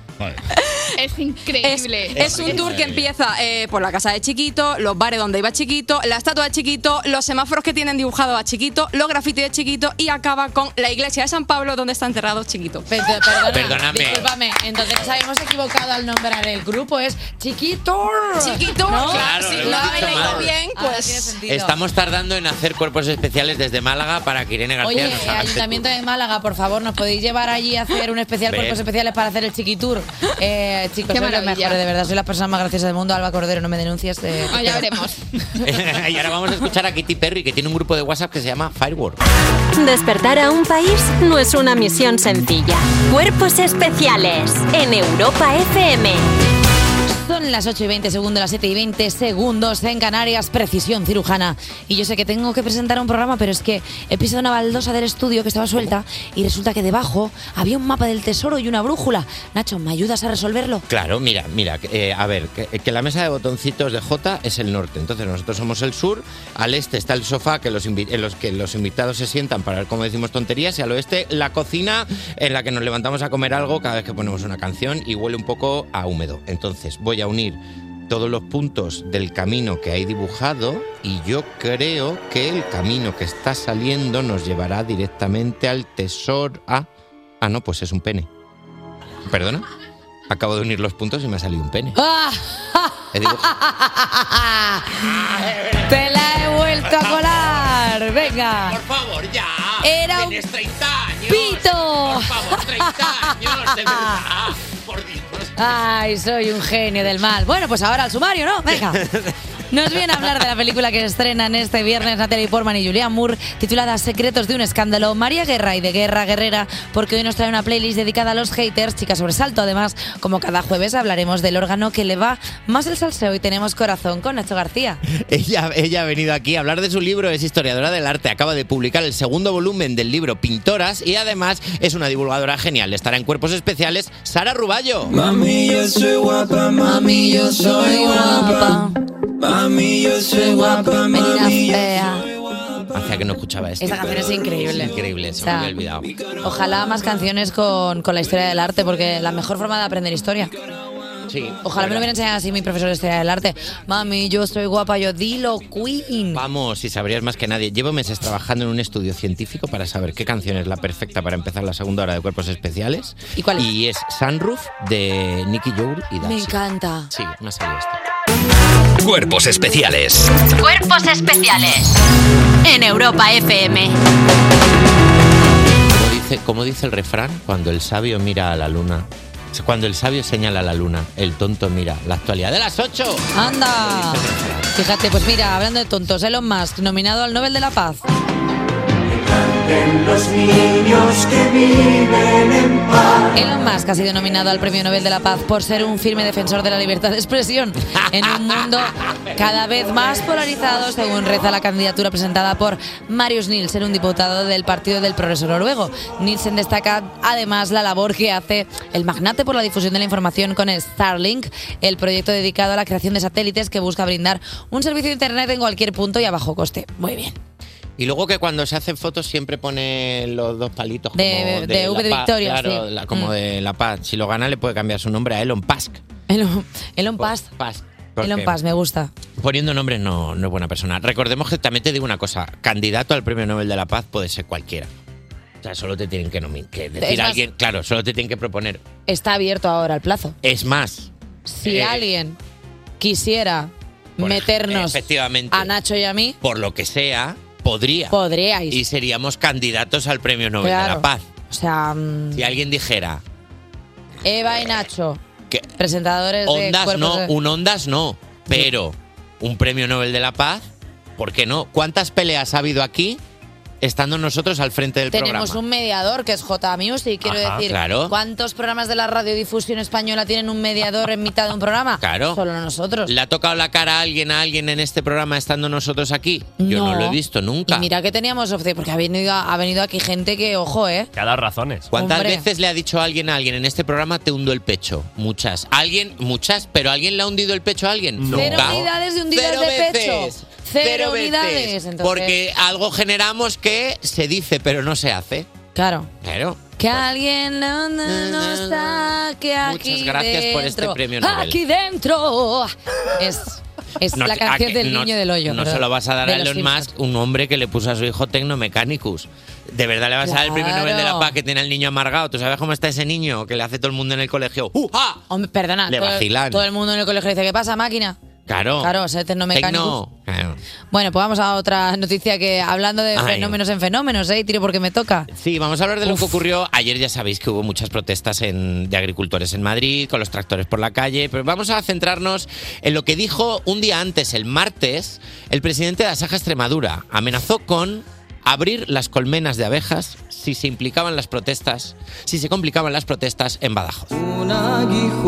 [SPEAKER 4] Es increíble.
[SPEAKER 10] Es, un tour que empieza eh, por la casa de Chiquito, los bares donde iba Chiquito, la estatua de Chiquito, los semáforos que tienen dibujado a Chiquito, los grafitis de Chiquito y acaba con la iglesia de San Pablo donde está enterrado Chiquito.
[SPEAKER 1] Perdona,
[SPEAKER 3] Perdóname.
[SPEAKER 1] Discúlpame, entonces nos habíamos equivocado al nombrar el grupo. Es Chiquito.
[SPEAKER 10] Chiquito.
[SPEAKER 1] ¿No?
[SPEAKER 3] Claro,
[SPEAKER 1] Sí, lo
[SPEAKER 3] lo hemos
[SPEAKER 1] habéis
[SPEAKER 3] dicho
[SPEAKER 1] leído
[SPEAKER 3] mal.
[SPEAKER 1] bien, pues.
[SPEAKER 3] Estamos tardando en hacer cuerpos especiales desde Málaga para que Irene García
[SPEAKER 1] Oye,
[SPEAKER 3] nos
[SPEAKER 1] eh,
[SPEAKER 3] haga este
[SPEAKER 1] Ayuntamiento de Málaga, por favor, ¿nos podéis llevar allí a hacer un especial,
[SPEAKER 3] Ven.
[SPEAKER 1] cuerpos especiales para hacer el chiquitur? Eh, chicos,
[SPEAKER 4] Qué
[SPEAKER 1] sois los
[SPEAKER 4] maravilla.
[SPEAKER 1] mejores, de verdad, soy la persona más graciosa del mundo. Alba Cordero, no me denuncies. eh,
[SPEAKER 4] Ah, ya veremos.
[SPEAKER 3] [LAUGHS] y ahora vamos a escuchar a Kitty Perry, que tiene un grupo de WhatsApp que se llama Firework.
[SPEAKER 8] Despertar a un país no es una misión sencilla. Cuerpos especiales en Europa FM.
[SPEAKER 1] Son las 8 y 20 segundos, las 7 y 20 segundos en Canarias, precisión cirujana. Y yo sé que tengo que presentar un programa, pero es que he pisado una baldosa del estudio que estaba suelta y resulta que debajo había un mapa del tesoro y una brújula. Nacho, ¿me ayudas a
[SPEAKER 4] [LAUGHS]
[SPEAKER 1] resolverlo?
[SPEAKER 3] Claro, mira, mira, eh, a ver, que, que la mesa de botoncitos de J es el norte, entonces nosotros somos el sur, al este está el sofá que los invi- en los que los invitados se sientan para ver cómo decimos tonterías y al oeste la cocina en la que nos levantamos a comer algo cada vez que ponemos una canción y huele un poco a húmedo. Entonces voy a unir todos los puntos del camino que hay dibujado y yo creo que el camino que está saliendo nos llevará directamente al tesoro. Ah, ah no, pues es un pene. ¿Perdona? Acabo de unir los puntos y me ha salido un pene. Eh, He dibujado-
[SPEAKER 1] [LAUGHS] ¡Te la he vuelto a colar! ¡Venga!
[SPEAKER 3] Por favor, ya.
[SPEAKER 1] Era un
[SPEAKER 3] 30 años.
[SPEAKER 1] pito.
[SPEAKER 3] Por favor, 30 años, de verdad.
[SPEAKER 1] ¡Ay, soy un genio del mal! Bueno, pues ahora al sumario, ¿no? Venga. Nos viene a hablar de la película que estrenan este viernes Natalie Portman y Julianne Moore, titulada Secretos de un escándalo, María Guerra y de Guerra Guerrera, porque hoy nos trae una playlist dedicada a los haters, chicas sobresalto. Además, como cada jueves hablaremos del órgano que le va más el salseo y tenemos corazón con Nacho García.
[SPEAKER 3] [LAUGHS] Ella, ella ha venido aquí a hablar de su libro, es historiadora del arte, acaba de publicar el segundo volumen del libro Pintoras y además es una divulgadora genial. Estará en cuerpos especiales Sara Ruballo.
[SPEAKER 2] Mami, yo soy guapa, mami, yo soy guapa. Mami, yo soy guapa, mami. yo-
[SPEAKER 3] Hacía que no escuchaba esto.
[SPEAKER 1] Esta canción es increíble.
[SPEAKER 3] Es increíble, se
[SPEAKER 1] O sea,
[SPEAKER 3] me había olvidado.
[SPEAKER 1] Ojalá más canciones con, con la historia del arte, porque la mejor forma de aprender historia.
[SPEAKER 3] Sí,
[SPEAKER 1] Ojalá me lo
[SPEAKER 3] verdad.
[SPEAKER 1] hubiera enseñado así mi profesor de historia del arte. Mami, yo soy guapa, yo dilo, Queen.
[SPEAKER 3] Vamos, si sabrías más que nadie. Llevo meses trabajando en un estudio científico para saber qué canción es la perfecta para empezar la segunda hora de Cuerpos Especiales.
[SPEAKER 1] ¿Y cuál es?
[SPEAKER 3] Y es Sunroof de Nicky Joule y Daxi.
[SPEAKER 1] Me encanta.
[SPEAKER 3] Sí, una serie esta.
[SPEAKER 7] Cuerpos especiales.
[SPEAKER 8] Cuerpos especiales en Europa FM.
[SPEAKER 3] Como dice, como dice el refrán, cuando el sabio mira a la luna, cuando el sabio señala a la luna, el tonto mira la actualidad de las ocho.
[SPEAKER 1] Anda. Fíjate, pues mira, hablando de tontos, Elon Musk, nominado al Nobel de la Paz.
[SPEAKER 2] En los niños que viven en paz.
[SPEAKER 1] Elon Musk ha sido nominado al Premio Nobel de la Paz por ser un firme defensor de la libertad de expresión en un mundo cada vez más polarizado, según reza la candidatura presentada por Marius Nielsen, un diputado del Partido del Progreso Noruego. Nielsen destaca además la labor que hace el magnate por la difusión de la información con Starlink, el proyecto dedicado a la creación de satélites que busca brindar un servicio de Internet en cualquier punto y a bajo coste. Muy bien.
[SPEAKER 3] Y luego que cuando se hacen fotos siempre pone los dos palitos como
[SPEAKER 1] De- de
[SPEAKER 3] la
[SPEAKER 1] V de
[SPEAKER 3] paz,
[SPEAKER 1] Victoria,
[SPEAKER 3] claro,
[SPEAKER 1] sí.
[SPEAKER 3] la- como
[SPEAKER 1] Mm.
[SPEAKER 3] de la paz. Si lo gana le puede cambiar su nombre a Elon Musk.
[SPEAKER 1] Elon, Elon Paz.
[SPEAKER 3] Paz.
[SPEAKER 1] Elon
[SPEAKER 3] Porque-
[SPEAKER 1] Paz, me gusta.
[SPEAKER 3] Poniendo nombres no, no es buena persona. Recordemos que también te digo una cosa, candidato al Premio Nobel de la Paz puede ser cualquiera. O sea, solo te tienen que nominar, que
[SPEAKER 1] Es
[SPEAKER 3] decir a
[SPEAKER 1] más-
[SPEAKER 3] alguien, claro, solo te tienen que proponer.
[SPEAKER 1] Está abierto ahora el plazo.
[SPEAKER 3] Es más,
[SPEAKER 1] si
[SPEAKER 3] Eh,
[SPEAKER 1] alguien quisiera
[SPEAKER 3] por ej-
[SPEAKER 1] meternos
[SPEAKER 3] efectivamente,
[SPEAKER 1] a Nacho y a mí,
[SPEAKER 3] por lo que sea, podría.
[SPEAKER 1] podríais.
[SPEAKER 3] Y seríamos candidatos al Premio Nobel de
[SPEAKER 1] Claro.
[SPEAKER 3] la Paz.
[SPEAKER 1] O sea, mm,
[SPEAKER 3] Si alguien dijera,
[SPEAKER 1] Eva y Nacho,
[SPEAKER 3] Eh, que
[SPEAKER 1] Presentadores de
[SPEAKER 3] Ondas
[SPEAKER 1] cuerpos
[SPEAKER 3] no,
[SPEAKER 1] de-
[SPEAKER 3] un Ondas no, pero un premio Nobel de la Paz, ¿por qué no? ¿Cuántas peleas ha habido aquí estando nosotros al frente del
[SPEAKER 1] Tenemos
[SPEAKER 3] programa?
[SPEAKER 1] un mediador que es J Music, quiero
[SPEAKER 3] Ajá,
[SPEAKER 1] decir.
[SPEAKER 3] claro.
[SPEAKER 1] ¿Cuántos programas de la radiodifusión española tienen un mediador en mitad de un programa?
[SPEAKER 3] [LAUGHS] Claro.
[SPEAKER 1] Solo nosotros.
[SPEAKER 3] ¿Le ha tocado la cara a alguien a alguien en este programa estando nosotros aquí? Yo no,
[SPEAKER 1] No.
[SPEAKER 3] lo he visto nunca.
[SPEAKER 1] Y mira que teníamos opción, porque ha venido, ha venido aquí gente que, ojo, ¿eh?
[SPEAKER 3] Que ha dado razones. ¿Cuántas
[SPEAKER 1] Hombre.
[SPEAKER 3] veces le ha dicho alguien a alguien en este programa te hundo el pecho? Muchas. ¿Alguien? Muchas, pero ¿alguien le ha hundido el pecho a alguien?
[SPEAKER 1] Cero
[SPEAKER 3] Nunca.
[SPEAKER 1] unidades de hundidas
[SPEAKER 3] Cero
[SPEAKER 1] de
[SPEAKER 3] veces.
[SPEAKER 1] pecho. Cero,
[SPEAKER 3] Cero veces.
[SPEAKER 1] unidades. entonces.
[SPEAKER 3] Porque algo generamos que se dice, pero no se hace.
[SPEAKER 1] Claro.
[SPEAKER 3] Claro.
[SPEAKER 1] Que alguien no, no, no saque aquí
[SPEAKER 3] Mm, Muchas gracias por este
[SPEAKER 1] dentro.
[SPEAKER 3] premio Nobel.
[SPEAKER 1] Aquí dentro. Es, es
[SPEAKER 3] No,
[SPEAKER 1] la
[SPEAKER 3] a
[SPEAKER 1] canción
[SPEAKER 3] que
[SPEAKER 1] del
[SPEAKER 3] no-
[SPEAKER 1] niño del hoyo.
[SPEAKER 3] No
[SPEAKER 1] pero-
[SPEAKER 3] se lo vas a dar
[SPEAKER 1] de
[SPEAKER 3] a
[SPEAKER 1] los
[SPEAKER 3] Elon
[SPEAKER 1] Simpsons.
[SPEAKER 3] Musk, un hombre que le puso a su hijo Tecnomechanicus. ¿De verdad le vas a dar el premio
[SPEAKER 1] Claro.
[SPEAKER 3] Nobel de la Paz que tiene el niño amargado? ¿Tú sabes cómo está ese niño que le hace todo el mundo en el colegio? ¡Uh, ah!
[SPEAKER 1] Hombre, perdona.
[SPEAKER 3] Le
[SPEAKER 1] todo,
[SPEAKER 3] vacilan.
[SPEAKER 1] todo el mundo en el colegio dice, ¿qué pasa, máquina?
[SPEAKER 3] Claro.
[SPEAKER 1] Claro, o sea, tecnomecánicos.
[SPEAKER 3] Tecno. Claro.
[SPEAKER 1] Bueno, pues vamos a otra noticia que hablando de
[SPEAKER 3] Ay.
[SPEAKER 1] fenómenos en fenómenos, ¿eh? Y Tiro porque me toca.
[SPEAKER 3] Sí, vamos a hablar de lo que ocurrió. Ayer ya sabéis que hubo muchas protestas en- de agricultores en Madrid, con los tractores por la calle, pero vamos a centrarnos en lo que dijo un día antes, el martes, el presidente de Asaja Extremadura. Amenazó con abrir las colmenas de abejas si se implicaban las protestas, si se complicaban las protestas en Badajoz.
[SPEAKER 11] Un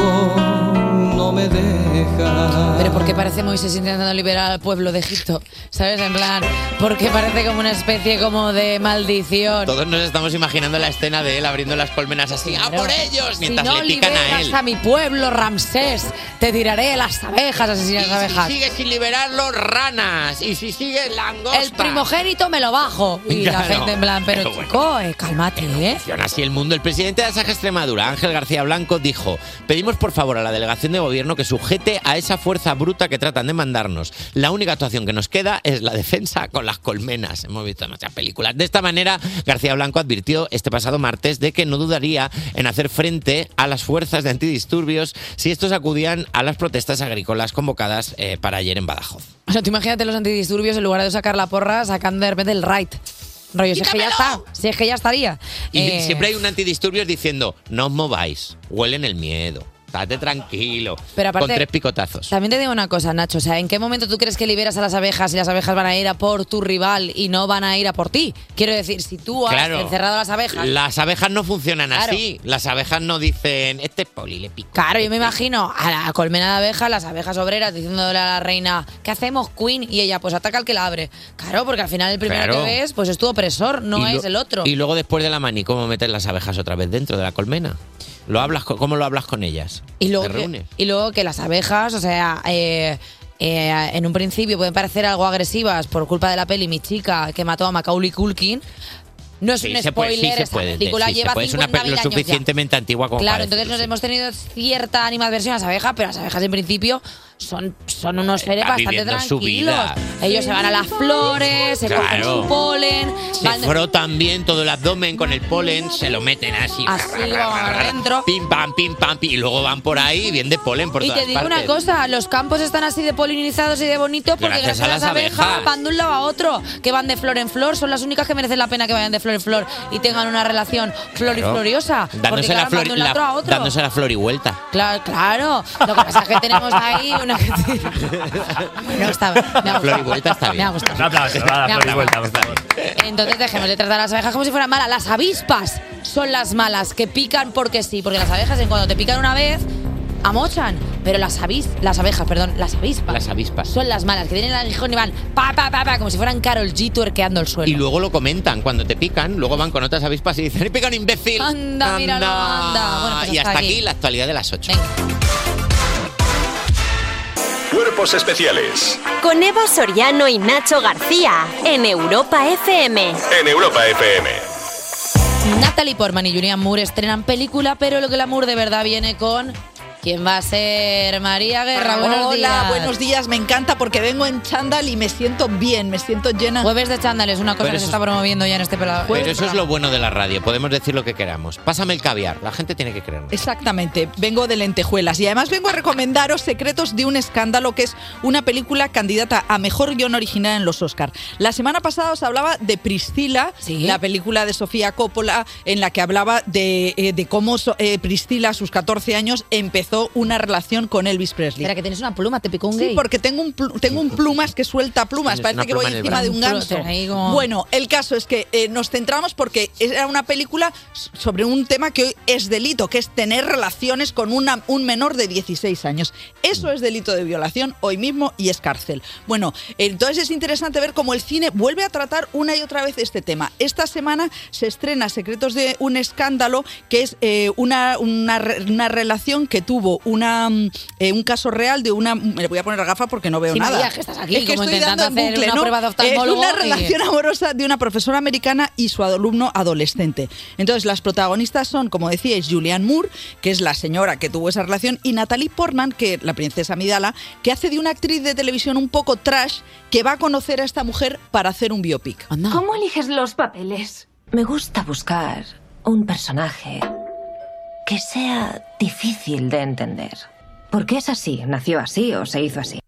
[SPEAKER 11] aguijón no me deja.
[SPEAKER 1] Pero porque parece Moisés intentando liberar al pueblo de Egipto, ¿sabes? En plan, porque parece como una especie como de maldición.
[SPEAKER 3] Todos nos estamos imaginando la escena de él abriendo las colmenas así, ¡ah, por ellos!
[SPEAKER 1] Si
[SPEAKER 3] Mientras
[SPEAKER 1] no
[SPEAKER 3] le pican a
[SPEAKER 1] liberas
[SPEAKER 3] él.
[SPEAKER 1] a, mi pueblo, Ramsés, te tiraré las abejas, asesinas de abejas.
[SPEAKER 3] Sigue sin liberarlo, ranas. Y si sigue, langosta.
[SPEAKER 1] el primogénito me lo bajo. Y la
[SPEAKER 3] Claro.
[SPEAKER 1] gente en plan, pero,
[SPEAKER 3] Pero bueno.
[SPEAKER 1] chico, eh, cálmate, ¿eh?
[SPEAKER 3] Funciona así el mundo. El presidente de Asaja Extremadura, Ángel García Blanco, dijo: Pedimos por favor a la delegación de gobierno que sujete a esa fuerza bruta que tratan de mandarnos. La única actuación que nos queda es la defensa con las colmenas. Hemos visto muchas películas. De esta manera, García Blanco advirtió este pasado martes de que no dudaría en hacer frente a las fuerzas de antidisturbios si estos acudían a las protestas agrícolas convocadas eh, para ayer en Badajoz.
[SPEAKER 1] O sea, tú imagínate los antidisturbios en lugar de sacar la porra, sacan de repente el right. Rollo, si es que ya está, si es que ya estaría.
[SPEAKER 3] Y
[SPEAKER 1] Eh,
[SPEAKER 3] siempre hay un antidisturbios diciendo, no os mováis, huelen el miedo, estate tranquilo,
[SPEAKER 1] Pero aparte-
[SPEAKER 3] con tres picotazos.
[SPEAKER 1] También te digo una cosa, Nacho. O sea, ¿en qué momento tú crees que liberas a las abejas y las abejas van a ir a por tu rival y no van a ir a por ti? Quiero decir, si tú has
[SPEAKER 3] Claro.
[SPEAKER 1] Pues, encerrado a las abejas.
[SPEAKER 3] Las abejas no funcionan
[SPEAKER 1] Claro.
[SPEAKER 3] así. Las abejas no dicen, este poli le pica.
[SPEAKER 1] Claro, yo me imagino a la colmena de abejas, las abejas obreras, diciéndole a la reina, ¿qué hacemos, Queen? Y ella, pues ataca al que la abre. Claro, porque al final el primero
[SPEAKER 3] Claro.
[SPEAKER 1] que ves, pues es tu opresor, no
[SPEAKER 3] Y
[SPEAKER 1] es
[SPEAKER 3] lo-
[SPEAKER 1] el otro.
[SPEAKER 3] Y luego después de la mani, ¿cómo metes las abejas otra vez dentro de la colmena? ¿Lo hablas, co- ¿Cómo lo hablas con ellas?
[SPEAKER 1] Y luego,
[SPEAKER 3] ¿Te
[SPEAKER 1] que,
[SPEAKER 3] reúnes?
[SPEAKER 1] y luego que las abejas, o sea, eh, eh, en un principio pueden parecer algo agresivas por culpa de la peli Mi chica que mató a Macaulay Culkin. No es
[SPEAKER 3] Sí,
[SPEAKER 1] un
[SPEAKER 3] se puede,
[SPEAKER 1] spoiler,
[SPEAKER 3] sí se
[SPEAKER 1] esa
[SPEAKER 3] puede,
[SPEAKER 1] película
[SPEAKER 3] sí se
[SPEAKER 1] lleva
[SPEAKER 3] puede. Es una
[SPEAKER 1] 50.000
[SPEAKER 3] peli lo
[SPEAKER 1] años ya.
[SPEAKER 3] suficientemente antigua como
[SPEAKER 1] Claro,
[SPEAKER 3] para
[SPEAKER 1] entonces nos
[SPEAKER 3] decirlo,
[SPEAKER 1] hemos tenido cierta animadversión a las abejas, pero las abejas en principio son, son unos seres bastante
[SPEAKER 3] viviendo su
[SPEAKER 1] tranquilos.
[SPEAKER 3] vida.
[SPEAKER 1] Ellos se van a las flores, se cogen
[SPEAKER 3] Claro.
[SPEAKER 1] su polen,
[SPEAKER 3] Se
[SPEAKER 1] van de-
[SPEAKER 3] frotan bien todo el abdomen con el polen, se lo meten así.
[SPEAKER 1] Así, vamos, adentro.
[SPEAKER 3] Pim, pam, pim, pam, pim, Y luego van por ahí bien de polen por
[SPEAKER 1] y
[SPEAKER 3] todas
[SPEAKER 1] te digo una
[SPEAKER 3] partes.
[SPEAKER 1] cosa, los campos están así de polinizados y de bonitos porque
[SPEAKER 3] Gracias
[SPEAKER 1] gracias,
[SPEAKER 3] a
[SPEAKER 1] a
[SPEAKER 3] las
[SPEAKER 1] las abejas,
[SPEAKER 3] abejas.
[SPEAKER 1] van de un lado a otro, que van de flor en flor, son las únicas que merecen la pena que vayan de flor en flor y tengan una relación flor y
[SPEAKER 3] Claro.
[SPEAKER 1] floriosa. Porque
[SPEAKER 3] Dándose la,
[SPEAKER 1] claro, van
[SPEAKER 3] flor,
[SPEAKER 1] de un lado
[SPEAKER 3] la-
[SPEAKER 1] a otro.
[SPEAKER 3] dándose la flor y vuelta.
[SPEAKER 1] Claro, claro. Lo que pasa es que tenemos ahí
[SPEAKER 2] [LAUGHS]
[SPEAKER 1] una... Me ha gustado, me ha
[SPEAKER 3] La flor y
[SPEAKER 1] gustado.
[SPEAKER 3] vuelta está bien.
[SPEAKER 1] Me ha gustado.
[SPEAKER 9] Un aplauso, va,
[SPEAKER 1] Me
[SPEAKER 9] la
[SPEAKER 1] ha
[SPEAKER 9] flor y vuelta, por favor.
[SPEAKER 1] Entonces dejemos de tratar a las abejas como si fueran malas. Las avispas son las malas, que pican porque sí. Porque las abejas, en cuando te pican una vez, amochan. Pero las avis, las abejas, perdón, las avispas.
[SPEAKER 3] Las avispas.
[SPEAKER 1] Son las malas, que tienen el aguijón y van pa, pa, pa, pa, como si fueran Carol G tuerqueando el suelo.
[SPEAKER 3] Y luego lo comentan cuando te pican, luego van con otras avispas y dicen, "Ay, pican imbécil!
[SPEAKER 1] Anda, míralo, anda. Bueno, pues
[SPEAKER 3] y
[SPEAKER 1] hasta
[SPEAKER 3] hasta aquí.
[SPEAKER 1] aquí
[SPEAKER 3] la actualidad de las 8.
[SPEAKER 12] Cuerpos especiales
[SPEAKER 8] Con Eva Soriano y Nacho García en Europa FM.
[SPEAKER 12] en Europa FM.
[SPEAKER 1] Natalie Portman y Julian Moore estrenan película, pero lo que el amor de verdad viene con. ¿Quién va a ser? María Guerra. buenos
[SPEAKER 13] Hola,
[SPEAKER 1] días.
[SPEAKER 13] buenos días. Me encanta porque vengo en chándal y me siento bien, me siento llena.
[SPEAKER 1] Jueves de chándal es una cosa
[SPEAKER 3] Pero
[SPEAKER 1] que
[SPEAKER 3] eso
[SPEAKER 1] se
[SPEAKER 3] es-
[SPEAKER 1] está promoviendo ya en este pelado.
[SPEAKER 3] Pero eso es lo bueno de la radio, podemos decir lo que queramos. Pásame el caviar, la gente tiene que creernos.
[SPEAKER 13] Exactamente, vengo de lentejuelas y además vengo a recomendaros Secretos de un escándalo, que es una película candidata a mejor guión original en los Oscar. La semana pasada os hablaba de Priscila, la película de Sofía Coppola, en la que hablaba de, eh, de cómo so- eh, Priscila a sus 14 años empezó empezó una relación con Elvis Presley.
[SPEAKER 1] Espera, que tienes una pluma, te picó un
[SPEAKER 13] Sí,
[SPEAKER 1] gay.
[SPEAKER 13] porque tengo un, plu- tengo un plumas que suelta plumas.
[SPEAKER 1] Tienes
[SPEAKER 13] Parece
[SPEAKER 1] una
[SPEAKER 13] que voy
[SPEAKER 1] pluma en el
[SPEAKER 13] encima de
[SPEAKER 1] brazo.
[SPEAKER 13] un ganso.
[SPEAKER 1] Pero ahí como-
[SPEAKER 13] Bueno, el caso es que eh, nos centramos porque era una película sobre un tema que hoy es delito, que es tener relaciones con una- un menor de 16 años. Eso es delito de violación hoy mismo y es cárcel. Bueno, entonces es interesante ver cómo el cine vuelve a tratar una y otra vez este tema. Esta semana se estrena Secretos de un escándalo, que es eh, una, una re- una relación que tuvo una, mm, eh, un caso real de una... Me voy a poner la gafa porque no veo
[SPEAKER 1] Sí,
[SPEAKER 13] nada.
[SPEAKER 1] María, que estás aquí
[SPEAKER 13] es que
[SPEAKER 1] como
[SPEAKER 13] estoy
[SPEAKER 1] intentando
[SPEAKER 13] dando en
[SPEAKER 1] hacer
[SPEAKER 13] bucle,
[SPEAKER 1] una
[SPEAKER 13] ¿no?
[SPEAKER 1] prueba de
[SPEAKER 13] Eh,
[SPEAKER 1] oftalmólogo
[SPEAKER 13] una
[SPEAKER 1] y-
[SPEAKER 13] relación amorosa de una profesora americana y su alumno adolescente. Entonces, las protagonistas son, como decíais, Julianne Moore, que es la señora que tuvo esa relación, y Natalie Portman, que la princesa Midala, que hace de una actriz de televisión un poco trash que va a conocer a esta mujer para hacer un biopic.
[SPEAKER 14] ¿Cómo eliges los papeles? Me gusta buscar un personaje que sea difícil de entender. Porque es así, nació así o se hizo así.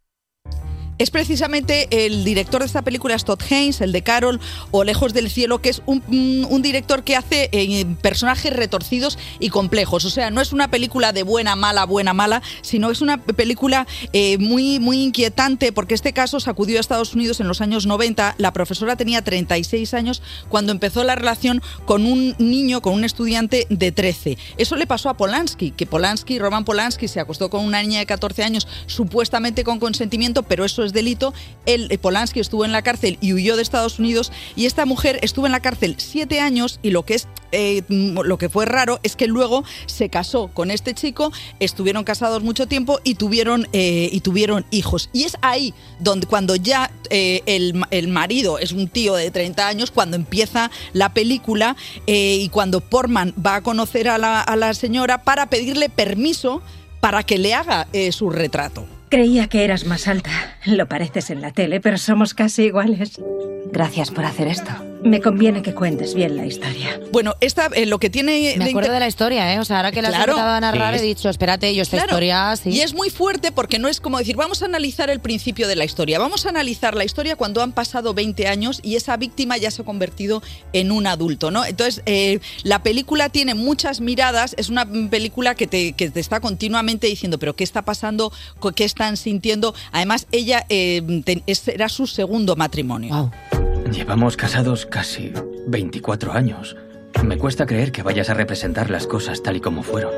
[SPEAKER 13] Es precisamente el director de esta película, es Todd Haynes, el de Carol o Lejos del Cielo, que es un, mm, un- un director que hace eh, personajes retorcidos y complejos. O sea, no es una película de buena, mala, buena, mala, sino es una película eh, muy, muy inquietante porque este caso sacudió a Estados Unidos en los años 90. La profesora tenía 36 años cuando empezó la relación con un niño, con un estudiante de 13. Eso le pasó a Polanski, que Polanski, Roman Polanski, se acostó con una niña de 14 años supuestamente con consentimiento, pero eso es delito. Él, eh, Polanski estuvo en la cárcel y huyó de Estados Unidos y esta mujer estuvo en la cárcel siete años y lo que es eh, mm, lo que fue raro es que luego se casó con este chico, estuvieron casados mucho tiempo y tuvieron eh, y tuvieron hijos. Y es ahí donde cuando ya eh, el, ma- el marido es un tío de 30 años, cuando empieza la película eh, y cuando Portman va a conocer a la, a la señora para pedirle permiso para que le haga eh, su retrato.
[SPEAKER 14] Creía que eras más alta. Lo pareces en la tele, pero somos casi iguales. Gracias por hacer esto. Me conviene que cuentes bien la historia.
[SPEAKER 13] Bueno, esta, eh, lo que tiene...
[SPEAKER 1] Me acuerdo
[SPEAKER 13] inter-
[SPEAKER 1] de la historia, ¿eh? O sea, ahora que la has
[SPEAKER 13] Claro.
[SPEAKER 1] empezado a narrar,
[SPEAKER 13] Sí.
[SPEAKER 1] he dicho, espérate, yo esta
[SPEAKER 13] Claro.
[SPEAKER 1] historia, sí.
[SPEAKER 13] Y es muy fuerte porque no es como decir, vamos a analizar el principio de la historia. Vamos a analizar la historia cuando han pasado 20 años y esa víctima ya se ha convertido en un adulto, ¿no? Entonces, eh, la película tiene muchas miradas. Es una película que te, que te está continuamente diciendo, pero ¿qué está pasando? Co- ¿Qué están sintiendo? Además, ella eh, te- es- era su segundo matrimonio.
[SPEAKER 15] Llevamos casados casi 24 años. Me cuesta creer que vayas a representar las cosas tal y como fueron.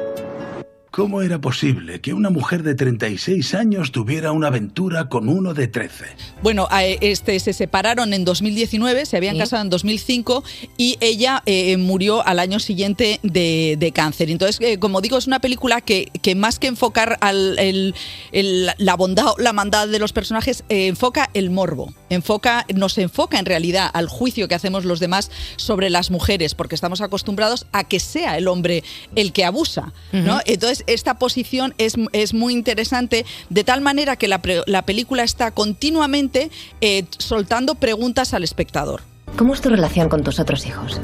[SPEAKER 16] ¿Cómo era posible que una mujer de 36 años tuviera una aventura con uno de 13?
[SPEAKER 13] Bueno, a- este, se separaron en 2019, se habían casado en 2005 y ella eh, murió al año siguiente de, de cáncer. Entonces, eh, como digo, es una película que, que más que enfocar al, el- el- la bondad o la maldad de los personajes, eh, enfoca el morbo, enfoca, nos enfoca en realidad al juicio que hacemos los demás sobre las mujeres, porque estamos acostumbrados a que sea el hombre el que abusa. ¿no?
[SPEAKER 17] Ujú.
[SPEAKER 13] Entonces, esta posición es, es muy interesante, de tal manera que la, pre- la película está continuamente eh, soltando preguntas al espectador.
[SPEAKER 14] ¿Cómo es tu relación con tus otros hijos?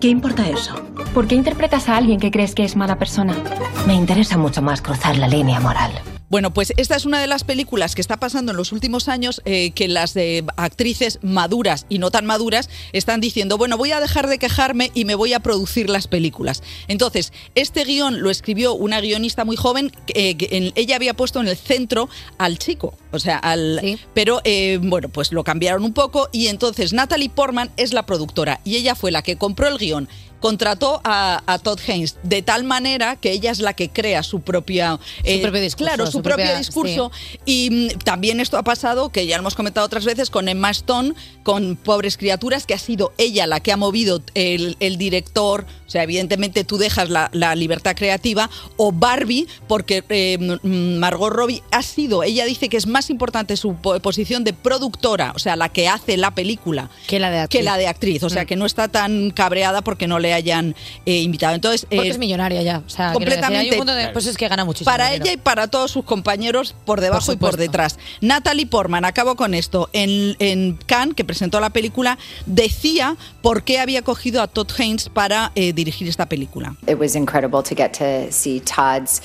[SPEAKER 14] ¿Qué importa eso? ¿Por qué interpretas a alguien que crees que es mala persona? Me interesa mucho más cruzar la línea moral.
[SPEAKER 13] Bueno, pues esta es una de las películas que está pasando en los últimos años eh, que las de actrices maduras y no tan maduras están diciendo, bueno, voy a dejar de quejarme y me voy a producir las películas. Entonces, este guión lo escribió una guionista muy joven, eh, que en- ella había puesto en el centro al chico, o sea, al... Pero, eh, bueno, pues lo cambiaron un poco y entonces Natalie Portman es la productora y ella fue la que compró el guión contrató a, a Todd Haynes de tal manera que ella es la que crea su propia eh,
[SPEAKER 1] propio discurso,
[SPEAKER 13] claro su,
[SPEAKER 1] su
[SPEAKER 13] propio
[SPEAKER 1] propia-
[SPEAKER 13] discurso y mm, también esto ha pasado que ya lo hemos comentado otras veces con Emma Stone con Pobres Criaturas que ha sido ella la que ha movido el, el director o sea evidentemente tú dejas la, la libertad creativa o Barbie porque eh, mm, Margot Robbie ha sido ella dice que es más importante su po- posición de productora o sea la que hace la película
[SPEAKER 1] Que la de actriz.
[SPEAKER 13] que
[SPEAKER 1] Mm.
[SPEAKER 13] la de actriz. O sea, que no está tan cabreada porque no le hayan eh, invitado. Entonces, eh,
[SPEAKER 1] Porque es millonaria ya. O sea, quiero decir, hay un
[SPEAKER 13] completamente.
[SPEAKER 1] punto de- pues es que gana muchísimo
[SPEAKER 13] para
[SPEAKER 1] dinero.
[SPEAKER 13] ella y para todos sus compañeros por debajo y por
[SPEAKER 1] supuesto.
[SPEAKER 13] detrás. Natalie Portman, acabo con esto, en, en Cannes, que presentó la película, decía por qué había cogido a Todd Haynes para eh, dirigir esta película.
[SPEAKER 18] It was incredible to get to see Todd's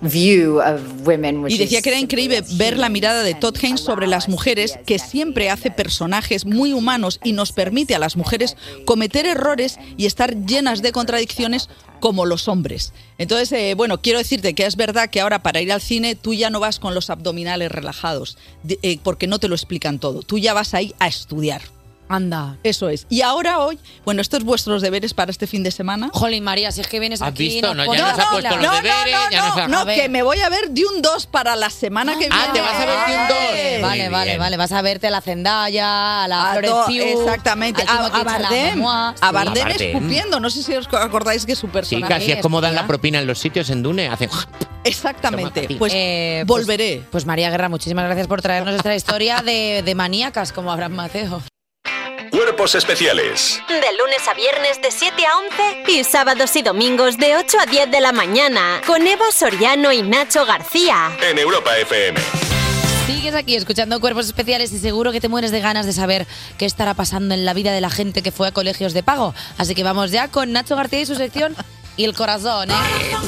[SPEAKER 17] view of women, which
[SPEAKER 13] Y decía
[SPEAKER 17] is
[SPEAKER 13] que era increíble ver la mirada de Todd Haynes sobre las mujeres, que siempre hace personajes muy humanos y nos permite a las mujeres cometer errores y estar llenas de contradicciones como los hombres. Entonces, eh, bueno, quiero decirte que es verdad que ahora para ir al cine tú ya no vas con los abdominales relajados, de- eh, porque no te lo explican todo. Tú ya vas ahí a estudiar.
[SPEAKER 1] Anda.
[SPEAKER 13] Eso es. Y ahora hoy, bueno, estos vuestros deberes para este fin de semana.
[SPEAKER 1] Jolín, María, si es que vienes
[SPEAKER 3] ¿Has
[SPEAKER 1] aquí...
[SPEAKER 3] visto? No, ya
[SPEAKER 1] pones
[SPEAKER 3] nos ha
[SPEAKER 1] la
[SPEAKER 3] puesto
[SPEAKER 1] pila.
[SPEAKER 3] los deberes, ya nos ha-
[SPEAKER 13] No,
[SPEAKER 3] A ver.
[SPEAKER 13] que me voy a ver de un 2 para la semana que viene. Ah, te vas a ver de un 2.
[SPEAKER 1] Vale, vale, vale. Vas a verte a la Zendaya, a
[SPEAKER 13] A
[SPEAKER 1] la Florence
[SPEAKER 13] to-
[SPEAKER 1] Pugh,
[SPEAKER 13] exactamente.
[SPEAKER 1] al
[SPEAKER 13] A, a
[SPEAKER 1] Timothée
[SPEAKER 13] Bardem.
[SPEAKER 1] Chalamet.
[SPEAKER 13] A Bardem
[SPEAKER 3] Bardem.
[SPEAKER 13] escupiendo. No sé si os acordáis que su
[SPEAKER 3] Sí,
[SPEAKER 13] personaje.
[SPEAKER 3] casi es como dan la propina en los sitios en Dune. Hacen.
[SPEAKER 13] Exactamente.
[SPEAKER 3] Toma,
[SPEAKER 13] Pues
[SPEAKER 1] Eh, pues-
[SPEAKER 13] volveré.
[SPEAKER 1] Pues, María Guerra, muchísimas gracias por traernos esta historia de, de maníacas como Abraham Mateo.
[SPEAKER 12] Cuerpos especiales
[SPEAKER 8] De lunes a viernes de 7 a 11 y sábados y domingos de 8 a 10 de la mañana con Eva Soriano y Nacho García.
[SPEAKER 12] en Europa FM.
[SPEAKER 1] Sigues aquí escuchando Cuerpos Especiales y seguro que te mueres de ganas de saber qué estará pasando en la vida de la gente que fue a colegios de pago. Así que vamos ya con Nacho García y su sección y el corazón, ¿eh?
[SPEAKER 3] Ah,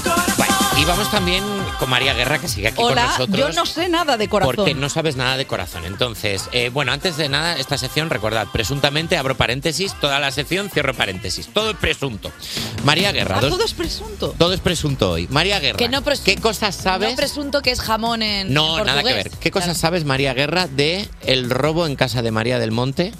[SPEAKER 3] Y vamos también con María Guerra, que sigue aquí con
[SPEAKER 13] Hola,
[SPEAKER 3] nosotros.
[SPEAKER 13] yo no sé nada de corazón.
[SPEAKER 3] Porque no sabes nada de corazón. Entonces, eh, bueno, antes de nada, esta sección, recordad, presuntamente, abro paréntesis, toda la sección, cierro paréntesis. Todo es presunto. María Guerra.
[SPEAKER 13] Ah,
[SPEAKER 3] dos-
[SPEAKER 13] todo es presunto.
[SPEAKER 3] todo es presunto hoy. María Guerra.
[SPEAKER 1] Que no presu-
[SPEAKER 3] ¿Qué cosas sabes?
[SPEAKER 1] No presunto que es jamón en
[SPEAKER 3] No,
[SPEAKER 1] en
[SPEAKER 3] nada que
[SPEAKER 1] portugués.
[SPEAKER 3] ver. ¿Qué cosas sabes, María Guerra, de el robo en casa de María del Monte?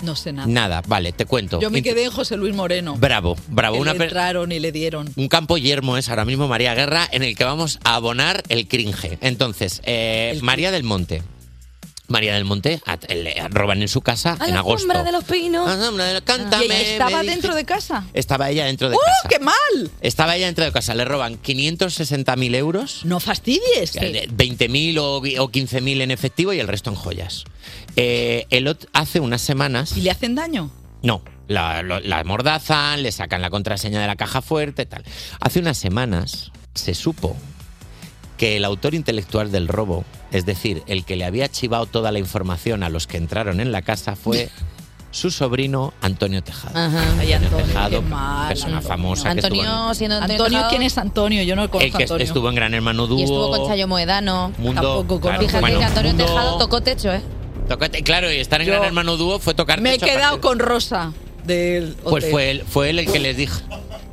[SPEAKER 13] No sé nada.
[SPEAKER 3] Nada, vale, te cuento.
[SPEAKER 13] Yo me
[SPEAKER 3] Int-
[SPEAKER 13] quedé en José Luis Moreno.
[SPEAKER 3] Bravo, bravo.
[SPEAKER 13] que
[SPEAKER 3] Una
[SPEAKER 13] le
[SPEAKER 3] per-
[SPEAKER 13] entraron y le dieron.
[SPEAKER 3] un campo yermo es ahora mismo María Guerra en el que vamos a abonar el cringe. Entonces, eh, María del Monte. María del Monte a- le roban en su casa en agosto. Ah,
[SPEAKER 1] los pinos.
[SPEAKER 3] cántame,
[SPEAKER 13] Y ella estaba
[SPEAKER 3] me
[SPEAKER 13] dentro de casa.
[SPEAKER 3] Estaba ella dentro de
[SPEAKER 13] ¡Uh,
[SPEAKER 3] casa.
[SPEAKER 13] qué mal!
[SPEAKER 3] Estaba ella dentro de casa. Le roban 560.000 euros.
[SPEAKER 13] No fastidies.
[SPEAKER 3] eh, 20.000 o, o 15.000 en efectivo y el resto en joyas. Eh, el ot- hace unas semanas.
[SPEAKER 13] ¿Y le hacen daño?
[SPEAKER 3] No, la, lo- la mordazan, le sacan la contraseña de la caja fuerte, tal. Hace unas semanas se supo que el autor intelectual del robo, es decir, el que le había chivado toda la información a los que entraron en la
[SPEAKER 13] [LAUGHS]
[SPEAKER 3] casa, fue su sobrino Antonio Tejado.
[SPEAKER 1] Ajá.
[SPEAKER 13] Ay, Antonio,
[SPEAKER 3] Tejado,
[SPEAKER 13] qué mal,
[SPEAKER 3] persona
[SPEAKER 13] Antonio.
[SPEAKER 3] famosa que estuvo
[SPEAKER 1] Antonio, siendo Antonio,
[SPEAKER 13] Antonio,
[SPEAKER 1] Tejado,
[SPEAKER 13] ¿quién es Antonio? Yo no lo
[SPEAKER 3] en,
[SPEAKER 13] conozco.
[SPEAKER 3] el que
[SPEAKER 13] Antonio.
[SPEAKER 3] estuvo en Gran Hermano Dúo.
[SPEAKER 1] y estuvo con Chayo Moedano.
[SPEAKER 3] Mundo,
[SPEAKER 1] Tampoco
[SPEAKER 3] claro,
[SPEAKER 1] Fíjate
[SPEAKER 3] bueno,
[SPEAKER 1] que Antonio
[SPEAKER 3] Mundo-
[SPEAKER 1] Tejado tocó techo, ¿eh?
[SPEAKER 3] Tócate- claro, y estar en
[SPEAKER 1] Yo
[SPEAKER 3] Gran Hermano Dúo fue tocar
[SPEAKER 13] Me he
[SPEAKER 3] techo a
[SPEAKER 13] quedado
[SPEAKER 3] partir-
[SPEAKER 13] con Rosa del
[SPEAKER 3] Pues
[SPEAKER 13] hotel.
[SPEAKER 3] fue él, fue él el que les dijo,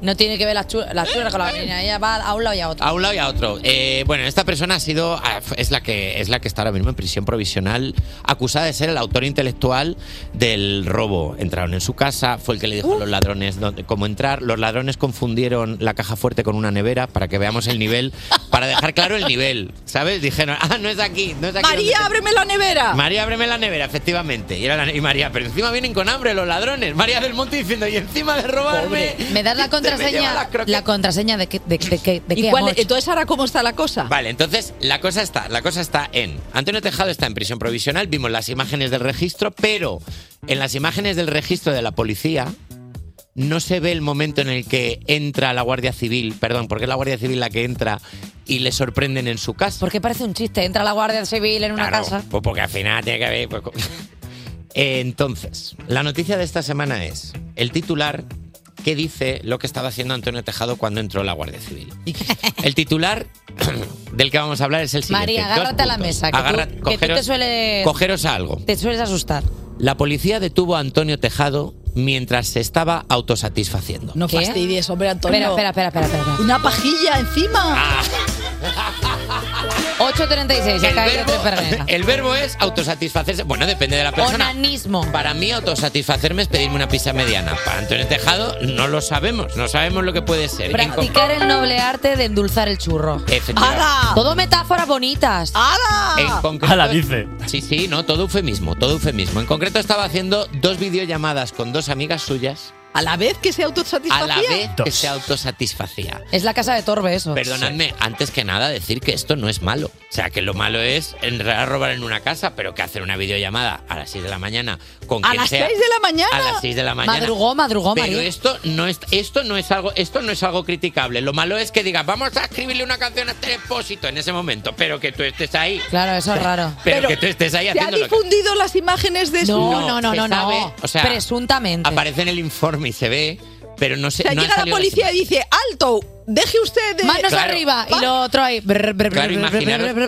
[SPEAKER 1] No tiene que ver las churas con la niña. Ella va a un lado y a otro.
[SPEAKER 3] A un lado y a otro. Eh, bueno, esta persona ha sido ah, es la que es la que está ahora mismo en prisión provisional, acusada de ser el autor intelectual del robo. Entraron en su casa, fue el que le dijo a los ladrones dónde- cómo entrar. Los ladrones confundieron la caja fuerte con una nevera para que veamos el nivel, para dejar claro el nivel, ¿sabes? Dijeron, ah, no es aquí, no es aquí. donde
[SPEAKER 13] María,
[SPEAKER 3] te-
[SPEAKER 13] ábreme la nevera.
[SPEAKER 3] María, ábreme la nevera, efectivamente. Y, era la ne- y María, pero encima vienen con hambre los ladrones. María del Monte diciendo, y encima de robarme.
[SPEAKER 1] Me
[SPEAKER 3] [LAUGHS]
[SPEAKER 1] das la contraseña. la contraseña de qué. De, de, qué- de
[SPEAKER 13] ¿Y
[SPEAKER 1] qué
[SPEAKER 13] cuál-
[SPEAKER 1] moch.
[SPEAKER 13] entonces ahora cómo está la cosa?
[SPEAKER 3] Vale, entonces la cosa está, la cosa está en. Antonio Tejado está en prisión provisional, vimos las imágenes del registro, pero en las imágenes del registro de la policía no se ve el momento en el que entra la Guardia Civil, perdón, porque es la Guardia Civil la que entra y le sorprenden en su casa.
[SPEAKER 1] Porque parece un chiste. Entra la Guardia Civil en una
[SPEAKER 3] Claro,
[SPEAKER 1] casa.
[SPEAKER 3] Pues porque al final tiene que haber. pues, co- [LAUGHS] Entonces, la noticia de esta semana es el titular que dice lo que estaba haciendo Antonio Tejado cuando entró la Guardia Civil.
[SPEAKER 1] [LAUGHS]
[SPEAKER 3] El titular [CLEARS THROAT] del que vamos a hablar es el siguiente.
[SPEAKER 1] María,
[SPEAKER 3] Dos
[SPEAKER 1] agárrate a la
[SPEAKER 3] puntos.
[SPEAKER 1] mesa. Que,
[SPEAKER 3] Agarra-
[SPEAKER 1] tú, que tú
[SPEAKER 3] cogeros-
[SPEAKER 1] te sueles.
[SPEAKER 3] cogeros a algo.
[SPEAKER 1] Te sueles asustar.
[SPEAKER 3] La policía detuvo a Antonio Tejado mientras se estaba
[SPEAKER 1] [LAUGHS]
[SPEAKER 3] autosatisfaciendo.
[SPEAKER 13] No fastidies, hombre, Antonio.
[SPEAKER 1] Espera, espera, espera, espera. Ah.
[SPEAKER 13] Una pajilla
[SPEAKER 3] Ah.
[SPEAKER 13] encima.
[SPEAKER 1] 8.36, ha
[SPEAKER 3] El
[SPEAKER 1] caído
[SPEAKER 3] verbo-
[SPEAKER 1] tres perreras.
[SPEAKER 3] El verbo es autosatisfacerse. Bueno, depende de la persona.
[SPEAKER 1] Onanismo.
[SPEAKER 3] Para mí, autosatisfacerme es pedirme una pizza mediana. Para Antonio Tejado, no lo sabemos. No sabemos lo que puede ser.
[SPEAKER 1] Practicar el noble arte de endulzar el churro.
[SPEAKER 3] Efectivamente.
[SPEAKER 13] Ah.
[SPEAKER 1] Todo metáforas bonitas.
[SPEAKER 3] En
[SPEAKER 1] ¡Hala!
[SPEAKER 3] concreto, dice. Sí, sí, no, todo eufemismo, todo eufemismo. En concreto estaba haciendo dos videollamadas con dos amigas suyas
[SPEAKER 13] A la vez que se autosatisfacía.
[SPEAKER 3] a la vez que se autosatisfacía.
[SPEAKER 1] Es la casa de Torbe eso.
[SPEAKER 3] Perdonadme, antes que nada, decir que esto no es malo. O sea, que lo malo es entrar a robar en una casa, pero que hacer una videollamada a las 6 de la mañana con
[SPEAKER 13] A
[SPEAKER 3] quien
[SPEAKER 13] las
[SPEAKER 3] sea-
[SPEAKER 13] 6 de la mañana.
[SPEAKER 3] A las 6 de la mañana.
[SPEAKER 1] Madrugó, madrugó,
[SPEAKER 3] Pero
[SPEAKER 1] María.
[SPEAKER 3] esto no es esto no es algo esto no es algo criticable. Lo malo es que digas, vamos a escribirle una canción a este expósito en ese momento, pero que tú estés ahí.
[SPEAKER 1] Claro, eso es raro.
[SPEAKER 3] Pero, que tú estés ahí
[SPEAKER 13] Se ha
[SPEAKER 3] haciendo lo que
[SPEAKER 13] difundido las imágenes de su.
[SPEAKER 1] No, no, no,
[SPEAKER 3] se
[SPEAKER 1] no,
[SPEAKER 3] sabe,
[SPEAKER 1] no.
[SPEAKER 3] o sea,
[SPEAKER 1] Presuntamente.
[SPEAKER 3] aparece en el informe y se ve, pero no
[SPEAKER 13] O
[SPEAKER 3] sé,
[SPEAKER 13] sea,
[SPEAKER 3] no han
[SPEAKER 13] llega la
[SPEAKER 3] salido las
[SPEAKER 13] policía y dice, alto, deje usted de...
[SPEAKER 1] Manos
[SPEAKER 3] Claro.
[SPEAKER 1] arriba y lo otro ahí. Brr, brr,
[SPEAKER 3] Claro,
[SPEAKER 1] brr, brr,
[SPEAKER 3] imaginaros.
[SPEAKER 1] brr, brr,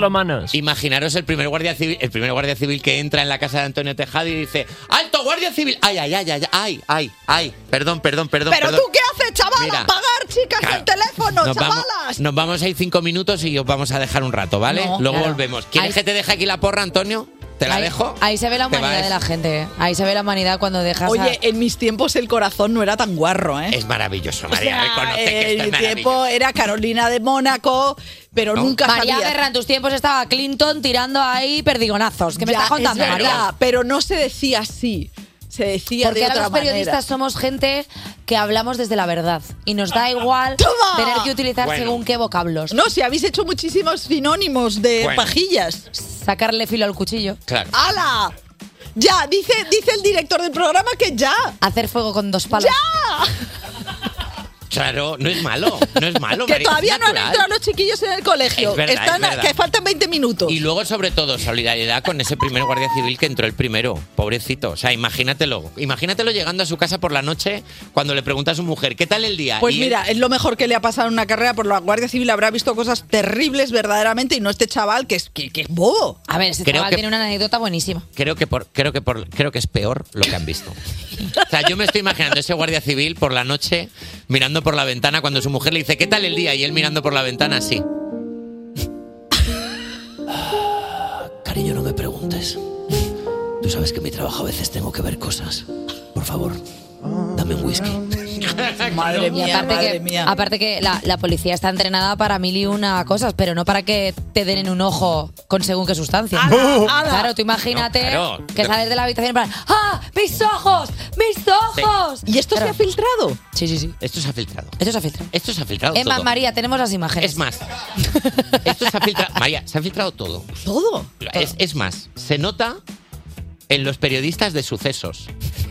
[SPEAKER 1] brr.
[SPEAKER 3] manos. Imaginaros el primer guardia civil, el primer guardia civil que entra en la casa de Antonio Tejado y dice, ¡Alto guardia civil! ¡Ay, ay, ay, ay, ay, ay, ay! Perdón, perdón, perdón.
[SPEAKER 13] Pero
[SPEAKER 3] perdón.
[SPEAKER 13] tú qué haces, chaval,
[SPEAKER 3] Mira.
[SPEAKER 13] apagar, chicas,
[SPEAKER 3] Claro.
[SPEAKER 13] el teléfono,
[SPEAKER 3] Nos
[SPEAKER 13] chaval.
[SPEAKER 3] vamos, nos vamos a ir cinco minutos y os vamos a dejar un rato, ¿vale?
[SPEAKER 1] No,
[SPEAKER 3] Luego
[SPEAKER 1] claro.
[SPEAKER 3] volvemos. ¿Quieres
[SPEAKER 1] Ahí-
[SPEAKER 3] que te deje aquí la porra, Antonio? ¿Te la
[SPEAKER 1] Ahí-
[SPEAKER 3] dejo?
[SPEAKER 1] Ahí se ve la
[SPEAKER 3] Te
[SPEAKER 1] humanidad
[SPEAKER 3] vas.
[SPEAKER 1] de la gente. ¿eh? Ahí se ve la humanidad cuando dejas a-
[SPEAKER 13] Oye, en mis tiempos el corazón no era tan guarro, ¿eh?
[SPEAKER 3] Es maravilloso,
[SPEAKER 13] O
[SPEAKER 3] María.
[SPEAKER 13] sea,
[SPEAKER 3] reconoce que
[SPEAKER 13] en
[SPEAKER 3] esto es
[SPEAKER 13] mi
[SPEAKER 3] maravilloso.
[SPEAKER 13] tiempo era Carolina de Mónaco, pero
[SPEAKER 3] No.
[SPEAKER 13] nunca
[SPEAKER 1] María
[SPEAKER 13] sabía.
[SPEAKER 1] Guerra, en tus tiempos estaba Clinton tirando ahí perdigonazos. ¿Qué me
[SPEAKER 13] Ya,
[SPEAKER 1] estás contando,
[SPEAKER 13] es verdad,
[SPEAKER 1] María?
[SPEAKER 13] Pero no se decía así. Se decía
[SPEAKER 1] Porque
[SPEAKER 13] de
[SPEAKER 1] ahora
[SPEAKER 13] otra
[SPEAKER 1] los periodistas
[SPEAKER 13] manera.
[SPEAKER 1] somos gente que hablamos desde la verdad y nos da igual
[SPEAKER 13] ¡Toma!
[SPEAKER 1] tener que utilizar
[SPEAKER 13] Bueno.
[SPEAKER 1] según qué vocablos.
[SPEAKER 13] No, si habéis hecho muchísimos sinónimos de
[SPEAKER 1] Bueno.
[SPEAKER 13] pajillas.
[SPEAKER 1] Sacarle filo al cuchillo.
[SPEAKER 3] Claro.
[SPEAKER 13] ¡Hala! Ya, dice, dice el director del programa que ya.
[SPEAKER 1] Hacer fuego con dos palos.
[SPEAKER 3] Claro, no es malo. No es malo,
[SPEAKER 13] que
[SPEAKER 3] María, es
[SPEAKER 13] todavía no han
[SPEAKER 3] natural.
[SPEAKER 13] entrado los chiquillos en el colegio.
[SPEAKER 3] Es verdad,
[SPEAKER 13] Están
[SPEAKER 3] es
[SPEAKER 13] a-
[SPEAKER 3] verdad.
[SPEAKER 13] que faltan 20 minutos.
[SPEAKER 3] Y luego, sobre todo, solidaridad con ese primer guardia civil que entró el primero. Pobrecito. O sea, imagínatelo. Imagínatelo llegando a su casa por la noche cuando le pregunta a su mujer, ¿qué tal el día?
[SPEAKER 13] Pues
[SPEAKER 3] Y él-
[SPEAKER 13] mira, es lo mejor que le ha pasado en una carrera por la Guardia Civil. Habrá visto cosas terribles verdaderamente y no este chaval que es, que, que es bobo.
[SPEAKER 1] A ver, ese
[SPEAKER 3] Creo
[SPEAKER 1] chaval
[SPEAKER 3] que-
[SPEAKER 1] tiene una anécdota buenísima.
[SPEAKER 3] Creo que por, creo que por, creo que es peor lo que han visto. O sea, yo me estoy imaginando ese guardia civil por la noche mirando por la ventana cuando su mujer le dice ¿qué tal el día? y él mirando por la ventana así.
[SPEAKER 18] Cariño, no me preguntes. Tú sabes que en mi trabajo a veces tengo que ver cosas. Por favor, dame un
[SPEAKER 15] [LAUGHS]
[SPEAKER 18] whisky.
[SPEAKER 13] Madre
[SPEAKER 1] Y
[SPEAKER 13] mía,
[SPEAKER 1] aparte
[SPEAKER 13] madre
[SPEAKER 1] que,
[SPEAKER 13] mía.
[SPEAKER 1] aparte que la, la policía está entrenada para mil y una cosas, pero no para que te den en un ojo con según qué sustancia.
[SPEAKER 13] ala!
[SPEAKER 1] Claro, tú imagínate
[SPEAKER 13] No, claro.
[SPEAKER 1] que sales de la habitación para ¡Ah! ¡Mis ojos! ¡Mis ojos!
[SPEAKER 13] ¿Y esto se ha filtrado?
[SPEAKER 1] Sí, sí, sí.
[SPEAKER 3] Esto se ha filtrado.
[SPEAKER 1] Esto se ha filtrado.
[SPEAKER 3] Esto se ha filtrado
[SPEAKER 1] Es más,
[SPEAKER 3] todo.
[SPEAKER 1] María, tenemos las imágenes.
[SPEAKER 3] Es más, esto se ha filtrado. María, se ha filtrado todo.
[SPEAKER 13] ¿Todo?
[SPEAKER 3] Es, es más, se nota en los periodistas de sucesos.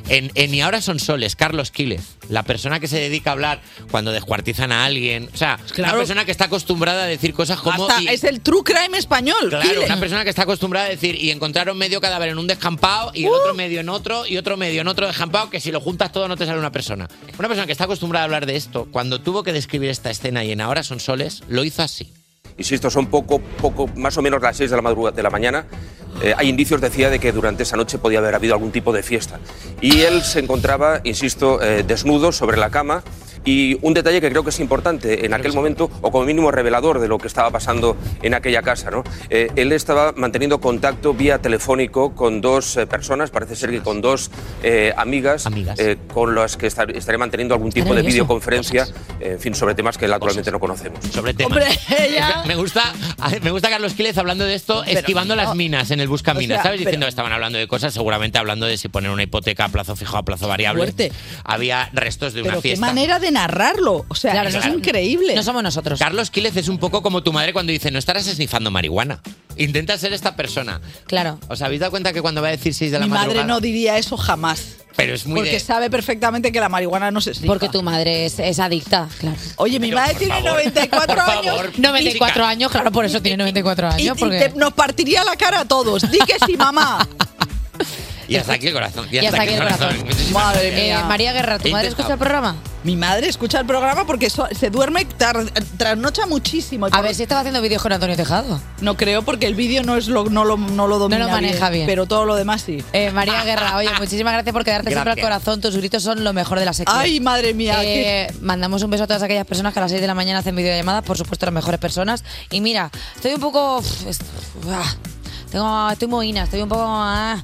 [SPEAKER 3] En, en Y ahora son soles, Carlos Quiles, la persona que se dedica a hablar cuando descuartizan a alguien. O sea, una
[SPEAKER 13] Claro.
[SPEAKER 3] persona que está acostumbrada a decir cosas como.
[SPEAKER 13] Hasta
[SPEAKER 3] y-
[SPEAKER 13] es el true crime español.
[SPEAKER 3] Claro,
[SPEAKER 13] Kile.
[SPEAKER 3] una persona que está acostumbrada a decir y encontraron medio cadáver en un descampado y el otro medio en otro y otro medio en otro descampado que si lo juntas todo no te sale una persona. Una persona que está acostumbrada a hablar de esto, cuando tuvo que describir esta escena y en Ahora son soles, lo hizo así.
[SPEAKER 19] Insisto, son poco, poco, más o menos las 6 de la madrugada de la mañana. Eh, hay indicios, decía, de que durante esa noche podía haber habido algún tipo de fiesta. Y él se encontraba, insisto, eh, desnudo sobre la cama. Y un detalle que creo que es importante en aquel momento, o como mínimo revelador de lo que estaba pasando en aquella casa, ¿no? Eh, él estaba manteniendo contacto vía telefónico con dos eh, personas, parece ser que con dos eh, amigas, eh, con las que estar- estaré manteniendo algún tipo de
[SPEAKER 3] Maravilloso.
[SPEAKER 19] videoconferencia, eh, en fin, sobre temas que él actualmente no conocemos.
[SPEAKER 3] Sobre temas. [LAUGHS] Me gusta, me gusta Carlos Quiles hablando de esto,
[SPEAKER 19] Pero,
[SPEAKER 3] esquivando las
[SPEAKER 19] no.
[SPEAKER 3] minas en el Buscaminas,
[SPEAKER 19] O sea,
[SPEAKER 3] ¿sabes?
[SPEAKER 19] pero-
[SPEAKER 3] Diciendo que estaban hablando de cosas, seguramente hablando de si poner una hipoteca a plazo fijo o a plazo variable.
[SPEAKER 13] Fuerte.
[SPEAKER 3] Había restos de una
[SPEAKER 13] Pero qué
[SPEAKER 3] fiesta.
[SPEAKER 13] manera de narrarlo. O sea,
[SPEAKER 3] Claro,
[SPEAKER 13] es
[SPEAKER 3] claro.
[SPEAKER 13] increíble.
[SPEAKER 3] No
[SPEAKER 1] somos nosotros.
[SPEAKER 3] Carlos Quiles es un poco como tu madre cuando dice, no estarás esnifando marihuana. Intenta ser esta persona.
[SPEAKER 1] Claro.
[SPEAKER 3] ¿Os habéis dado cuenta que cuando va a decir 6 de la
[SPEAKER 13] Mi madre
[SPEAKER 3] madrugada?
[SPEAKER 13] no diría eso jamás.
[SPEAKER 3] Pero es muy
[SPEAKER 13] porque
[SPEAKER 3] de-
[SPEAKER 13] sabe perfectamente que la marihuana no se
[SPEAKER 1] Porque tu madre es, es adicta, Ah, claro.
[SPEAKER 13] Oye, mi madre tiene 94 años.
[SPEAKER 1] 94 años, claro, por eso tiene 94
[SPEAKER 13] Y,
[SPEAKER 1] años.
[SPEAKER 13] y
[SPEAKER 1] porque...
[SPEAKER 13] te- nos partiría la cara a todos. Di que sí,
[SPEAKER 3] [LAUGHS]
[SPEAKER 13] mamá.
[SPEAKER 3] Y hasta aquí el corazón. Y
[SPEAKER 1] Y
[SPEAKER 3] hasta,
[SPEAKER 1] hasta
[SPEAKER 3] aquí el corazón.
[SPEAKER 13] Madre mía.
[SPEAKER 1] Eh, María Guerra, ¿tu
[SPEAKER 3] He
[SPEAKER 1] madre
[SPEAKER 3] intentado.
[SPEAKER 1] escucha el programa?
[SPEAKER 13] Mi madre escucha el programa porque so- se duerme, tar- trasnocha muchísimo.
[SPEAKER 1] A ver si estaba haciendo vídeos con Antonio Tejado.
[SPEAKER 13] No creo porque el vídeo no, es lo, no, lo, no lo domina
[SPEAKER 1] No lo maneja bien.
[SPEAKER 13] Pero todo lo demás sí.
[SPEAKER 1] Eh, María Guerra, oye, muchísimas gracias por quedarte siempre al
[SPEAKER 13] Gracias.
[SPEAKER 1] corazón. Tus gritos son lo mejor de la sección.
[SPEAKER 13] Ay, madre mía,
[SPEAKER 1] Eh, Mandamos un beso a todas aquellas personas que a las 6 de la mañana hacen videollamadas, por supuesto, las mejores personas. Y mira, estoy un poco. pf, est- ah, Tengo, estoy mohina, estoy un poco. ah,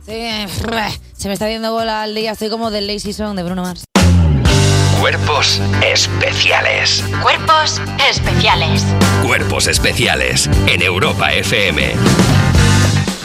[SPEAKER 1] estoy, eh, pf, se me está haciendo bola al día, estoy como del Lazy Song de Bruno Mars.
[SPEAKER 7] Cuerpos especiales.
[SPEAKER 8] Cuerpos especiales.
[SPEAKER 7] Cuerpos especiales en Europa FM.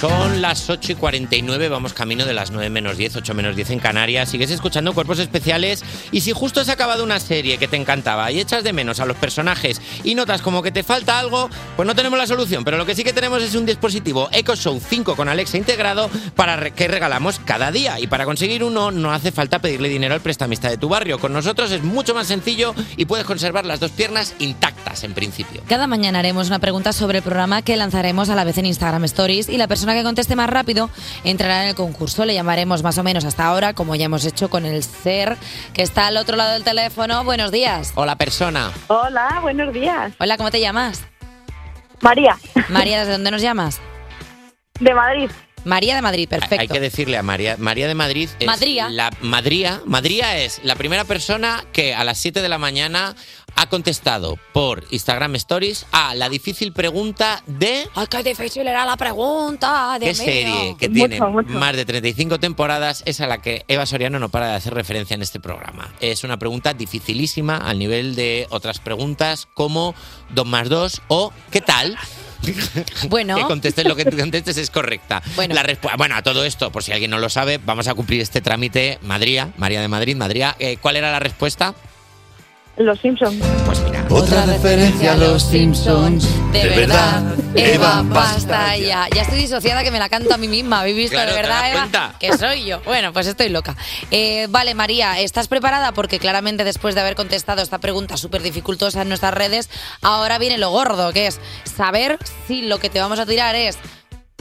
[SPEAKER 3] Son las 8 y 49, vamos camino de las 9 menos 10, 8 menos 10 en Canarias. Sigues escuchando Cuerpos Especiales y si justo has acabado una serie que te encantaba y echas de menos a los personajes y notas como que te falta algo, pues no tenemos la solución. Pero lo que sí que tenemos es un dispositivo Echo Show 5 con Alexa integrado para re- que regalamos cada día. Y para conseguir uno no hace falta pedirle dinero al prestamista de tu barrio. Con nosotros es mucho más sencillo y puedes conservar las dos piernas intactas. estas, en principio.
[SPEAKER 1] Cada mañana haremos una pregunta sobre el programa que lanzaremos a la vez en Instagram Stories y la persona que conteste más rápido entrará en el concurso. Le llamaremos más o menos hasta ahora, como ya hemos hecho con el ser que está al otro lado del teléfono. Buenos días.
[SPEAKER 3] Hola, persona.
[SPEAKER 1] Hola, buenos días. Hola, ¿cómo te llamas? María. María, [LAUGHS] ¿desde dónde nos llamas? De Madrid. María de Madrid, perfecto.
[SPEAKER 3] Hay que decirle a María, María de Madrid es
[SPEAKER 1] Madría.
[SPEAKER 3] la Madría, Madría es la primera persona que a las 7 de la mañana ha contestado por Instagram Stories a la difícil pregunta de
[SPEAKER 1] Ay, qué difícil era la pregunta,
[SPEAKER 3] qué
[SPEAKER 1] Dios mío.
[SPEAKER 3] serie que tiene más de 35 temporadas es a la que Eva Soriano no para de hacer referencia en este programa. Es una pregunta dificilísima al nivel de otras preguntas como 2 más 2 o ¿qué tal?
[SPEAKER 1] [LAUGHS] Bueno.
[SPEAKER 3] Que contestes lo que tú contestes es correcta.
[SPEAKER 1] Bueno.
[SPEAKER 3] La respu- bueno, a todo esto, por si alguien no lo sabe, vamos a cumplir este trámite. Madrid, María de Madrid, Madrid. eh, ¿Cuál era la respuesta?
[SPEAKER 20] Los Simpsons.
[SPEAKER 3] Pues mira.
[SPEAKER 20] Otra referencia a los Simpsons.
[SPEAKER 1] De
[SPEAKER 3] verdad,
[SPEAKER 1] Eva, basta ya. Ya estoy disociada que me la canto a mí misma. ¿Habéis visto
[SPEAKER 3] Claro,
[SPEAKER 1] de
[SPEAKER 3] ¿te
[SPEAKER 1] verdad,
[SPEAKER 3] das
[SPEAKER 1] Eva?
[SPEAKER 3] cuenta?
[SPEAKER 1] Que soy yo. Bueno, pues estoy loca. Eh, vale, María, ¿estás preparada? Porque claramente después de haber contestado esta pregunta súper dificultosa en nuestras redes, ahora viene lo gordo, que es saber si lo que te vamos a tirar es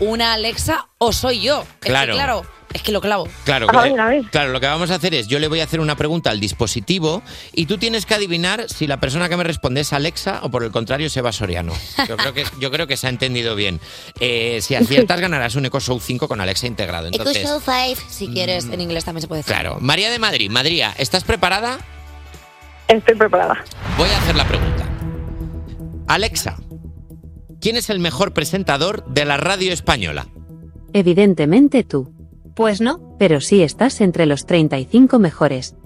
[SPEAKER 1] una Alexa o soy yo. Es que,
[SPEAKER 3] Claro.
[SPEAKER 1] claro, es que lo clavo.
[SPEAKER 3] Claro, que- claro, lo que vamos a hacer es, yo le voy a hacer una pregunta al dispositivo y tú tienes que adivinar si la persona que me responde es Alexa o por el contrario es Eva Soriano. Yo creo que, yo creo que se ha entendido bien. Eh, si aciertas ganarás un Echo Show 5 con Alexa integrado.
[SPEAKER 1] Echo
[SPEAKER 3] Entonces, mm,
[SPEAKER 1] Show 5, si quieres, en inglés también se puede decir.
[SPEAKER 3] claro. María de Madrid, Madrid, ¿estás preparada?
[SPEAKER 20] Estoy preparada.
[SPEAKER 3] Voy a hacer la pregunta. Alexa, ¿quién es el mejor presentador de la radio española?
[SPEAKER 21] Evidentemente tú. Pues no, pero sí estás entre los 35 mejores.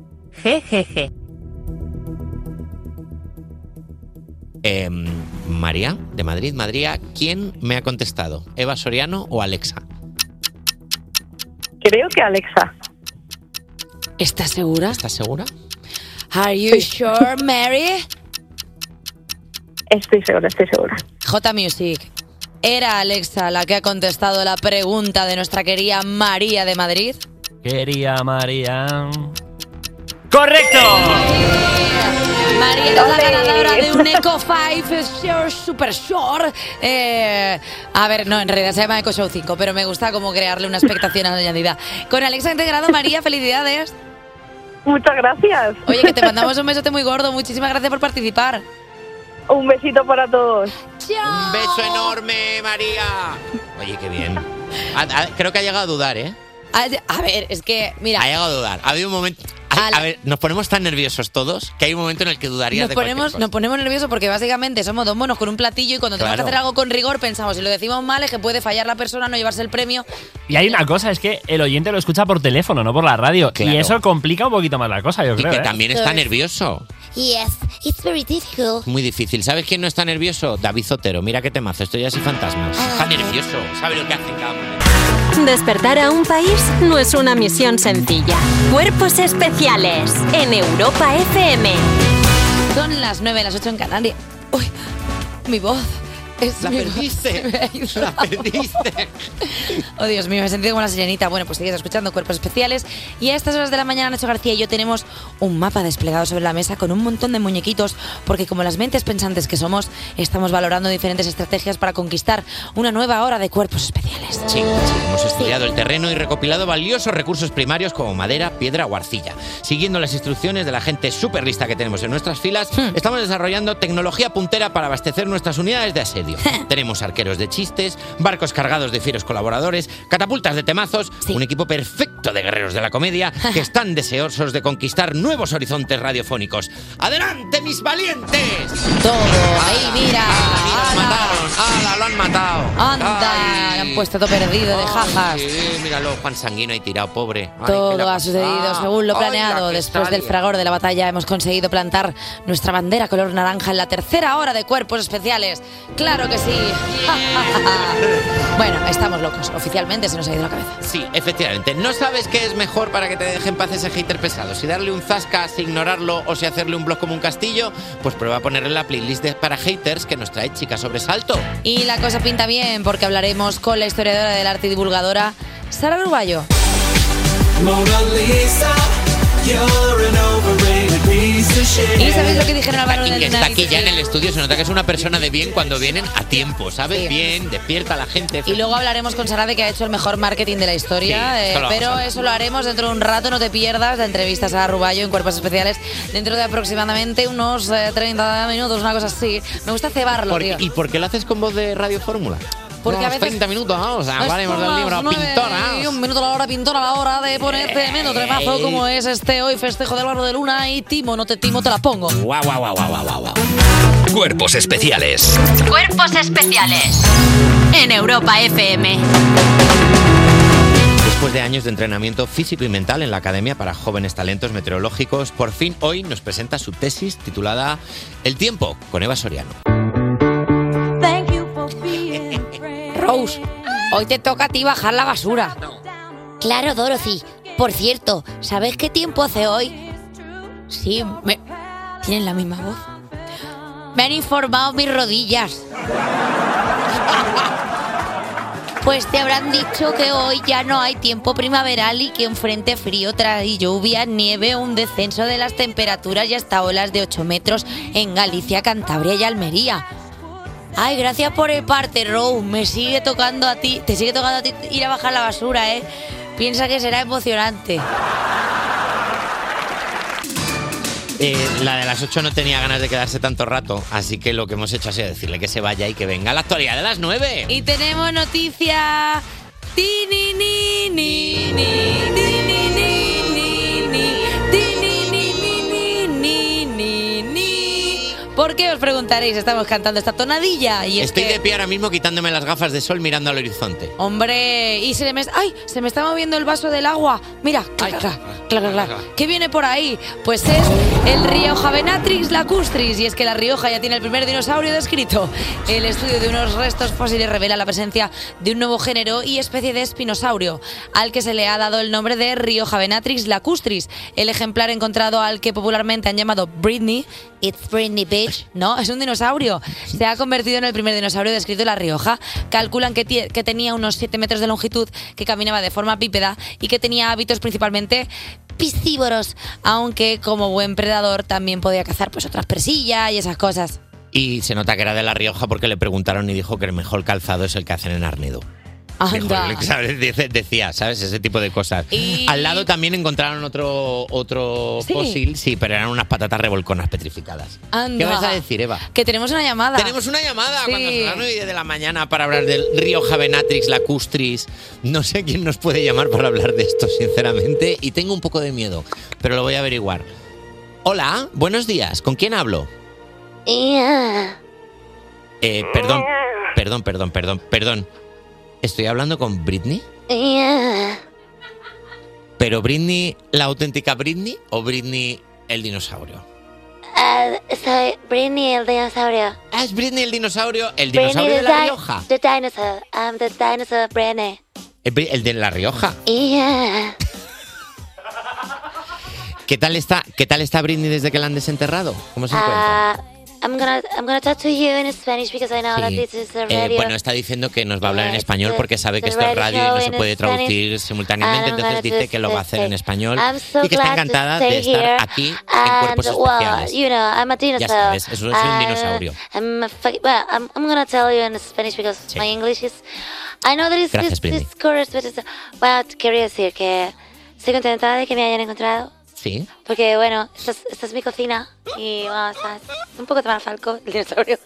[SPEAKER 21] Jejeje.
[SPEAKER 3] Eh, María, de Madrid, Madrid, ¿quién me ha contestado? ¿Eva Soriano o Alexa?
[SPEAKER 20] Creo que Alexa.
[SPEAKER 1] ¿Estás segura?
[SPEAKER 3] ¿Estás segura?
[SPEAKER 1] Are you
[SPEAKER 3] [LAUGHS]
[SPEAKER 1] sure, Mary?
[SPEAKER 20] Estoy segura, estoy segura.
[SPEAKER 1] J Music. ¿Era Alexa la que ha contestado la pregunta de nuestra querida María de Madrid?
[SPEAKER 9] Quería María. ¡Correcto!
[SPEAKER 1] María es la ganadora de un Eco 5 Sure Super Sure. Eh, a ver, no, en realidad se llama Eco Show 5, pero me gusta como crearle una expectación añadida. Con Alexa integrado, María, felicidades.
[SPEAKER 20] Muchas gracias.
[SPEAKER 1] Oye, que te mandamos un besote muy gordo. Muchísimas gracias por participar.
[SPEAKER 20] Un besito para todos.
[SPEAKER 3] Un beso enorme, María. Oye, qué bien. A- a- creo que ha llegado a dudar, ¿eh?
[SPEAKER 1] A, a ver, es que, mira,
[SPEAKER 3] Ha llegado a dudar. Ha habido un momento. Ay, a ver, nos ponemos tan nerviosos todos que hay un momento en el que dudarías
[SPEAKER 1] nos
[SPEAKER 3] de
[SPEAKER 1] ponemos, nos
[SPEAKER 3] cualquier cosa.
[SPEAKER 1] ponemos nerviosos porque básicamente somos dos monos con un platillo y cuando tenemos
[SPEAKER 9] Claro.
[SPEAKER 1] que hacer algo con rigor pensamos, si lo decimos mal es que puede fallar la persona, no llevarse el premio.
[SPEAKER 9] Y hay una cosa, es que el oyente lo escucha por teléfono, no por la radio. Y
[SPEAKER 3] Claro.
[SPEAKER 9] eso complica un poquito más la cosa, yo
[SPEAKER 3] Y
[SPEAKER 9] creo.
[SPEAKER 3] que
[SPEAKER 9] ¿eh?
[SPEAKER 3] también está nervioso.
[SPEAKER 22] Yes, it's very difficult.
[SPEAKER 3] Muy difícil. ¿Sabes quién no está nervioso? David Zotero. Mira qué temazo. Estoy así fantasmas.
[SPEAKER 1] Ah.
[SPEAKER 3] Está nervioso. Sabe lo que hace en cada momento.
[SPEAKER 8] Despertar a un país no es una misión sencilla. Cuerpos especiales en Europa FM.
[SPEAKER 1] Son las 9, las 8 en Canarias. Uy, mi voz. Es
[SPEAKER 8] La
[SPEAKER 1] mi voz. [LAUGHS]
[SPEAKER 8] perdiste.
[SPEAKER 1] Me ha ido
[SPEAKER 8] La
[SPEAKER 3] perdiste.
[SPEAKER 1] oh, Dios mío, me he sentido como una sirenita. Bueno, pues sigues escuchando Cuerpos Especiales. Y a estas horas de la mañana, Nacho García y yo tenemos un mapa desplegado sobre la mesa con un montón de muñequitos, porque como las mentes pensantes que somos, estamos valorando diferentes estrategias para conquistar una nueva hora de Cuerpos Especiales.
[SPEAKER 3] Sí, sí, hemos estudiado el terreno y recopilado valiosos recursos primarios como madera, piedra o arcilla. Siguiendo las instrucciones de la gente súper lista que tenemos en nuestras filas,
[SPEAKER 1] Hmm.
[SPEAKER 3] estamos desarrollando tecnología puntera para abastecer nuestras unidades de asedio.
[SPEAKER 1] Hmm.
[SPEAKER 3] tenemos arqueros de chistes, barcos cargados de fieros colaboradores, catapultas de temazos, un equipo perfecto de guerreros de la
[SPEAKER 1] [LAUGHS]
[SPEAKER 3] comedia que están deseosos de conquistar nuevos horizontes radiofónicos. ¡Adelante, mis valientes!
[SPEAKER 1] Todo, ahí mira.
[SPEAKER 3] ¡Hala, lo han matado!
[SPEAKER 1] Anda, han puesto todo perdido de jajas.
[SPEAKER 3] Sí, míralo, Juan Sanguino y tirado, pobre. Ay, ¿qué le
[SPEAKER 1] Todo ha
[SPEAKER 3] pasado?
[SPEAKER 1] sucedido según lo
[SPEAKER 3] Ay, la
[SPEAKER 1] planeado.
[SPEAKER 3] que
[SPEAKER 1] Después
[SPEAKER 3] sale.
[SPEAKER 1] del fragor de la batalla hemos conseguido plantar nuestra bandera color naranja en la tercera hora de cuerpos especiales. Claro que sí. [LAUGHS] bueno, estamos locos. Oficialmente se nos ha ido la cabeza.
[SPEAKER 3] Sí, efectivamente. ¿No sabes qué es mejor para que te deje en paz ese hater pesado? Si darle un zasca, si ignorarlo o si hacerle un blog como un castillo, pues prueba a ponerle la playlist de para haters que nos trae Chica Sobresalto.
[SPEAKER 1] Y la cosa pinta bien porque hablaremos con la historiadora del arte y divulgadora Sara Urballo.
[SPEAKER 2] Mona Lisa, You're an overrated piece of shit.
[SPEAKER 1] ¿Y sabéis lo que dijeron al varón
[SPEAKER 3] Y
[SPEAKER 1] del
[SPEAKER 3] que está
[SPEAKER 1] United?
[SPEAKER 3] aquí ya en el estudio, se nota que es una persona de bien cuando vienen a tiempo, ¿sabes?
[SPEAKER 1] Sí.
[SPEAKER 3] Bien, despierta a la gente.
[SPEAKER 1] Y luego hablaremos con Sara de que ha hecho el mejor marketing de la historia,
[SPEAKER 3] Sí,
[SPEAKER 1] eh,
[SPEAKER 3] esto lo vamos a
[SPEAKER 1] pero
[SPEAKER 3] hablar.
[SPEAKER 1] eso lo haremos dentro de un rato, no te pierdas la entrevista a Sara Ruballo en Cuerpos Especiales dentro de aproximadamente unos eh, 30 minutos, una cosa así. Me gusta cebarlo,
[SPEAKER 3] Por-
[SPEAKER 1] tío.
[SPEAKER 3] ¿Y por qué lo haces con voz de Radio Fórmula?
[SPEAKER 1] Porque
[SPEAKER 3] Unos
[SPEAKER 1] a veces-
[SPEAKER 3] 30 minutos, ¿no? O sea, vale, hemos dado el libro,
[SPEAKER 1] Unas nueve
[SPEAKER 3] pintora.
[SPEAKER 1] Y un minuto a la hora, pintora a la hora de poner tremendo tremazo como es este hoy, festejo del barro de luna y Timo, no te timo, te la pongo.
[SPEAKER 3] Guau, guau, guau, guau, guau, guau.
[SPEAKER 7] Cuerpos especiales.
[SPEAKER 8] Cuerpos especiales en Europa FM.
[SPEAKER 3] Después de años de entrenamiento físico y mental en la Academia para Jóvenes Talentos Meteorológicos, por fin hoy nos presenta su tesis titulada El tiempo con Eva Soriano.
[SPEAKER 1] Rose, hoy te toca a ti bajar la basura.
[SPEAKER 22] Claro, Dorothy. Por cierto, ¿sabes qué tiempo hace hoy? Sí, me... tienen la misma voz. Me han informado mis rodillas. [LAUGHS] Pues te habrán dicho que hoy ya no hay tiempo primaveral y que un frente frío trae lluvia, nieve, un descenso de las temperaturas y hasta olas de 8 metros en Galicia, Cantabria y Almería. Ay, gracias por el parte, Rose. Me sigue tocando a ti, te sigue tocando a ti ir a bajar la basura, ¿eh? Piensa que será emocionante.
[SPEAKER 3] Eh, la de las 8 no tenía ganas de quedarse tanto rato, así que lo que hemos hecho ha sido decirle que se vaya y que venga la actualidad de las 9.
[SPEAKER 1] Y tenemos noticia. Ti, ni, ni, ni, ni, ti, ni, ni, ni, ni, ti, ni, ni, ni, ni, ni, ni, ni. ¿Por qué os preguntaréis? Estamos cantando esta tonadilla y es
[SPEAKER 3] Estoy
[SPEAKER 1] que-
[SPEAKER 3] de pie ahora mismo quitándome las gafas de sol mirando al horizonte.
[SPEAKER 1] Hombre, y se me ay, se me está moviendo el vaso del agua. Mira, claro, claro, claro. ¿Qué viene por ahí? Pues es el Rioja Venatrix lacustris y es que la Rioja ya tiene el primer dinosaurio descrito. El estudio de unos restos fósiles revela la presencia de un nuevo género y especie de espinosaurio, al que se le ha dado el nombre de Rioja Venatrix lacustris. El ejemplar encontrado al que popularmente han llamado Britney, it's Britney bitch, no, es un dinosaurio. Se ha convertido en el primer dinosaurio descrito en La Rioja. Calculan que, tie- que tenía unos 7 metros de longitud, que caminaba de forma bípeda y que tenía hábitos principalmente piscívoros, aunque como buen predador también podía cazar pues otras presillas y esas cosas.
[SPEAKER 3] Y se nota que era de La Rioja porque le preguntaron y dijo que el mejor calzado es el que hacen en Arnedo. Mejor,
[SPEAKER 1] Anda.
[SPEAKER 3] ¿sabes? Dice- Decía, ¿sabes? Ese tipo de cosas. Al lado también encontraron otro, otro
[SPEAKER 1] Sí.
[SPEAKER 3] fósil, sí, pero eran unas patatas revolconas petrificadas.
[SPEAKER 1] Anda.
[SPEAKER 3] ¿Qué vas a decir, Eva?
[SPEAKER 1] Que tenemos una llamada.
[SPEAKER 3] Tenemos una llamada
[SPEAKER 1] Sí.
[SPEAKER 3] cuando son las 9 de la mañana para hablar del Rioja Venatrix Lacustris. No sé quién nos puede llamar para hablar de esto, sinceramente, y tengo un poco de miedo, pero lo voy a averiguar. Hola, buenos días, ¿con quién hablo? Eh, perdón, perdón, perdón, perdón, perdón. ¿Estoy hablando con Britney? ¿Pero Britney, la auténtica Britney o Britney el dinosaurio?
[SPEAKER 22] Ah, soy Britney el dinosaurio.
[SPEAKER 3] Ah, es Britney el dinosaurio, el
[SPEAKER 22] Britney
[SPEAKER 3] dinosaurio
[SPEAKER 22] the
[SPEAKER 3] de La
[SPEAKER 22] di-
[SPEAKER 3] Rioja.
[SPEAKER 22] The dinosaur. I'm the dinosaur Britney.
[SPEAKER 3] El Bri- Eh, el de La Rioja.
[SPEAKER 22] Yeah.
[SPEAKER 3] ¿Qué tal está, qué tal está Britney desde que la han desenterrado? ¿Cómo se encuentra?
[SPEAKER 22] Ah, I'm gonna I'm gonna talk to you in Spanish because I know that
[SPEAKER 3] Sí.
[SPEAKER 22] this is a
[SPEAKER 3] Eh,
[SPEAKER 22] radio.
[SPEAKER 3] bueno, está diciendo que nos va a hablar en español
[SPEAKER 22] the-
[SPEAKER 3] porque sabe
[SPEAKER 22] the
[SPEAKER 3] que esto es
[SPEAKER 22] radio
[SPEAKER 3] radio y no
[SPEAKER 22] show
[SPEAKER 3] se
[SPEAKER 22] in
[SPEAKER 3] puede
[SPEAKER 22] Spanish. Ah,
[SPEAKER 3] traducir simultáneamente,
[SPEAKER 22] I'm
[SPEAKER 3] entonces
[SPEAKER 22] gonna
[SPEAKER 3] dice
[SPEAKER 22] just
[SPEAKER 3] que lo va a hacer en
[SPEAKER 22] say,
[SPEAKER 3] español
[SPEAKER 22] este. I'm so
[SPEAKER 3] y que
[SPEAKER 22] glad
[SPEAKER 3] está
[SPEAKER 22] to
[SPEAKER 3] encantada de
[SPEAKER 22] stay
[SPEAKER 3] estar
[SPEAKER 22] here.
[SPEAKER 3] aquí en
[SPEAKER 22] And,
[SPEAKER 3] Cuerpos
[SPEAKER 22] well,
[SPEAKER 3] Especiales.
[SPEAKER 22] you know, I'm a dinosaur.
[SPEAKER 3] sabes, eso es un
[SPEAKER 22] I'm-
[SPEAKER 3] dinosaurio.
[SPEAKER 22] I'm a fuck- well, I'm, I'm gonna tell you in Spanish because my English is... I know that it's this,
[SPEAKER 3] Gracias, Britney.
[SPEAKER 22] this chorus, but it's... Bueno, quería decir que estoy contenta de que me hayan encontrado.
[SPEAKER 3] Sí.
[SPEAKER 22] Porque, bueno, esta es, esta es mi cocina y, bueno, está es un poco tan falco el dinosaurio.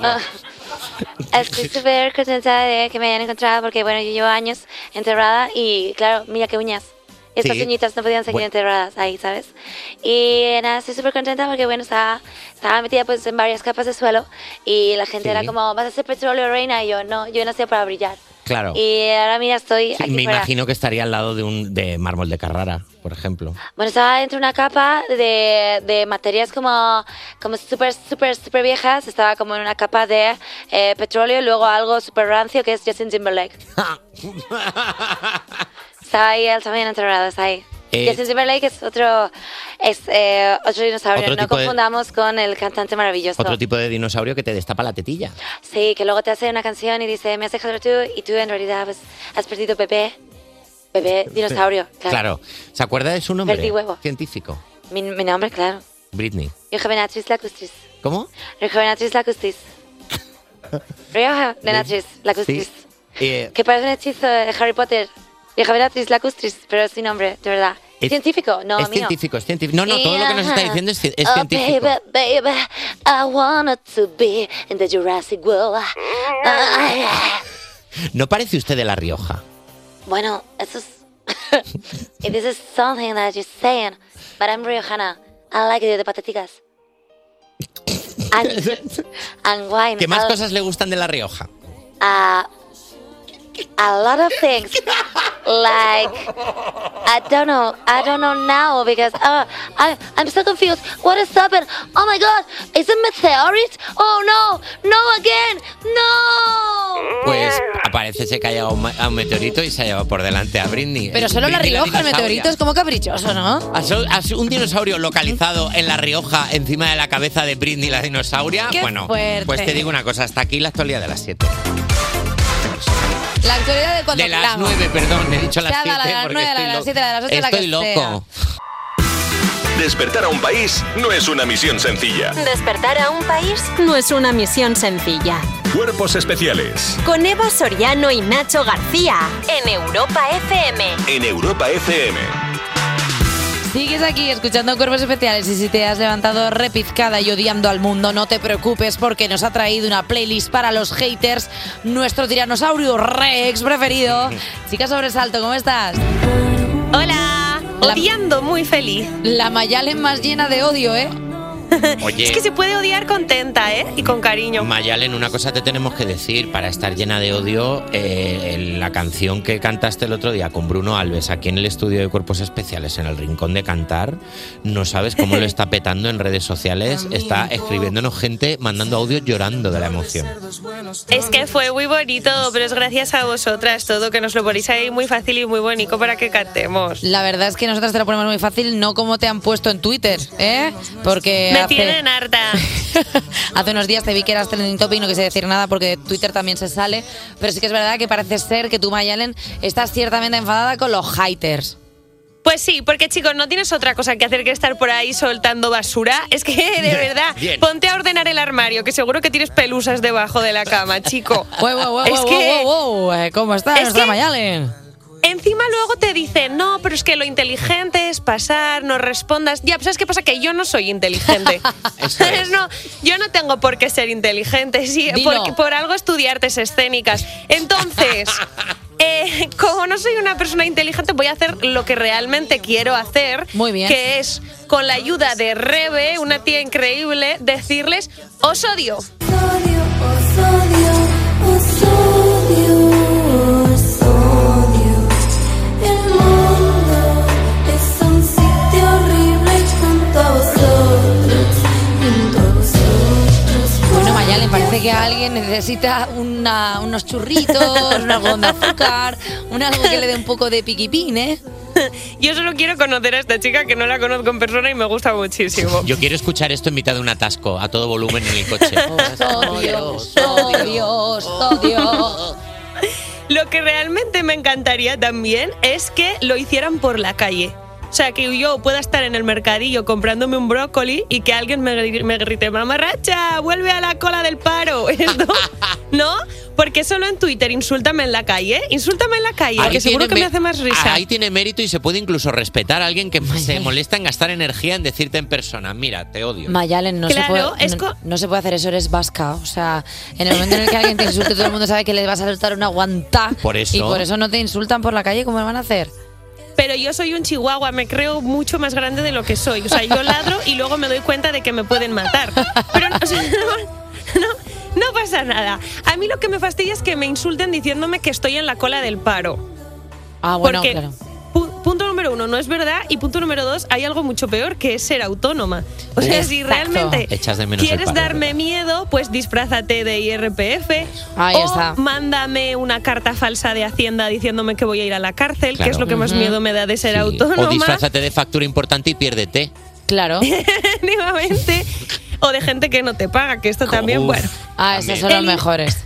[SPEAKER 22] Ah,
[SPEAKER 3] [LAUGHS]
[SPEAKER 22] Estoy súper contenta de que me hayan encontrado porque, bueno, yo llevo años enterrada y, claro, mira qué uñas. Estas
[SPEAKER 5] Sí.
[SPEAKER 22] uñitas no podían seguir
[SPEAKER 5] Bueno.
[SPEAKER 22] enterradas ahí, ¿sabes? Y eh, nada, estoy súper contenta porque, bueno, estaba, estaba metida pues en varias capas de suelo y la gente
[SPEAKER 3] Sí.
[SPEAKER 22] era como, ¿vas a hacer petróleo, reina? Y yo, no, yo nací para brillar.
[SPEAKER 3] Claro.
[SPEAKER 22] Y ahora, mira, estoy
[SPEAKER 3] Oh. Sí,
[SPEAKER 22] aquí
[SPEAKER 3] me
[SPEAKER 22] fuera.
[SPEAKER 3] imagino que estaría al lado de un de mármol de Carrara, por ejemplo.
[SPEAKER 22] Bueno, estaba dentro de una capa de, de materias como, como súper, súper, súper viejas. Estaba como en una capa de eh, petróleo y luego algo súper rancio que es Justin
[SPEAKER 3] [LAUGHS]
[SPEAKER 22] Timberlake. está ahí, él también enterrado, está ahí.
[SPEAKER 3] Eh,
[SPEAKER 22] Justin Timberlake es otro, es, eh, otro dinosaurio.
[SPEAKER 3] Otro
[SPEAKER 22] no
[SPEAKER 3] tipo de-
[SPEAKER 22] confundamos con el cantante maravilloso.
[SPEAKER 3] Otro tipo de dinosaurio que te destapa la tetilla.
[SPEAKER 22] Sí, que luego te hace una canción y dice, me has dejado tú y tú en realidad pues, has perdido bebé.
[SPEAKER 5] Bebé dinosaurio, claro.
[SPEAKER 3] Claro. ¿Se acuerda de su nombre?
[SPEAKER 5] Perdihuevo.
[SPEAKER 3] Científico.
[SPEAKER 5] Mi, mi nombre, claro.
[SPEAKER 3] Britney.
[SPEAKER 5] Rejuvenatriz lacustris.
[SPEAKER 3] ¿Cómo?
[SPEAKER 5] Rejuvenatriz
[SPEAKER 3] [LAUGHS]
[SPEAKER 5] lacustris. Rejuvenatriz
[SPEAKER 22] Pues
[SPEAKER 5] lacustris.
[SPEAKER 3] Sí. Eh,
[SPEAKER 5] Que parece un hechizo de Harry Potter. Rejuvenatriz lacustris, pero es mi nombre, de verdad.
[SPEAKER 3] Es-
[SPEAKER 5] científico, no,
[SPEAKER 3] es
[SPEAKER 5] mío.
[SPEAKER 3] científico, es científico. No, no, todo lo que nos está
[SPEAKER 5] Ajá.
[SPEAKER 3] diciendo es, ci- es
[SPEAKER 5] oh,
[SPEAKER 3] científico.
[SPEAKER 5] Baby, baby, I wanted to be in the Jurassic World. Ay,
[SPEAKER 3] No parece usted de La Rioja.
[SPEAKER 5] Bueno, eso es. [LAUGHS] If this is something that you're saying, but I'm Riojana. I like it de pataticas.
[SPEAKER 3] [LAUGHS]
[SPEAKER 5] And, and wine.
[SPEAKER 3] ¿Qué más
[SPEAKER 5] I-
[SPEAKER 3] cosas le gustan de La Rioja?
[SPEAKER 5] Uh, a lot of things. like, I don't know. I don't know now because uh, I, I'm so confused. What is happening? Oh my god, is it meteorite? Oh no, no again, no!
[SPEAKER 3] Pues aparece se que ha llegado un ma- a un meteorito y se ha llevado por delante a Britney.
[SPEAKER 1] Pero solo en La
[SPEAKER 3] Britney
[SPEAKER 1] Rioja, el
[SPEAKER 3] dinosauria.
[SPEAKER 1] meteorito es como caprichoso, ¿no?
[SPEAKER 3] A so- a so- Un dinosaurio localizado en La Rioja encima de la cabeza de Britney la dinosauria.
[SPEAKER 1] ¡Qué
[SPEAKER 3] bueno,
[SPEAKER 1] fuerte!
[SPEAKER 3] pues te digo una cosa, hasta aquí la actualidad de las 7.
[SPEAKER 1] La actualidad de cuando
[SPEAKER 3] De las
[SPEAKER 1] queramos.
[SPEAKER 3] 9, perdón, he dicho las
[SPEAKER 1] Sea
[SPEAKER 3] 7
[SPEAKER 1] de la- de las
[SPEAKER 3] porque
[SPEAKER 1] nueve, de
[SPEAKER 3] estoy
[SPEAKER 1] las
[SPEAKER 3] loco.
[SPEAKER 1] siete, de las ocho, de la que
[SPEAKER 3] Estoy loco.
[SPEAKER 12] Despertar a un país no es una misión sencilla.
[SPEAKER 8] Despertar a un país no es una misión sencilla.
[SPEAKER 12] Cuerpos especiales
[SPEAKER 8] Con Eva Soriano y Nacho García en Europa FM.
[SPEAKER 12] en Europa FM.
[SPEAKER 1] Sigues aquí escuchando Cuerpos Especiales y si te has levantado repizcada y odiando al mundo, no te preocupes porque nos ha traído una playlist para los haters, nuestro tiranosaurio Rex preferido. Chica Sobresalto, ¿cómo estás? Hola,
[SPEAKER 6] odiando muy feliz.
[SPEAKER 1] La Mayalen más llena de odio, ¿eh?
[SPEAKER 3] Oye.
[SPEAKER 6] Es que se puede odiar contenta, ¿eh? Y con cariño.
[SPEAKER 3] Mayalen, una cosa te tenemos que decir. Para estar llena de odio, eh, la canción que cantaste el otro día con Bruno Alves aquí en el estudio de cuerpos especiales, en el rincón de cantar, no sabes cómo lo está petando en redes sociales. Está escribiéndonos gente, mandando audio llorando de la emoción.
[SPEAKER 6] Es que fue muy bonito, pero es gracias a vosotras todo, que nos lo ponéis ahí muy fácil y muy bonito para que cantemos.
[SPEAKER 1] La verdad es que nosotras te lo ponemos muy fácil, no como te han puesto en Twitter, ¿eh? Porque
[SPEAKER 6] Me
[SPEAKER 1] hace-
[SPEAKER 6] tienen harta.
[SPEAKER 1] [LAUGHS] Hace unos días te vi que eras trending topic y no quise decir nada porque de Twitter también se sale, pero sí que es verdad que parece ser que tú, Mayalen, estás ciertamente enfadada con los haters.
[SPEAKER 6] Pues sí, porque chicos, no tienes otra cosa que hacer que estar por ahí soltando basura. Es que, de
[SPEAKER 1] Bien,
[SPEAKER 6] verdad,
[SPEAKER 1] bien.
[SPEAKER 6] ponte a ordenar el armario, que seguro que tienes pelusas debajo de la cama, chico.
[SPEAKER 1] Wow, wow, wow,
[SPEAKER 6] es
[SPEAKER 1] wow,
[SPEAKER 6] que...
[SPEAKER 1] wow, wow, eh, ¿Cómo está
[SPEAKER 6] es
[SPEAKER 1] nuestra
[SPEAKER 6] que-
[SPEAKER 1] Mayalen?
[SPEAKER 6] Encima luego te dicen, no, pero es que lo inteligente es pasar, no respondas. Ya, pues ¿sabes qué pasa? Que yo no soy inteligente. [LAUGHS] Entonces, no, yo no tengo por qué ser inteligente, sí,
[SPEAKER 23] Dilo.
[SPEAKER 6] porque por algo estudié artes escénicas. Entonces, eh, como no soy una persona inteligente, voy a hacer lo que realmente quiero hacer, Muy
[SPEAKER 1] bien.
[SPEAKER 6] que es, con la ayuda de Rebe, una tía increíble, decirles, os odio.
[SPEAKER 1] Bueno, Mayalen, parece que alguien necesita una- unos churritos, un algodón de azúcar, un algo que le dé un poco de piquipín, ¿eh?
[SPEAKER 6] Yo solo quiero conocer a esta chica que no la conozco en persona y me gusta muchísimo.
[SPEAKER 3] Yo quiero escuchar esto en mitad de un atasco, a todo volumen en el
[SPEAKER 6] [LAUGHS]
[SPEAKER 3] coche.
[SPEAKER 6] Dios, oh Dios, oh Dios. Lo que realmente me encantaría también es que lo hicieran por la calle. O sea, que yo pueda estar en el mercadillo comprándome un brócoli y que alguien me, gri- me grite, mamarracha, vuelve a la cola del paro. [LAUGHS] Esto, ¿No? Porque solo en Twitter, insúltame en la calle, insúltame en la calle,
[SPEAKER 3] Ahí
[SPEAKER 6] que seguro
[SPEAKER 3] tiene
[SPEAKER 6] que me
[SPEAKER 3] mé-
[SPEAKER 6] hace más risa.
[SPEAKER 3] Ahí tiene mérito y se puede incluso respetar a alguien que se molesta en gastar energía en decirte en persona, mira, te odio.
[SPEAKER 1] Mayalen, no,
[SPEAKER 6] Claro,
[SPEAKER 1] se puede,
[SPEAKER 6] es
[SPEAKER 1] no, no se puede hacer eso, eres vasca. O sea, en el momento en el que alguien te insulte, todo el mundo sabe que le vas a soltar una guantá.
[SPEAKER 3] Por eso.
[SPEAKER 1] Y por eso no te insultan por la calle, ¿cómo lo van a hacer?
[SPEAKER 6] Pero yo soy un chihuahua, me creo mucho más grande de lo que soy. O sea, yo ladro y luego me doy cuenta de que me pueden matar. Pero no, o sea, [LAUGHS] no- no- no pasa nada. A mí lo que me fastidia es que me insulten diciéndome que estoy en la cola del paro.
[SPEAKER 1] Ah, bueno,
[SPEAKER 6] Porque
[SPEAKER 1] claro.
[SPEAKER 6] pu- punto número uno, no es verdad. Y punto número dos, hay algo mucho peor que es ser autónoma. O sea, si
[SPEAKER 3] Exacto.
[SPEAKER 6] realmente
[SPEAKER 3] Echas de menos el
[SPEAKER 6] quieres
[SPEAKER 3] paro, es
[SPEAKER 6] darme miedo, pues disfrázate de IRPF.
[SPEAKER 1] Ahí
[SPEAKER 6] o
[SPEAKER 1] está.
[SPEAKER 6] mándame una carta falsa de Hacienda diciéndome que voy a ir a la cárcel, que
[SPEAKER 3] Claro.
[SPEAKER 6] es lo que más
[SPEAKER 3] Ujú.
[SPEAKER 6] miedo me da de ser
[SPEAKER 3] Sí.
[SPEAKER 6] [LAUGHS] autónoma.
[SPEAKER 3] O disfrázate de factura importante y piérdete.
[SPEAKER 6] [LAUGHS]
[SPEAKER 1] Claro.
[SPEAKER 6] Efectivamente. o de gente que no te paga, que esto también,
[SPEAKER 3] Uf,
[SPEAKER 6] bueno.
[SPEAKER 1] Ah, esos son los
[SPEAKER 6] El-
[SPEAKER 1] mejores.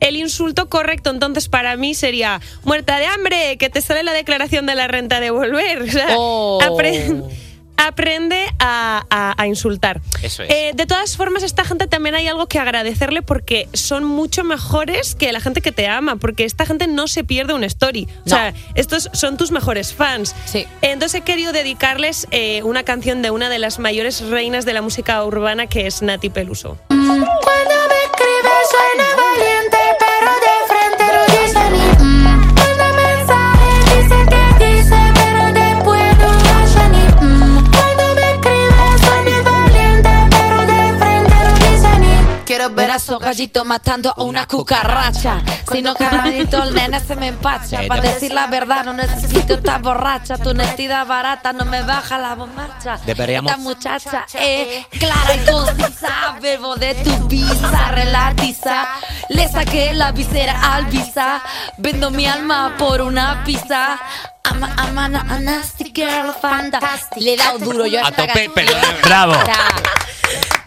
[SPEAKER 6] el insulto correcto. Entonces, para mí sería muerta de hambre, que te sale la declaración de la renta de volver. O sea,
[SPEAKER 1] Oh.
[SPEAKER 6] apren- [LAUGHS] Aprende a, a- a insultar.
[SPEAKER 3] Eso es.
[SPEAKER 6] Eh, de todas formas, esta gente también hay algo que agradecerle porque son mucho mejores que la gente que te ama, porque esta gente no se pierde un story. O sea, estos son tus mejores fans. Entonces he querido dedicarles eh, una canción de una de las mayores reinas de la música urbana que es Nati Peluso.
[SPEAKER 2] Cuando me escribes suena valiente, pero de frente no dice ni mm. Manda mensaje, dice que dice, pero después no hace ni mm. Cuando me escribes suena valiente, pero de frente no dice ni
[SPEAKER 1] Quiero ver a esos gallitos matando a una cucaracha. Si no carajito, el nene se me empacha.
[SPEAKER 2] Eh,
[SPEAKER 1] Para
[SPEAKER 2] de-
[SPEAKER 1] decir la verdad, no necesito estar borracha. Tu honestidad barata no me baja la bombacha.
[SPEAKER 2] Deberíamos-
[SPEAKER 1] Esta muchacha eh. es clara y concisa. Verbo de tu visa, relatiza. Le saqué la visera al visa. Vendo mi alma por una pizza. Ama, ama, na- a nasty girl, fantastic. Le he dado duro yo a
[SPEAKER 3] A
[SPEAKER 1] esta
[SPEAKER 3] tope,
[SPEAKER 1] canción.
[SPEAKER 3] perdón.
[SPEAKER 1] O sea,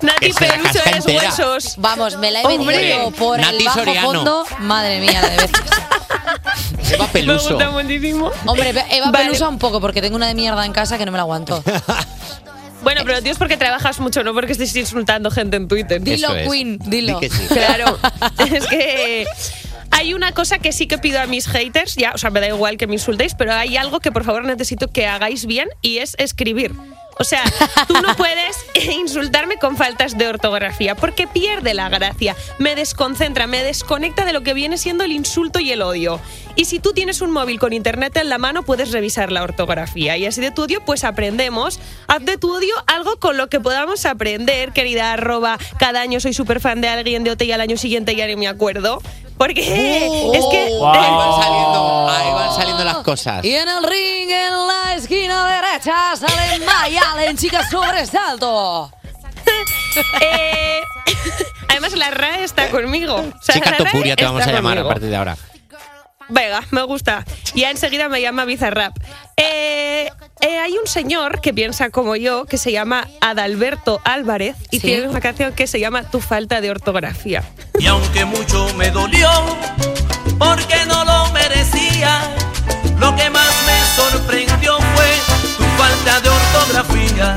[SPEAKER 6] Nati
[SPEAKER 3] Que se la Peluso, casca eres entera.
[SPEAKER 6] huesos.
[SPEAKER 1] Vamos, me la he
[SPEAKER 3] Hombre,
[SPEAKER 1] vendido por
[SPEAKER 3] Nati
[SPEAKER 1] el bajo
[SPEAKER 3] Soriano.
[SPEAKER 1] fondo. Madre mía, la de veces.
[SPEAKER 6] [LAUGHS]
[SPEAKER 3] Eva Peluso.
[SPEAKER 6] muchísimo.
[SPEAKER 1] Hombre, Eva
[SPEAKER 6] [LAUGHS]
[SPEAKER 1] Peluso
[SPEAKER 6] Vale.
[SPEAKER 1] un poco, porque tengo una de mierda en casa que no me la
[SPEAKER 3] [LAUGHS]
[SPEAKER 1] aguanto.
[SPEAKER 6] Bueno, pero tío, es porque trabajas mucho, no porque estés insultando gente en Twitter.
[SPEAKER 1] Dilo, Eso es. Queen, dilo. Di que sí. [LAUGHS]
[SPEAKER 6] Claro. es que hay una cosa que sí que pido a mis haters, ya, o sea, me da igual que me insultéis, pero hay algo que por favor necesito que hagáis bien y es escribir. O sea, tú no puedes [LAUGHS] insultarme con faltas de ortografía porque pierde la gracia, me desconcentra, me desconecta de lo que viene siendo el insulto y el odio. Y si tú tienes un móvil con internet en la mano, puedes revisar la ortografía. Y así de tu odio, pues aprendemos. Haz de tu odio algo con lo que podamos aprender, querida arroba. Cada año soy súper fan de alguien de OT y al año siguiente ya ni me acuerdo. Porque es que...
[SPEAKER 3] Oh. Ahí van saliendo, ahí van saliendo las cosas.
[SPEAKER 1] Y en el ring, en la esquina derecha, salen Maya Allen, chicas sobresalto.
[SPEAKER 6] Eh, [LAUGHS] además, la RAE está conmigo. O sea,
[SPEAKER 3] Chica
[SPEAKER 6] la RAE
[SPEAKER 3] Topuria te
[SPEAKER 6] está
[SPEAKER 3] vamos a llamar
[SPEAKER 6] conmigo.
[SPEAKER 3] a partir de ahora.
[SPEAKER 6] Venga, me gusta. Ya enseguida me llama Bizarrap. Eh, eh, hay un señor que piensa como yo, que se llama Adalberto Álvarez, y
[SPEAKER 10] Sí.
[SPEAKER 6] tiene una canción que se llama Tu falta de ortografía.
[SPEAKER 10] Y aunque mucho me dolió, porque no lo merecía, lo que más me sorprendió fue tu falta de ortografía.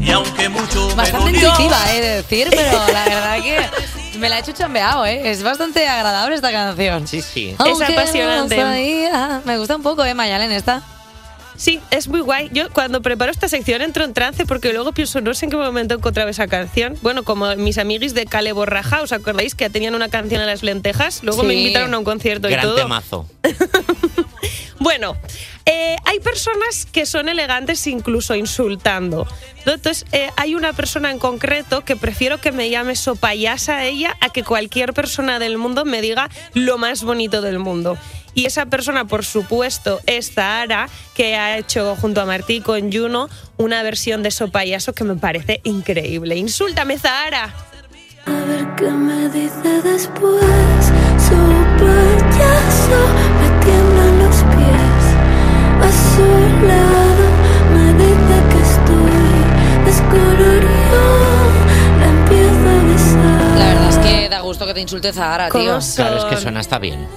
[SPEAKER 10] Y aunque mucho
[SPEAKER 1] Bastante
[SPEAKER 10] me dolió,
[SPEAKER 1] intuitiva, ¿eh? he de decir, pero la verdad que me la he hecho chambeado, ¿eh? Es bastante agradable esta canción.
[SPEAKER 3] Sí, sí.
[SPEAKER 1] Ah,
[SPEAKER 6] Es apasionante.
[SPEAKER 1] me gusta un poco, ¿eh, Maya Allen, esta?
[SPEAKER 6] Sí, es muy guay. Yo cuando preparo esta sección entro en trance porque luego pienso, no sé en qué momento encontraba esa canción. Bueno, como mis amiguis de Cale Borraja, ¿os acordáis que tenían una canción a las lentejas? Luego me
[SPEAKER 3] Sí.
[SPEAKER 6] invitaron a un concierto y
[SPEAKER 3] Gran
[SPEAKER 6] todo.
[SPEAKER 3] temazo.
[SPEAKER 6] Bueno, eh, hay personas que son elegantes incluso insultando. ¿no? Entonces, eh, hay una persona en concreto que prefiero que me llame sopayasa a ella a que cualquier persona del mundo me diga lo más bonito del mundo. Y esa persona, por supuesto, es Zahara, que ha hecho junto a Martí con Juno una versión de sopayaso que me parece increíble. ¡Insúltame, Zahara!
[SPEAKER 2] A ver qué me dice después. Su payaso me tiemblan los pies. A su lado me dice que estoy descolorido. La empiezo a besar.
[SPEAKER 1] La verdad es que da gusto que te insulte Zahara, tío.
[SPEAKER 3] Claro, es que suena hasta bien.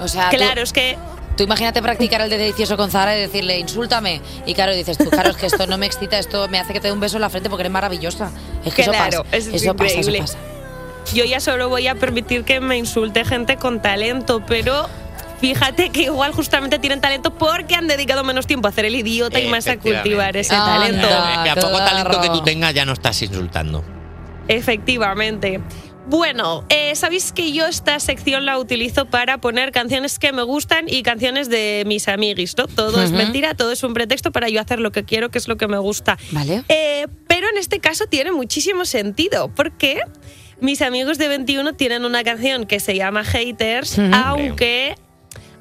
[SPEAKER 1] O sea,
[SPEAKER 6] Claro, es que.
[SPEAKER 1] Tú imagínate practicar el delicioso con Zahara y decirle, insúltame. Y claro, dices tú, claro, es que esto no me excita, esto me hace que te dé un beso en la frente porque eres maravillosa. Es que eso
[SPEAKER 6] Claro,
[SPEAKER 1] pasa.
[SPEAKER 6] eso es
[SPEAKER 1] eso pasa, eso
[SPEAKER 6] increíble.
[SPEAKER 1] pasa.
[SPEAKER 6] Yo ya solo voy a permitir que me insulte gente con talento, pero fíjate que igual justamente tienen talento porque han dedicado menos tiempo a hacer el idiota y más a cultivar ese
[SPEAKER 1] Ah,
[SPEAKER 6] talento.
[SPEAKER 3] Eh, Que a poco talento que tú tengas ya no estás insultando.
[SPEAKER 6] Efectivamente. Bueno, eh, sabéis que yo esta sección la utilizo para poner canciones que me gustan y canciones de mis amiguis, ¿no? Todo es
[SPEAKER 4] Ujú.
[SPEAKER 6] mentira, todo es un pretexto para yo hacer lo que quiero, que es lo que me gusta.
[SPEAKER 4] Vale.
[SPEAKER 6] Eh, pero en este caso tiene muchísimo sentido, porque mis amigos de 21 tienen una canción que se llama Haters,
[SPEAKER 4] Ujú.
[SPEAKER 6] aunque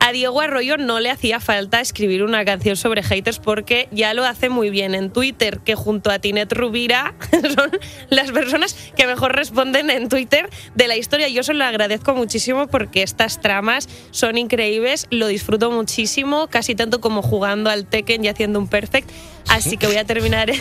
[SPEAKER 6] a Diego Arroyo no le hacía falta escribir una canción sobre haters porque ya lo hace muy bien en Twitter, que junto a Tinet Rubira [LAUGHS] son las personas que mejor responden en Twitter de la historia. Yo se lo agradezco muchísimo porque estas tramas son increíbles, lo disfruto muchísimo, casi tanto como jugando al Tekken y haciendo un perfect. Así que voy a terminar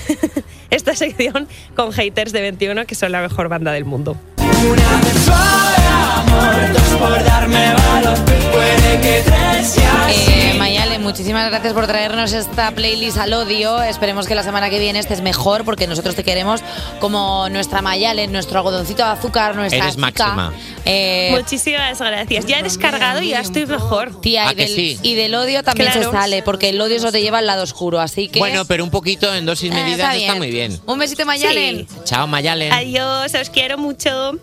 [SPEAKER 6] esta sección con haters de 21, que son la mejor banda del mundo.
[SPEAKER 2] Una vez sola,
[SPEAKER 4] amor, dos por darme valor, puede que tres seas
[SPEAKER 1] Eh, Mayale, muchísimas gracias por traernos esta playlist al odio. Esperemos que la semana que viene estés mejor porque nosotros te queremos como nuestra Mayale, nuestro algodoncito de azúcar, nuestra
[SPEAKER 3] Eres
[SPEAKER 1] chica. Eh,
[SPEAKER 3] máxima.
[SPEAKER 6] Eh, Muchísimas gracias. Ya he descargado y ya estoy mejor.
[SPEAKER 1] Tía,
[SPEAKER 3] ¿A
[SPEAKER 1] y
[SPEAKER 3] Ah, que
[SPEAKER 1] del,
[SPEAKER 3] sí?
[SPEAKER 1] y del odio también
[SPEAKER 6] Claro.
[SPEAKER 1] se sale porque el odio eso te lleva al lado oscuro. Así que.
[SPEAKER 3] Bueno, pero un poquito en dosis
[SPEAKER 1] Eh,
[SPEAKER 3] medidas
[SPEAKER 1] está
[SPEAKER 3] está,
[SPEAKER 1] bien.
[SPEAKER 3] muy bien.
[SPEAKER 1] Un besito, Mayalen.
[SPEAKER 3] Chao, Mayalen.
[SPEAKER 6] Adiós, os quiero mucho.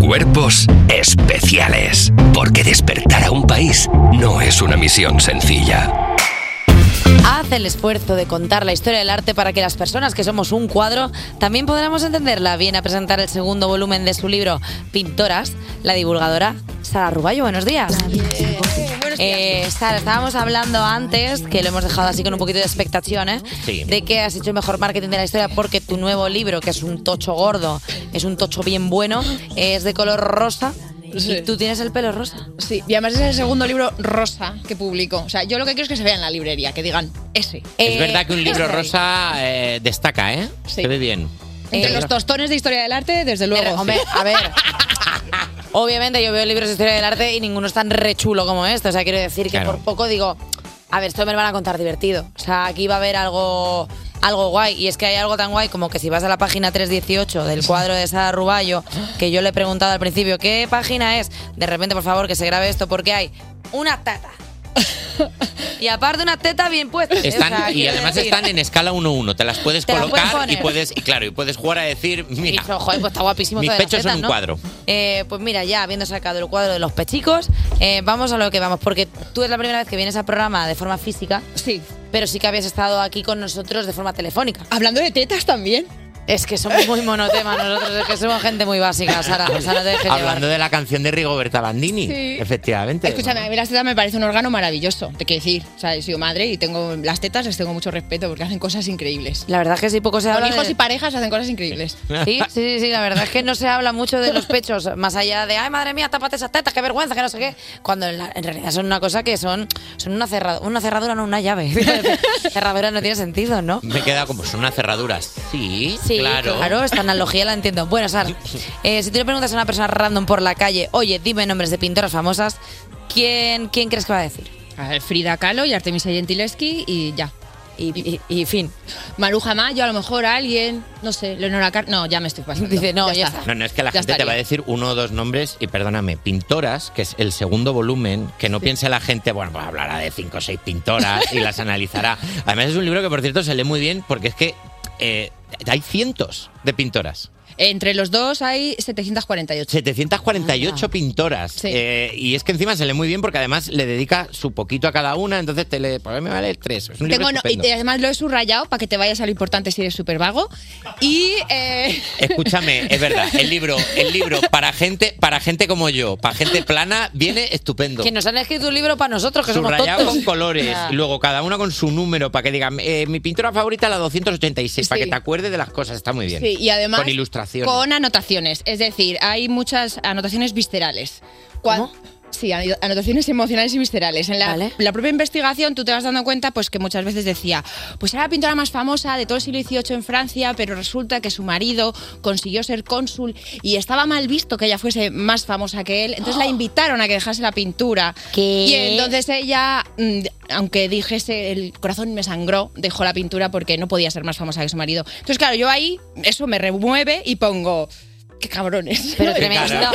[SPEAKER 7] Cuerpos especiales. Porque despertar a un país no es una misión sencilla.
[SPEAKER 1] Haz el esfuerzo de contar la historia del arte para que las personas que somos un cuadro también podamos entenderla. Viene a presentar el segundo volumen de su libro Pintoras, la divulgadora Sara Ruballo. Buenos días. Eh, Sara, estábamos hablando antes, que lo hemos dejado así con un poquito de expectación, ¿eh?
[SPEAKER 3] Sí.
[SPEAKER 1] de que has hecho el mejor marketing de la historia porque tu nuevo libro, que es un tocho gordo, es un tocho bien bueno, es de color rosa. Y tú tienes el pelo rosa.
[SPEAKER 11] Sí, y además es el segundo libro rosa que publico. O sea, yo lo que quiero es que se vea en la librería, que digan ese.
[SPEAKER 1] eh,
[SPEAKER 3] es verdad que un libro rosa eh, destaca, ¿eh?
[SPEAKER 11] Sí.
[SPEAKER 3] Se ve bien.
[SPEAKER 11] Entre
[SPEAKER 3] Eh,
[SPEAKER 11] los tostones de historia del arte, desde luego.
[SPEAKER 1] Hombre, a ver.
[SPEAKER 11] [LAUGHS]
[SPEAKER 1] Obviamente yo veo libros de historia del arte y ninguno es tan rechulo como este. O sea, quiero decir que
[SPEAKER 3] Claro.
[SPEAKER 1] por poco digo, a ver, esto me lo van a contar divertido. O sea, aquí va a haber algo, algo guay. Y es que hay algo tan guay como que si vas a la página 318 del cuadro de Sara Ruballo, que yo le he preguntado al principio, ¿qué página es? De repente, por favor, que se grabe esto porque hay una tata. y aparte una teta bien puesta.
[SPEAKER 3] Están,
[SPEAKER 1] O sea,
[SPEAKER 3] y
[SPEAKER 1] quiero
[SPEAKER 3] además
[SPEAKER 1] decir-
[SPEAKER 3] están en escala 1-1. Te las puedes
[SPEAKER 1] Te las puedes
[SPEAKER 3] colocar y
[SPEAKER 1] poner.
[SPEAKER 3] puedes, y claro, y puedes jugar a decir,
[SPEAKER 1] Y
[SPEAKER 3] mira,
[SPEAKER 1] dicho, joder, pues está guapísimo.
[SPEAKER 3] mis
[SPEAKER 1] todo de las
[SPEAKER 3] pechos son
[SPEAKER 1] tetas,
[SPEAKER 3] un
[SPEAKER 1] ¿no?
[SPEAKER 3] cuadro.
[SPEAKER 1] Eh, pues mira, ya habiendo sacado el cuadro de los pechicos, eh, vamos a lo que vamos, porque tú es la primera vez que vienes al programa de forma física.
[SPEAKER 11] Sí.
[SPEAKER 1] Pero sí que habías estado aquí con nosotros de forma telefónica.
[SPEAKER 11] Hablando de tetas también.
[SPEAKER 1] Es que somos muy monotemas nosotros, [LAUGHS] es que somos gente muy básica, Sara.
[SPEAKER 3] [COUGHS]
[SPEAKER 1] O sea, no te dejes llevar.
[SPEAKER 3] Hablando de la canción de Rigoberta Bandini,
[SPEAKER 11] Sí.
[SPEAKER 3] efectivamente.
[SPEAKER 11] Escúchame, a mí las tetas me parece un órgano maravilloso, te quiero decir. O sea, he sido madre y tengo las tetas, les tengo mucho respeto porque hacen cosas increíbles.
[SPEAKER 1] La verdad es que sí, poco se
[SPEAKER 11] Con
[SPEAKER 1] habla
[SPEAKER 11] hijos
[SPEAKER 1] de-
[SPEAKER 11] y parejas hacen cosas increíbles.
[SPEAKER 1] Sí, sí, sí, sí, la verdad es que no se habla mucho de los pechos, más allá de, ay, madre mía, tápate esas tetas, qué vergüenza, que no sé qué, cuando en, la- en realidad son una cosa que son, son una, cerradura, una cerradura, no una llave. [LAUGHS] cerradura no tiene sentido, ¿no?
[SPEAKER 3] Me he quedado como, son unas cerraduras. Sí,
[SPEAKER 1] Sí,
[SPEAKER 3] claro.
[SPEAKER 1] claro. [COUGHS] esta analogía la entiendo. Bueno, Sara, eh, si tú le preguntas a una persona random por la calle, oye, dime nombres de pintoras famosas, ¿quién, quién crees que va a decir?
[SPEAKER 11] A ver, Frida Kahlo y Artemisia Gentileschi y ya.
[SPEAKER 1] Y, fin.
[SPEAKER 11] Maruja Mayo, a lo mejor alguien, no sé, Leonora Car... No, ya me estoy pasando. Dice, no, ya, está.
[SPEAKER 3] No, no, es que la
[SPEAKER 11] Ya
[SPEAKER 3] gente te
[SPEAKER 11] estaría.
[SPEAKER 3] va a decir uno o dos nombres, y perdóname, pintoras, que es el segundo volumen, que no piense la gente, bueno, pues hablará de cinco o seis pintoras y las analizará. Además es un libro que, por cierto, se lee muy bien porque es que eh, hay cientos de pintoras.
[SPEAKER 11] Entre los dos hay 748.
[SPEAKER 3] 748 pintoras. Eh, y es que encima se lee muy bien porque además le dedica su poquito a cada una, entonces te le, ¿por qué me vale tres? Es un libro
[SPEAKER 11] Tengo no- y
[SPEAKER 3] estupendo.
[SPEAKER 11] te- además lo he subrayado para que te vayas a lo importante si eres súper vago. Y. eh,
[SPEAKER 3] Escúchame, es verdad, el libro, el libro para gente, para gente como yo, para gente plana, viene estupendo.
[SPEAKER 1] Que nos han escrito un libro para nosotros, que somos
[SPEAKER 3] Subrayado
[SPEAKER 1] tontos.
[SPEAKER 3] con colores,
[SPEAKER 1] Ya.
[SPEAKER 3] y luego cada una con su número para que digan, eh, mi pintura favorita la 286, para que te acuerdes de las cosas, está muy bien.
[SPEAKER 11] Sí, y además
[SPEAKER 3] Con ilustraciones.
[SPEAKER 11] Con anotaciones, es decir, hay muchas anotaciones viscerales. Cuan- Sí, ano- anotaciones emocionales y viscerales. En la, la propia investigación tú te vas dando cuenta pues que muchas veces decía, pues era la pintora más famosa de todo el siglo XVIII en Francia, pero resulta que su marido consiguió ser cónsul y estaba mal visto que ella fuese más famosa que él, entonces la invitaron a que dejase la pintura. Y entonces ella, mm, aunque dijese el corazón me sangró, dejó la pintura porque no podía ser más famosa que su marido. Entonces claro, yo ahí eso me remueve y pongo... ¡Qué cabrones!
[SPEAKER 1] Pero
[SPEAKER 11] [LAUGHS] ¿no?
[SPEAKER 1] tremenda,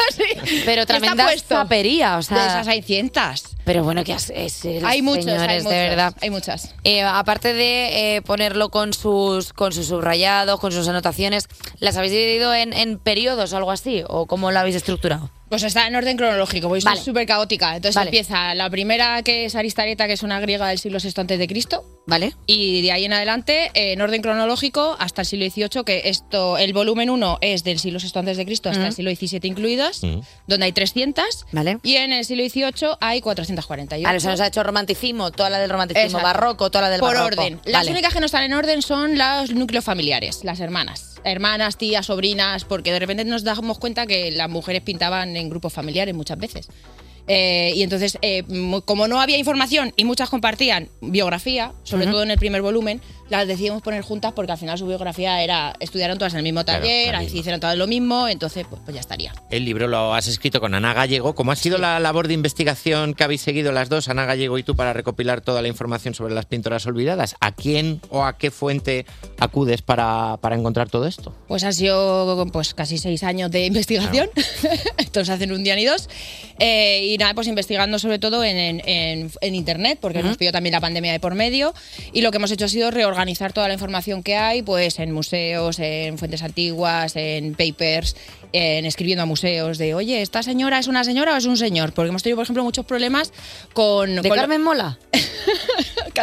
[SPEAKER 1] pero tremenda sapería, o sea.
[SPEAKER 11] De esas hay cientas.
[SPEAKER 1] Pero bueno, que as- es, eh, los
[SPEAKER 11] Hay muchos, hay
[SPEAKER 1] señores,
[SPEAKER 11] muchos,
[SPEAKER 1] de verdad.
[SPEAKER 11] Hay muchas.
[SPEAKER 1] Eh, aparte de eh, ponerlo con sus, con sus subrayados, con sus anotaciones, ¿las habéis dividido en, en periodos o algo así? ¿O cómo lo habéis estructurado?
[SPEAKER 11] Pues está en orden cronológico, voy
[SPEAKER 1] Vale.
[SPEAKER 11] súper caótica. Entonces
[SPEAKER 1] Vale.
[SPEAKER 11] empieza la primera que es Aristareta, que es una griega del siglo VI antes de Cristo.
[SPEAKER 1] Vale.
[SPEAKER 11] Y de ahí en adelante, eh, en orden cronológico, hasta el siglo XVIII, que esto, el volumen 1 es del siglo VI antes de Cristo hasta
[SPEAKER 1] Mm.
[SPEAKER 11] el siglo XVII incluidas, donde hay 300.
[SPEAKER 1] Vale.
[SPEAKER 11] Y en el siglo XVIII hay 448.
[SPEAKER 1] Vale, o sea, nos ha hecho romanticismo, toda la del romanticismo,
[SPEAKER 11] Exacto.
[SPEAKER 1] barroco, toda la del
[SPEAKER 11] Por
[SPEAKER 1] barroco.
[SPEAKER 11] orden. Las
[SPEAKER 1] Vale.
[SPEAKER 11] únicas que no están en orden son los núcleos familiares, las hermanas. Hermanas, tías, sobrinas, porque de repente nos damos cuenta que las mujeres pintaban en grupos familiares muchas veces. Eh, y entonces, eh, mu- como no había información y muchas compartían biografía, sobre
[SPEAKER 15] Ujú.
[SPEAKER 11] todo en el primer volumen, las decidimos poner juntas porque al final su biografía era, estudiaron todas en el mismo
[SPEAKER 3] Claro,
[SPEAKER 11] taller,
[SPEAKER 3] la
[SPEAKER 11] así
[SPEAKER 3] misma.
[SPEAKER 11] hicieron todas lo mismo, entonces pues, pues ya estaría.
[SPEAKER 3] El libro lo has escrito con Ana Gallego. ¿Cómo ha sido la labor de investigación que habéis seguido las dos, Ana Gallego y tú, para recopilar toda la información sobre las pintoras olvidadas? ¿A quién o a qué fuente acudes para, para encontrar todo esto?
[SPEAKER 11] Pues han sido pues, casi seis años de investigación, [LAUGHS] entonces hacen un día ni dos. Eh, y nada, pues investigando sobre todo en, en- en- en Internet, porque
[SPEAKER 15] Ujú.
[SPEAKER 11] nos pilló también la pandemia de por medio. Y lo que hemos hecho ha sido reorganizar toda la información que hay, pues en museos, en fuentes antiguas, en papers, en escribiendo a museos de, oye, ¿esta señora es una señora o es un señor? Porque hemos tenido, por ejemplo, muchos problemas con...
[SPEAKER 1] ¿De
[SPEAKER 11] con lo-
[SPEAKER 1] Carmen Mola?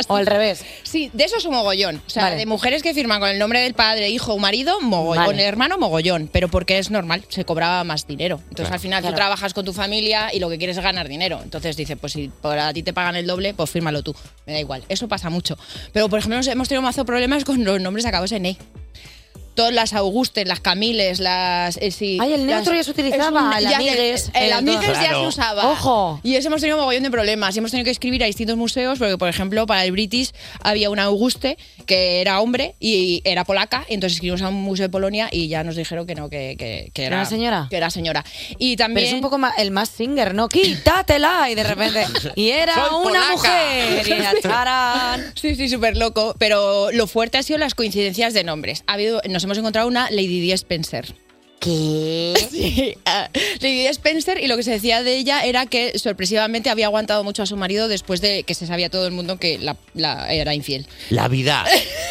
[SPEAKER 1] ¿O al revés?
[SPEAKER 11] Sí, de eso es un mogollón. O sea,
[SPEAKER 1] Vale.
[SPEAKER 11] de mujeres que firman con el nombre del padre, hijo o marido, mogollón.
[SPEAKER 1] Vale.
[SPEAKER 11] Hermano, mogollón. Pero porque es normal, se cobraba más dinero. Entonces
[SPEAKER 1] Claro.
[SPEAKER 11] al final
[SPEAKER 1] Claro.
[SPEAKER 11] tú trabajas con tu familia y lo que quieres es ganar dinero. Entonces dices, pues si para ti te pagan el doble, pues fírmalo tú. Me da igual. Eso pasa mucho. Pero por ejemplo, nos- hemos tenido mazo problemas con los nombres acabados en E. Todas las Augustes, las Camiles, las. eh, sí,
[SPEAKER 1] Ay, el
[SPEAKER 11] las-
[SPEAKER 1] neutro ya se utilizaba, el
[SPEAKER 11] ya-
[SPEAKER 1] amigues,
[SPEAKER 11] El,
[SPEAKER 1] el-
[SPEAKER 11] amigues ya se
[SPEAKER 1] Claro.
[SPEAKER 11] usaba.
[SPEAKER 1] Ojo.
[SPEAKER 11] Y eso hemos tenido un mogollón de problemas. Y hemos tenido que escribir a distintos museos, porque, por ejemplo, para el British había una Auguste que era hombre y era polaca. Y entonces escribimos a un museo de Polonia y ya nos dijeron que no, que, que- que
[SPEAKER 1] ¿Era
[SPEAKER 11] era.
[SPEAKER 1] una señora?
[SPEAKER 11] Que era señora. Y
[SPEAKER 1] Pero
[SPEAKER 11] también.
[SPEAKER 1] es un poco más, el más singer, ¿no? ¡Quítatela!
[SPEAKER 11] [LAUGHS]
[SPEAKER 1] Y de repente. Y era
[SPEAKER 11] Soy
[SPEAKER 1] una
[SPEAKER 11] polaca.
[SPEAKER 1] mujer. Y
[SPEAKER 11] [LAUGHS]
[SPEAKER 1] la tarán.
[SPEAKER 11] Sí, sí, súper loco. Pero lo fuerte ha sido las coincidencias de nombres. Ha habido, nos hemos encontrado una Lady Di Spencer.
[SPEAKER 1] ¿Qué?
[SPEAKER 11] [LAUGHS] Sí, ah, Lady Di Spencer y lo que se decía de ella era que sorpresivamente había aguantado mucho a su marido después de que se sabía todo el mundo que la, la era infiel.
[SPEAKER 3] La vida. [LAUGHS]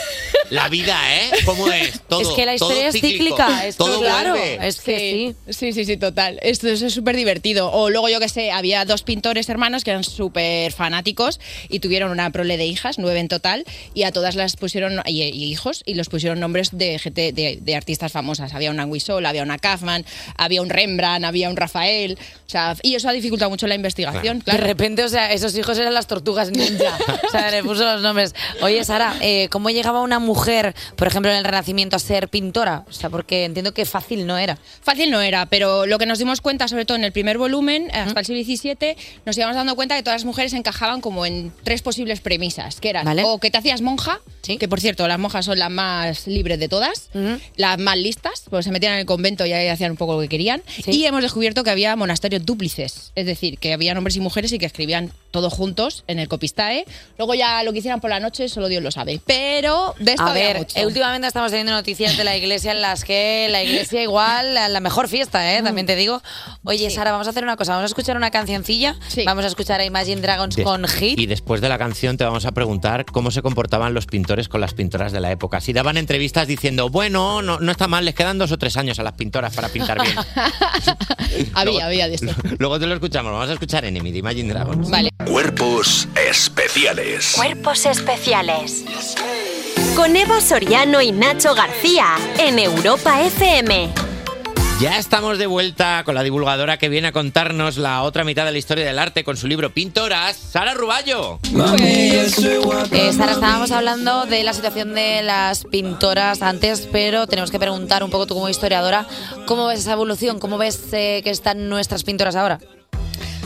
[SPEAKER 3] La vida, ¿eh? ¿Cómo es? Todo,
[SPEAKER 11] Es que la
[SPEAKER 3] todo
[SPEAKER 11] historia es
[SPEAKER 3] cíclico.
[SPEAKER 11] cíclica, es
[SPEAKER 3] todo
[SPEAKER 11] que, claro,
[SPEAKER 3] vuelve.
[SPEAKER 11] es que sí. Sí, sí, sí, total. Esto, eso es súper divertido. O luego, yo que sé, había dos pintores hermanos que eran súper fanáticos y tuvieron una prole de hijas, nueve en total, y a todas las pusieron, y, y hijos, y los pusieron nombres de, gente, de, de artistas famosas. Había una Anguisol, había una Kaufman, había un Rembrandt, había un Rafael. O sea, y eso ha dificultado mucho la investigación,
[SPEAKER 1] De
[SPEAKER 11] claro.
[SPEAKER 1] repente, o sea, esos hijos eran las tortugas ninja. O sea, le puso los nombres. Oye, Sara, eh, ¿cómo llegaba una mujer, por ejemplo, en el Renacimiento a ser pintora? O sea, porque entiendo que fácil no era.
[SPEAKER 11] Fácil no era, pero lo que nos dimos cuenta, sobre todo en el primer volumen, eh, hasta el siglo XVII, nos íbamos dando cuenta que todas las mujeres encajaban como en tres posibles premisas, que eran
[SPEAKER 15] Vale.
[SPEAKER 11] o que te hacías monja, que por cierto, las monjas son las más libres de todas, las más listas, pues se metían en el convento y ahí hacían un poco lo que querían, y hemos descubierto que había monasterios dúplices, es decir, que había hombres y mujeres y que escribían todos juntos en el copistae, luego ya lo que hicieran por la noche, solo Dios lo sabe, pero de esto
[SPEAKER 1] a
[SPEAKER 11] había
[SPEAKER 1] ver,
[SPEAKER 11] mucho.
[SPEAKER 1] eh, últimamente estamos teniendo noticias de la iglesia en las que la iglesia igual, la, la mejor fiesta, ¿eh? También te digo. Oye, Sara, vamos a hacer una cosa. Vamos a escuchar una cancioncilla. Vamos a escuchar a Imagine Dragons
[SPEAKER 3] Des-
[SPEAKER 1] con Hit.
[SPEAKER 3] Y después de la canción te vamos a preguntar cómo se comportaban los pintores con las pintoras de la época. Si daban entrevistas diciendo, bueno, no, no está mal, les quedan dos o tres años a las pintoras para
[SPEAKER 1] [LAUGHS]
[SPEAKER 3] pintar bien.
[SPEAKER 11] [LAUGHS] había,
[SPEAKER 3] luego-
[SPEAKER 11] había de esto.
[SPEAKER 3] [LAUGHS] Luego te lo escuchamos, vamos a escuchar Enemy de Imagine Dragons.
[SPEAKER 11] Vale.
[SPEAKER 12] Cuerpos especiales.
[SPEAKER 8] Cuerpos especiales. Con Eva Soriano y Nacho García en Europa FM.
[SPEAKER 3] Ya estamos de vuelta con la divulgadora que viene a contarnos la otra mitad de la historia del arte con su libro Pintoras, Sara Ruballo.
[SPEAKER 11] Pues,
[SPEAKER 1] Eh, Sara, estábamos hablando de la situación de las pintoras antes, pero tenemos que preguntar un poco tú como historiadora, ¿cómo ves esa evolución? ¿Cómo ves eh, que están nuestras pintoras ahora?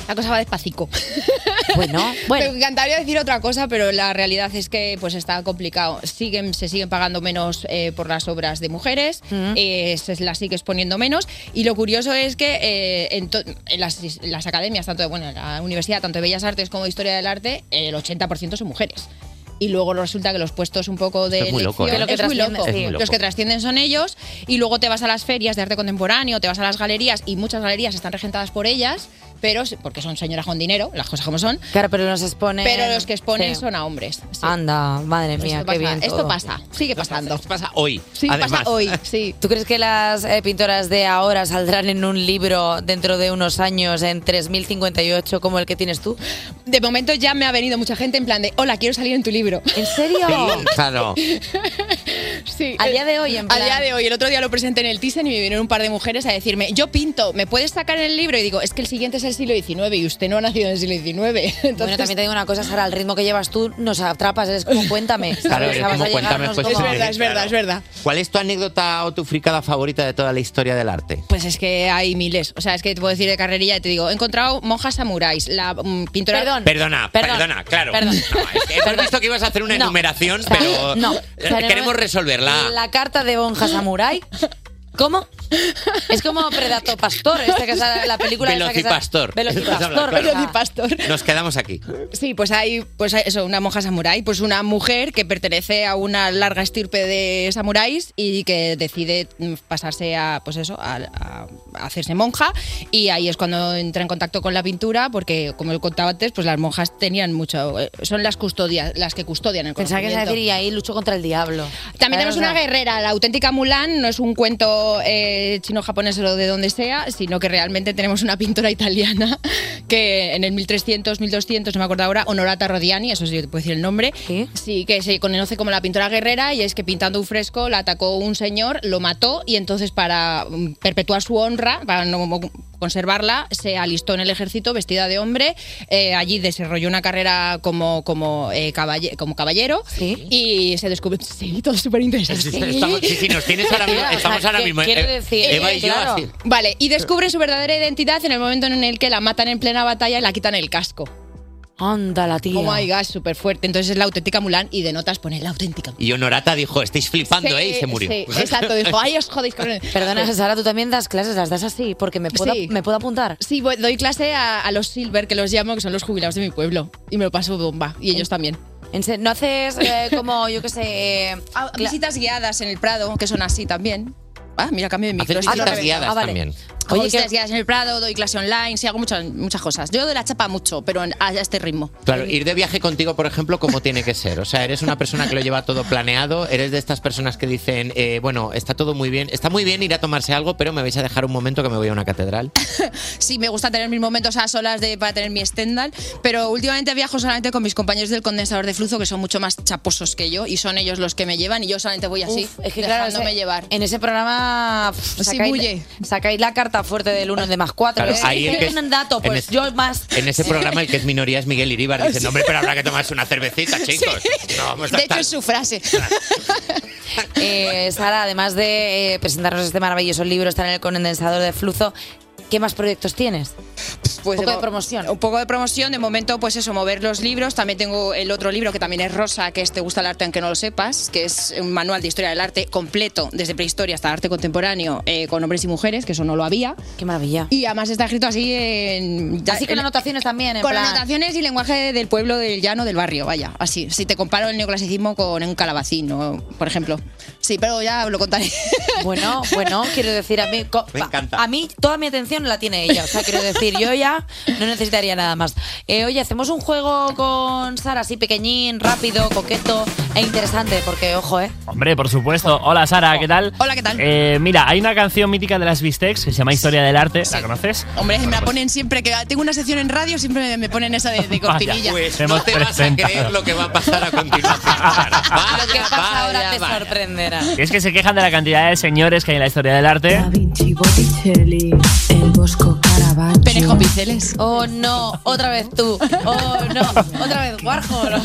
[SPEAKER 11] La cosa va despacico. [LAUGHS]
[SPEAKER 1] Bueno, bueno.
[SPEAKER 11] Me encantaría decir otra cosa, pero la realidad es que pues está complicado. Siguen, se siguen pagando menos eh, por las obras de mujeres, eh, se las sigue exponiendo menos. Y lo curioso es que eh, en, to- en las, las academias, tanto de bueno, en la universidad, tanto de Bellas Artes como de Historia del Arte, el 80% son mujeres. Y luego resulta que los puestos un poco de
[SPEAKER 3] Es muy loco,
[SPEAKER 11] elección-
[SPEAKER 3] ¿eh?
[SPEAKER 11] es muy loco.
[SPEAKER 3] Es muy loco.
[SPEAKER 11] Los que trascienden son ellos y luego te vas a las ferias de arte contemporáneo, te vas a las galerías y muchas galerías están regentadas por ellas, pero porque son señoras con dinero, las cosas como son.
[SPEAKER 1] Claro, pero nos exponen...
[SPEAKER 11] Pero los que exponen
[SPEAKER 1] Sí.
[SPEAKER 11] son a hombres. sí.
[SPEAKER 1] Anda, madre mía,
[SPEAKER 11] Esto
[SPEAKER 1] qué
[SPEAKER 11] pasa,
[SPEAKER 1] bien.
[SPEAKER 11] esto
[SPEAKER 1] todo.
[SPEAKER 11] pasa, sigue pasando.
[SPEAKER 3] Pasa hoy.
[SPEAKER 11] Sí,
[SPEAKER 3] además.
[SPEAKER 11] pasa hoy, sí.
[SPEAKER 1] ¿Tú crees que las eh, pintoras de ahora saldrán en un libro dentro de unos años, en 3058, como el que tienes tú?
[SPEAKER 11] De momento ya me ha venido mucha gente en plan de, hola, quiero salir en tu libro.
[SPEAKER 1] ¿En serio?
[SPEAKER 3] Claro.
[SPEAKER 11] [LAUGHS] Sí.
[SPEAKER 22] A día de hoy, en plan.
[SPEAKER 11] A día de hoy. El otro día lo presenté en el Thyssen y me vinieron un par de mujeres a decirme, yo pinto, ¿me puedes sacar el libro? Y digo, es que el siguiente es el siglo XIX y usted no ha nacido en el
[SPEAKER 1] [LAUGHS]
[SPEAKER 11] siglo XIX. Entonces,
[SPEAKER 1] Bueno, también te digo una cosa, Sara, el ritmo que llevas tú nos atrapas, eres como [LAUGHS] cuéntame.
[SPEAKER 3] Claro,
[SPEAKER 1] ¿sabes?
[SPEAKER 3] es
[SPEAKER 1] O sea, vas
[SPEAKER 3] como
[SPEAKER 1] a
[SPEAKER 3] cuéntame,
[SPEAKER 1] llegarnos
[SPEAKER 3] pues,
[SPEAKER 1] como-
[SPEAKER 3] Es verdad, es verdad, es
[SPEAKER 11] verdad.
[SPEAKER 3] ¿Cuál es tu anécdota o tu fricada favorita de toda la historia del arte?
[SPEAKER 11] Pues es que hay miles. O sea, es que te puedo decir de carrerilla, te digo, he encontrado monjas samuráis, la mm, pintora...
[SPEAKER 3] Perdona,
[SPEAKER 11] Perdón.
[SPEAKER 3] perdona, claro.
[SPEAKER 11] Perdón.
[SPEAKER 3] No, es que hemos visto que ibas a hacer una
[SPEAKER 1] No.
[SPEAKER 3] enumeración, pero
[SPEAKER 1] No.
[SPEAKER 3] eh, queremos resolverla.
[SPEAKER 1] La carta de Bonja Samurai. ¿Cómo? Es como Predato Pastor, esta este que es la la película esa que sa-
[SPEAKER 3] [LAUGHS] Velocipastor.
[SPEAKER 11] Velocipastor, velocipastor.
[SPEAKER 3] Nos quedamos aquí.
[SPEAKER 11] Sí, pues hay, pues hay eso, una monja samurái, pues una mujer que pertenece a una larga estirpe de samuráis y que decide mm, pasarse a, pues eso, a, a- a hacerse monja y ahí es cuando entra en contacto con la pintura porque, como he contado antes, pues las monjas tenían mucho, eh, son las custodias, las que custodian el
[SPEAKER 1] Pensaba que ibas a
[SPEAKER 11] conocimiento.
[SPEAKER 1] decir y ahí luchó contra el diablo.
[SPEAKER 11] También
[SPEAKER 1] Ahora
[SPEAKER 11] tenemos
[SPEAKER 1] nos
[SPEAKER 11] una
[SPEAKER 1] da-
[SPEAKER 11] guerrera, la auténtica Mulan, no es un cuento eh, chino-japonés o de donde sea, sino que realmente tenemos una pintora italiana [LAUGHS] que en el 1300, 1200, no me acuerdo ahora, Honorata Rodiani, eso sí, te puedo decir el nombre, sí, que se conoce como la pintora guerrera y es que pintando un fresco la atacó un señor, lo mató y entonces para mm, perpetuar su honra, para no mo- conservarla, se alistó en el ejército vestida de hombre, eh, allí desarrolló una carrera como, como, eh, caballe- como caballero y se descubrió... [LAUGHS] Sí, todo súper interesante.
[SPEAKER 3] Sí, sí, estamos- sí, sí, nos
[SPEAKER 11] [LAUGHS]
[SPEAKER 3] tienes ahora mismo-
[SPEAKER 11] O sea,
[SPEAKER 3] estamos ahora
[SPEAKER 11] que
[SPEAKER 3] mismo,
[SPEAKER 11] quiero
[SPEAKER 3] eh, Eva y yo
[SPEAKER 11] claro.
[SPEAKER 3] así.
[SPEAKER 11] Vale, y descubre su verdadera identidad en el momento en el que la matan en plena batalla y la quitan el casco.
[SPEAKER 1] Anda la tía.
[SPEAKER 11] Oh my god, súper fuerte. Entonces es la auténtica Mulan y de notas pone la auténtica.
[SPEAKER 3] Y Honorata dijo, estáis flipando,
[SPEAKER 11] Sí,
[SPEAKER 3] ¿eh? Y se murió. [LAUGHS]
[SPEAKER 11] sí, exacto, dijo, ay, os jodéis con Pues
[SPEAKER 1] Perdona, Sara, tú también das clases, las das así, porque me puedo,
[SPEAKER 11] Sí.
[SPEAKER 1] me puedo apuntar.
[SPEAKER 11] Sí, voy- doy clase a, a los Silver, que los llamo, que son los jubilados de mi pueblo. Y me lo paso bomba. Y ellos también.
[SPEAKER 1] En serio, ¿No haces eh, como, yo qué sé... eh, cla-
[SPEAKER 11] ah, Visitas guiadas en el Prado, que son así también. Ah, mira, cambio de micro.
[SPEAKER 1] Haces visitas guiadas Ah, vale. también.
[SPEAKER 11] Oye,
[SPEAKER 1] Oye,
[SPEAKER 11] visitas
[SPEAKER 1] que-
[SPEAKER 11] guiadas en el Prado, doy clase online, sí, hago muchas, muchas cosas. Yo de la chapa mucho, pero en- a este ritmo.
[SPEAKER 3] Claro, ir de viaje contigo, por ejemplo, ¿cómo tiene que ser? O sea, eres una persona que lo lleva todo planeado, eres de estas personas que dicen, eh, bueno, está todo muy bien, está muy bien ir a tomarse algo, pero me vais a dejar un momento que me voy a una catedral.
[SPEAKER 11] Sí, me gusta tener mis momentos a solas de, para tener mi Stendhal, pero últimamente viajo solamente con mis compañeros del condensador de flujo, que son mucho más chaposos que yo, y son ellos los que me llevan, y yo solamente voy así,
[SPEAKER 1] Uf, es que claro,
[SPEAKER 11] dejándome
[SPEAKER 1] ese-
[SPEAKER 11] llevar.
[SPEAKER 1] En ese programa pf,
[SPEAKER 11] Sí,
[SPEAKER 1] sacáis,
[SPEAKER 11] bulle.
[SPEAKER 1] sacáis la carta fuerte del 1 de más 4.
[SPEAKER 3] Claro, ahí el que es-
[SPEAKER 1] un dato,
[SPEAKER 3] en
[SPEAKER 1] pues
[SPEAKER 3] es-
[SPEAKER 1] yo más.
[SPEAKER 11] [LAUGHS]
[SPEAKER 3] En ese programa el que es minoría es Miguel Iríbar. Dice, no, hombre, pero habrá que tomarse una cervecita, chicos. No, vamos a
[SPEAKER 11] De hecho,
[SPEAKER 3] estar-
[SPEAKER 11] es su frase.
[SPEAKER 1] [LAUGHS] Eh, Sara, además de eh, presentarnos este maravilloso libro, estar en el condensador de flujo, ¿qué más proyectos tienes?
[SPEAKER 11] Pues
[SPEAKER 1] Un poco de
[SPEAKER 11] mo-
[SPEAKER 1] promoción.
[SPEAKER 11] Un poco de promoción. De momento, pues eso, mover los libros. También tengo el otro libro que también es rosa, que es Te gusta el arte aunque no lo sepas, que es un manual de historia del arte completo, desde prehistoria hasta arte contemporáneo, eh, con hombres y mujeres, que eso no lo había.
[SPEAKER 1] Qué maravilla.
[SPEAKER 11] Y además está escrito así en... ya-
[SPEAKER 1] Así con
[SPEAKER 11] en-
[SPEAKER 1] anotaciones también, en
[SPEAKER 11] Con
[SPEAKER 1] plan-
[SPEAKER 11] anotaciones y lenguaje del pueblo, del llano, del barrio, vaya, así. Si te comparo el neoclasicismo con un calabacín, o, por ejemplo. Sí, pero ya os lo contaré. [LAUGHS]
[SPEAKER 1] Bueno, bueno, quiero decir, a mí, co-
[SPEAKER 11] Me encanta.
[SPEAKER 1] a mí toda mi atención la tiene ella. O sea, quiero decir, yo ya no necesitaría nada más. Eh, oye, hacemos un juego con Sara así pequeñín, rápido, coqueto e interesante, porque ojo, ¿eh?
[SPEAKER 9] Hombre, por supuesto. Hola, Sara, ¿qué tal?
[SPEAKER 11] Hola, ¿qué tal?
[SPEAKER 9] Eh, mira, hay una canción mítica de las Vistex que se llama Historia del Arte. ¿La conoces? pues
[SPEAKER 11] Hombre, me la ponen siempre que tengo una sección en radio, siempre me ponen esa de, de cortinilla.
[SPEAKER 3] Pues no te vas a creer lo que va a pasar a continuación.
[SPEAKER 11] Ah,
[SPEAKER 1] Lo que pasa ahora te sorprenderá.
[SPEAKER 9] Y es que se quejan de la cantidad de señores que hay en la historia del arte.
[SPEAKER 1] el Bosco Caravaggio. Penejo Piceles. Oh no, otra vez tú. Oh no, otra vez Warhol. [LAUGHS]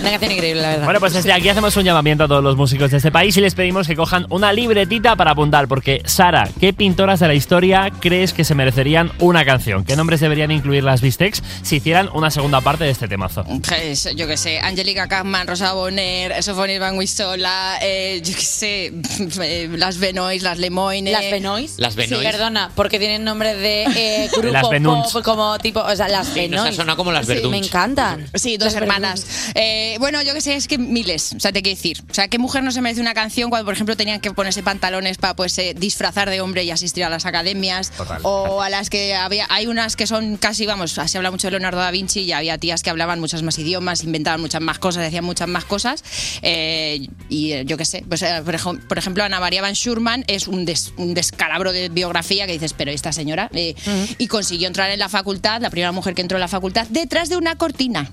[SPEAKER 1] Una canción increíble, la verdad.
[SPEAKER 9] Bueno, pues desde aquí hacemos un llamamiento a todos los músicos de este país y les pedimos que cojan una libretita para apuntar, porque Sara, ¿qué pintoras de la historia crees que se merecerían una canción? ¿Qué nombres deberían incluir las Vistex si hicieran una segunda parte de este temazo?
[SPEAKER 11] Pues, yo qué sé, Angélica Kaufman, Rosa Bonner, Sofonis Van Guisola, eh, yo qué sé, [LAUGHS] eh, las Benois, las Lemoine.
[SPEAKER 1] Las Benois.
[SPEAKER 3] Las Benoist.
[SPEAKER 1] Sí, perdona, porque tienen nombre de eh, grupo
[SPEAKER 3] [LAUGHS] Las Benuns.
[SPEAKER 1] pop, como tipo, o sea, las
[SPEAKER 3] Sí, nos ha
[SPEAKER 1] Benoist.
[SPEAKER 3] sonado como las Verdunch.
[SPEAKER 1] Me encantan.
[SPEAKER 11] Sí, dos
[SPEAKER 1] Las
[SPEAKER 11] hermanas. Eh, bueno, yo qué sé, es que miles, o sea, te quiero decir. O sea, ¿qué mujer no se merece una canción cuando, por ejemplo, tenían que ponerse pantalones para pues, eh, disfrazar de hombre y asistir a las academias?
[SPEAKER 15] Total.
[SPEAKER 11] O a las que había. Hay unas que son casi, vamos, se habla mucho de Leonardo da Vinci y había tías que hablaban muchos más idiomas, inventaban muchas más cosas, hacían muchas más cosas. Eh, y eh, yo qué sé, pues, eh, por, ejem- por ejemplo, Ana María Van Schurman es un, des- un descalabro de biografía que dices, pero esta señora. eh, Y consiguió entrar en la facultad, la primera mujer que entró en la facultad, detrás de una cortina.